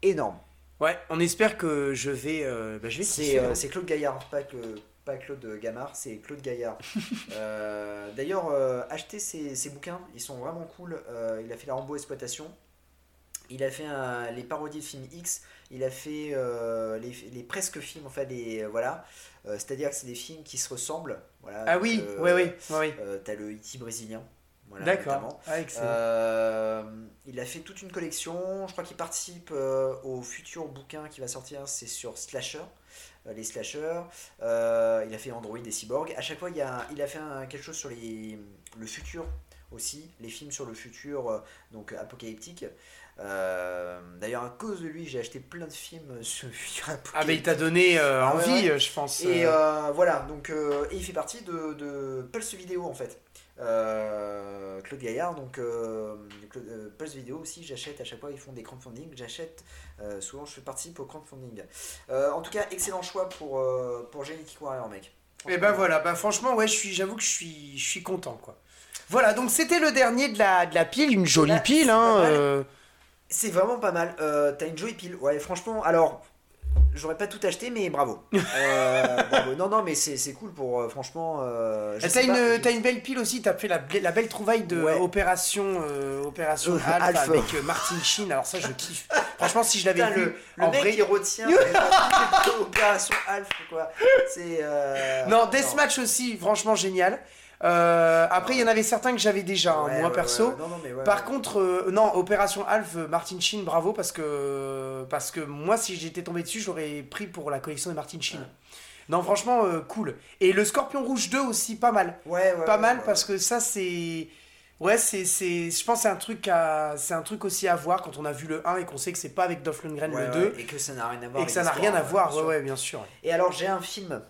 Speaker 2: énorme.
Speaker 3: ouais, on espère que je vais. euh, bah, je vais
Speaker 2: C'est
Speaker 3: kiffer,
Speaker 2: euh,
Speaker 3: hein.
Speaker 2: c'est Claude Gaillard, pas, que, pas Claude Gamard, c'est Claude Gaillard. Euh, D'ailleurs, euh, achetez ses, ses bouquins, ils sont vraiment cool. Euh, il a fait la Rambo Exploitation, il a fait un- les parodies de films X, il a fait euh, les, les presque films, enfin les. voilà. Euh, C'est-à-dire que c'est des films qui se ressemblent. Voilà,
Speaker 3: Ah
Speaker 2: Donc,
Speaker 3: oui,
Speaker 2: euh,
Speaker 3: oui, oui, oui, oui.
Speaker 2: euh, T'as le E.T. brésilien. Voilà, notamment.
Speaker 3: D'accord. Ah, excellent.
Speaker 2: Euh, il a fait toute une collection. Je crois qu'il participe euh, au futur bouquin qui va sortir. C'est sur Slasher. euh, les slashers. Euh, il a fait Android et Cyborg. À chaque fois, il, y a, il a fait un- quelque chose sur les, le futur aussi. Les films sur le futur, euh, donc apocalyptique. Euh, D'ailleurs, à cause de lui, j'ai acheté plein de films sur le futur
Speaker 3: Ah, mais il
Speaker 2: apocalyptique.
Speaker 3: t'a donné euh,
Speaker 2: Ah, ouais,
Speaker 3: envie,
Speaker 2: ouais.
Speaker 3: euh, je pense.
Speaker 2: Et
Speaker 3: euh,
Speaker 2: euh, voilà, donc euh, et il fait partie de, de Pulse Vidéo en fait. euh, Claude Gaillard, donc euh, Claude- euh, Pulse Vidéo aussi, j'achète à chaque fois, ils font des crowdfunding, j'achète euh, souvent, je participe au crowdfunding. Euh, en tout cas, excellent choix pour, euh, pour Genetic Warrior, mec.
Speaker 3: Et ben voilà, bah franchement, ouais, je suis, j'avoue que je suis, je suis content, quoi. Voilà, donc c'était le dernier de la, de la pile, une jolie
Speaker 2: Là,
Speaker 3: pile,
Speaker 2: c'est
Speaker 3: hein.
Speaker 2: pas mal.
Speaker 3: euh,
Speaker 2: C'est vraiment pas mal. Euh, T'as une jolie pile. Ouais, franchement, alors, j'aurais pas tout acheté, mais bravo. Euh, bravo. Non, non, mais c'est c'est cool pour, euh, franchement. euh, je
Speaker 3: T'as
Speaker 2: sais
Speaker 3: une,
Speaker 2: pas.
Speaker 3: t'as une belle pile aussi, t'as fait la, bla- la belle trouvaille de
Speaker 2: Ouais.
Speaker 3: Opération, euh, Opération
Speaker 2: Euh,
Speaker 3: Alpha
Speaker 2: Alpha.
Speaker 3: avec euh, Martin Sheen, alors ça je kiffe. Franchement, si je l'avais
Speaker 2: Putain,
Speaker 3: vu,
Speaker 2: le, le
Speaker 3: en
Speaker 2: mec
Speaker 3: vrai...
Speaker 2: qui retient euh, opération Alf quoi. C'est euh,
Speaker 3: Non, Deathmatch aussi, franchement génial. Euh, après, il y en avait certains que j'avais déjà, hein,
Speaker 2: Ouais,
Speaker 3: moi
Speaker 2: ouais,
Speaker 3: perso.
Speaker 2: ouais, non, non, mais ouais,
Speaker 3: Par
Speaker 2: ouais.
Speaker 3: contre, euh, non, Opération Alf, euh, Martin Sheen, bravo, parce que, parce que moi, si j'étais tombé dessus, j'aurais pris pour la collection de Martin Sheen. Non, franchement, euh, cool. Et le Scorpion Rouge 2 aussi, pas mal.
Speaker 2: Ouais, ouais,
Speaker 3: pas
Speaker 2: ouais,
Speaker 3: mal,
Speaker 2: ouais.
Speaker 3: parce que ça, c'est. Ouais, c'est, c'est, je pense que c'est un truc à, c'est un truc aussi à voir quand on a vu le 1 et qu'on sait que c'est pas avec Dolph Lundgren
Speaker 2: Ouais,
Speaker 3: le
Speaker 2: ouais,
Speaker 3: 2
Speaker 2: et que ça n'a rien à voir.
Speaker 3: et
Speaker 2: avec
Speaker 3: que ça n'a
Speaker 2: l'histoire,
Speaker 3: rien à
Speaker 2: ouais,
Speaker 3: voir.
Speaker 2: bien
Speaker 3: Ouais,
Speaker 2: sûr.
Speaker 3: ouais, bien sûr.
Speaker 2: Et alors j'ai un film.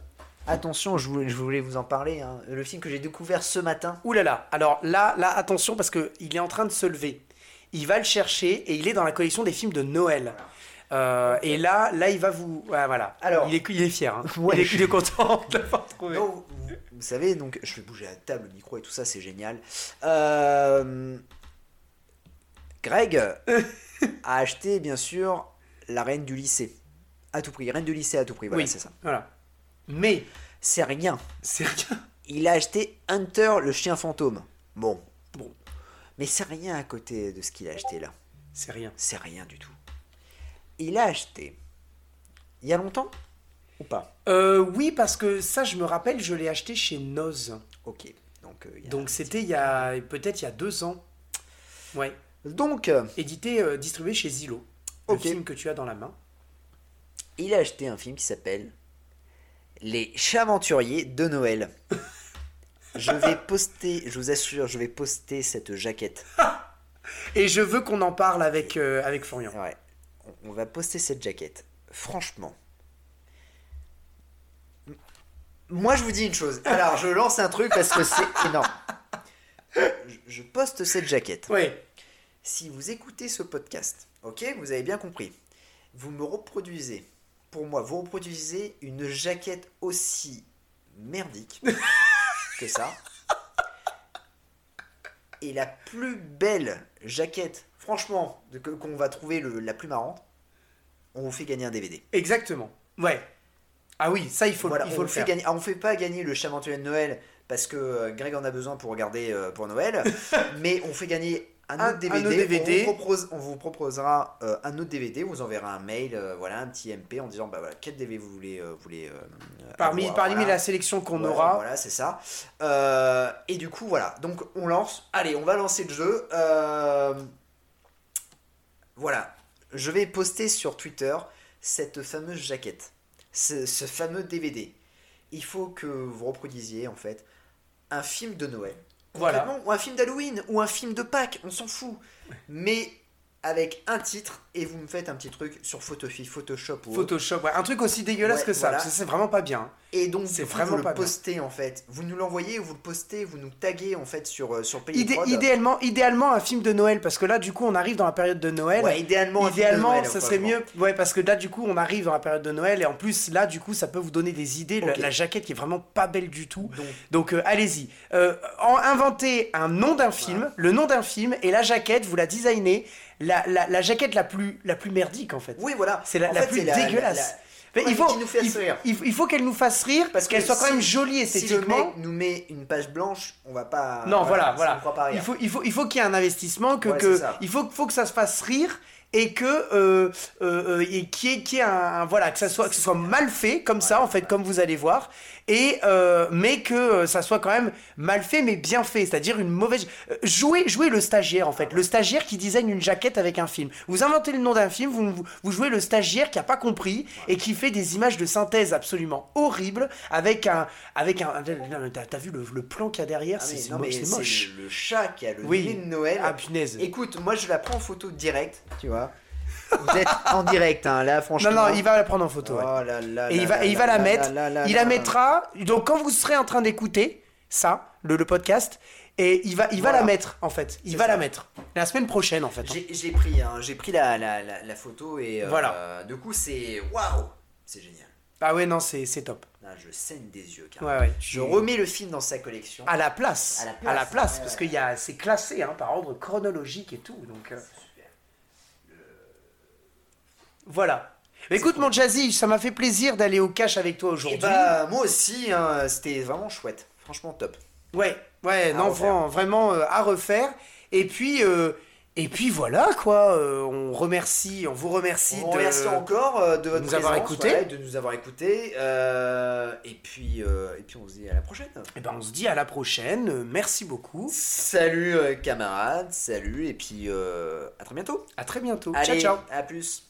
Speaker 2: Attention, je voulais, je voulais vous en parler. hein. Le film que j'ai découvert ce matin.
Speaker 3: Ouh là là. Alors là, là, attention parce que il est en train de se lever. Il va le chercher et il est dans la collection des films de Noël. Euh, et là, là, il va vous. ouais, voilà.
Speaker 2: Alors.
Speaker 3: il est, il est fier. hein.
Speaker 2: Ouais.
Speaker 3: il, est, il est content de l'avoir trouvé.
Speaker 2: Donc, vous, vous savez, donc je vais bouger la table, le micro et tout ça, c'est génial. Euh, Greg a acheté bien sûr la reine du lycée à tout prix. Reine du lycée à tout prix. Voilà,
Speaker 3: Oui.
Speaker 2: c'est ça.
Speaker 3: Voilà. Mais
Speaker 2: C'est rien.
Speaker 3: c'est rien.
Speaker 2: Il a acheté Hunter le chien fantôme. Bon.
Speaker 3: Bon.
Speaker 2: Mais c'est rien à côté de ce qu'il a acheté là.
Speaker 3: C'est rien.
Speaker 2: C'est rien du tout. Il a acheté. Il y a longtemps Ou pas
Speaker 3: Euh, oui, parce que ça, je me rappelle, je l'ai acheté chez Noz.
Speaker 2: Ok. Donc, euh, il y a-
Speaker 3: Donc c'était il y a peut-être il y a deux ans. Ouais.
Speaker 2: Donc, euh,
Speaker 3: Édité, euh, distribué chez Zillow. Le
Speaker 2: Ok.
Speaker 3: film que tu as dans la main.
Speaker 2: il a acheté un film qui s'appelle Les Chaventuriers de Noël. je vais poster, je vous assure, je vais poster cette jaquette.
Speaker 3: Et je veux qu'on en parle avec euh, avec Florian.
Speaker 2: Ouais. On- On va poster cette jaquette. Franchement. M- Moi, je vous dis une chose. Alors, je lance un truc parce que c'est énorme. Je- Je poste cette jaquette.
Speaker 3: Ouais.
Speaker 2: Si vous écoutez ce podcast, ok, vous avez bien compris, vous me reproduisez, pour moi, vous reproduisez une jaquette aussi merdique que ça. Et la plus belle jaquette, franchement, de- que- qu'on va trouver le- la plus marrante, on vous fait gagner un DVD.
Speaker 3: Exactement. Ouais. Ah oui, ça il faut,
Speaker 2: Voilà,
Speaker 3: il faut
Speaker 2: on
Speaker 3: le
Speaker 2: fait
Speaker 3: faire.
Speaker 2: gagner. ah, on fait pas gagner le chaventurier de Noël parce que euh, Greg en a besoin pour regarder euh, pour Noël, mais on fait gagner un
Speaker 3: Un-
Speaker 2: autre DVD.
Speaker 3: un autre DVD.
Speaker 2: On, vous propose- on vous proposera euh, un autre DVD. On vous enverra un mail, euh, voilà, un petit MP en disant bah voilà quel DVD vous voulez, euh, vous voulez. euh,
Speaker 3: Parmi,
Speaker 2: avoir,
Speaker 3: parmi
Speaker 2: voilà.
Speaker 3: la sélection qu'on
Speaker 2: Ouais,
Speaker 3: aura.
Speaker 2: Voilà, c'est ça. Euh, et du coup, voilà. Donc, on lance. Allez, on va lancer le jeu. Euh, voilà. Je vais poster sur Twitter cette fameuse jaquette. Ce, ce fameux DVD. Il faut que vous reproduisiez, en fait, un film de Noël.
Speaker 3: Voilà.
Speaker 2: Complètement, Ou un film d'Halloween. Ou un film de Pâques. On s'en fout. Mais avec un titre. Et vous me faites un petit truc sur Photofi, Photoshop ou autre.
Speaker 3: Photoshop, ouais. un truc aussi dégueulasse
Speaker 2: Ouais,
Speaker 3: que ça,
Speaker 2: voilà.
Speaker 3: parce que c'est vraiment pas bien. hein.
Speaker 2: Et donc,
Speaker 3: C'est
Speaker 2: du coup,
Speaker 3: vraiment
Speaker 2: vous
Speaker 3: pas
Speaker 2: le
Speaker 3: bien.
Speaker 2: postez en fait. Vous nous l'envoyez, vous le postez, vous nous taguez en fait sur, euh, sur
Speaker 3: Idé-
Speaker 2: Payprod.
Speaker 3: idéalement, idéalement un film de Noël, parce que là du coup on arrive dans la période de Noël.
Speaker 2: Ouais, idéalement, un film de
Speaker 3: idéalement,
Speaker 2: Noël,
Speaker 3: ça
Speaker 2: hein,
Speaker 3: serait
Speaker 2: franchement.
Speaker 3: mieux. Ouais, parce que là du coup on arrive dans la période de Noël et en plus là du coup ça peut vous donner des idées. La-
Speaker 2: Ok.
Speaker 3: La, jaquette qui est vraiment pas belle du tout.
Speaker 2: Donc,
Speaker 3: Donc euh, allez-y, Euh, en- inventez un nom d'un film, le nom d'un film et la jaquette, vous la designez, la, la, la jaquette la plus, la plus merdique en fait.
Speaker 2: oui, voilà.
Speaker 3: C'est la,
Speaker 2: En
Speaker 3: la
Speaker 2: fait,
Speaker 3: plus
Speaker 2: c'est la-
Speaker 3: dégueulasse. Mais
Speaker 2: Ouais,
Speaker 3: il faut
Speaker 2: qui nous fasse
Speaker 3: il faut-
Speaker 2: rire.
Speaker 3: il faut- il faut qu'elle nous fasse rire parce
Speaker 2: Parce que
Speaker 3: qu'elle soit quand
Speaker 2: si-
Speaker 3: même jolie
Speaker 2: la- Si le mec
Speaker 3: esthétiquement.
Speaker 2: nous met une page blanche, on va pas.
Speaker 3: non, voilà,
Speaker 2: ça
Speaker 3: voilà.
Speaker 2: nous fera pas rire.
Speaker 3: Il faut il faut il faut qu'il y ait un investissement que,
Speaker 2: Ouais,
Speaker 3: que-
Speaker 2: c'est ça.
Speaker 3: il faut faut que ça se fasse rire et que euh, euh, euh, et qui est qui est un, un- voilà que ça soit que ce soit mal fait comme ça en fait comme vous allez voir et euh, mais que euh, ça soit quand même mal fait mais bien fait c'est-à-dire une mauvaise euh, jouez jouez le stagiaire en
Speaker 2: Ah
Speaker 3: fait le stagiaire qui design une jaquette avec un film vous inventez le nom d'un film vous, vous- vous jouez le stagiaire qui a pas compris et qui fait des images de synthèse absolument horribles avec un avec un t'as t'as vu le, le plan qu'il y a derrière
Speaker 2: Ah, mais
Speaker 3: c'est c'est
Speaker 2: non,
Speaker 3: mo-
Speaker 2: mais
Speaker 3: c'est
Speaker 2: c'est
Speaker 3: moche
Speaker 2: le, le chat qui a le
Speaker 3: Oui.
Speaker 2: nez de Noël.
Speaker 3: ah punaise
Speaker 2: Écoute, moi je la prends en photo direct, tu vois. Vous êtes en direct, hein, là, franchement.
Speaker 3: non non il va la prendre en
Speaker 2: Oh
Speaker 3: photo ouais.
Speaker 2: là là
Speaker 3: et
Speaker 2: là
Speaker 3: il va,
Speaker 2: là
Speaker 3: et il va
Speaker 2: là
Speaker 3: la
Speaker 2: là
Speaker 3: mettre.
Speaker 2: là là
Speaker 3: il
Speaker 2: là là.
Speaker 3: la mettra. Donc, quand vous serez en train d'écouter ça, le, le podcast, Et il va, il va
Speaker 2: Voilà.
Speaker 3: la mettre, en fait. Il
Speaker 2: C'est
Speaker 3: va
Speaker 2: ça.
Speaker 3: la mettre. La semaine prochaine, en fait.
Speaker 2: J'ai j'ai pris, hein, j'ai pris la, la, la, la photo et euh,
Speaker 3: Voilà.
Speaker 2: du coup c'est waouh, c'est génial.
Speaker 3: Ah ouais, non, c'est c'est top.
Speaker 2: Là, je saigne des yeux car
Speaker 3: Ouais, ouais.
Speaker 2: je remets le film dans sa collection.
Speaker 3: À la place.
Speaker 2: À la place, ouais,
Speaker 3: parce
Speaker 2: ouais.
Speaker 3: que y a- c'est classé hein, par ordre chronologique et tout. Donc euh,
Speaker 2: Super.
Speaker 3: voilà. Écoute, mon Jazzy, ça m'a fait plaisir d'aller au cash avec toi
Speaker 2: Et
Speaker 3: aujourd'hui.
Speaker 2: bah moi aussi, hein, c'était vraiment chouette, franchement top.
Speaker 3: Ouais, ouais,
Speaker 2: À
Speaker 3: non,
Speaker 2: refaire.
Speaker 3: vra- vraiment euh, à refaire. Et puis, euh, et puis voilà quoi. euh, on remercie, on vous remercie.
Speaker 2: On
Speaker 3: de-
Speaker 2: remercie encore euh, de votre
Speaker 3: nous avoir
Speaker 2: présence,
Speaker 3: écoutés.
Speaker 2: voilà, et de nous avoir écoutés. euh, et puis euh, et puis on se dit à la prochaine.
Speaker 3: Eh ben, on se dit à la prochaine. euh, merci beaucoup.
Speaker 2: Salut euh, camarades, salut et puis euh, à très bientôt.
Speaker 3: À très bientôt.
Speaker 2: Allez,
Speaker 3: ciao ciao.
Speaker 2: à plus.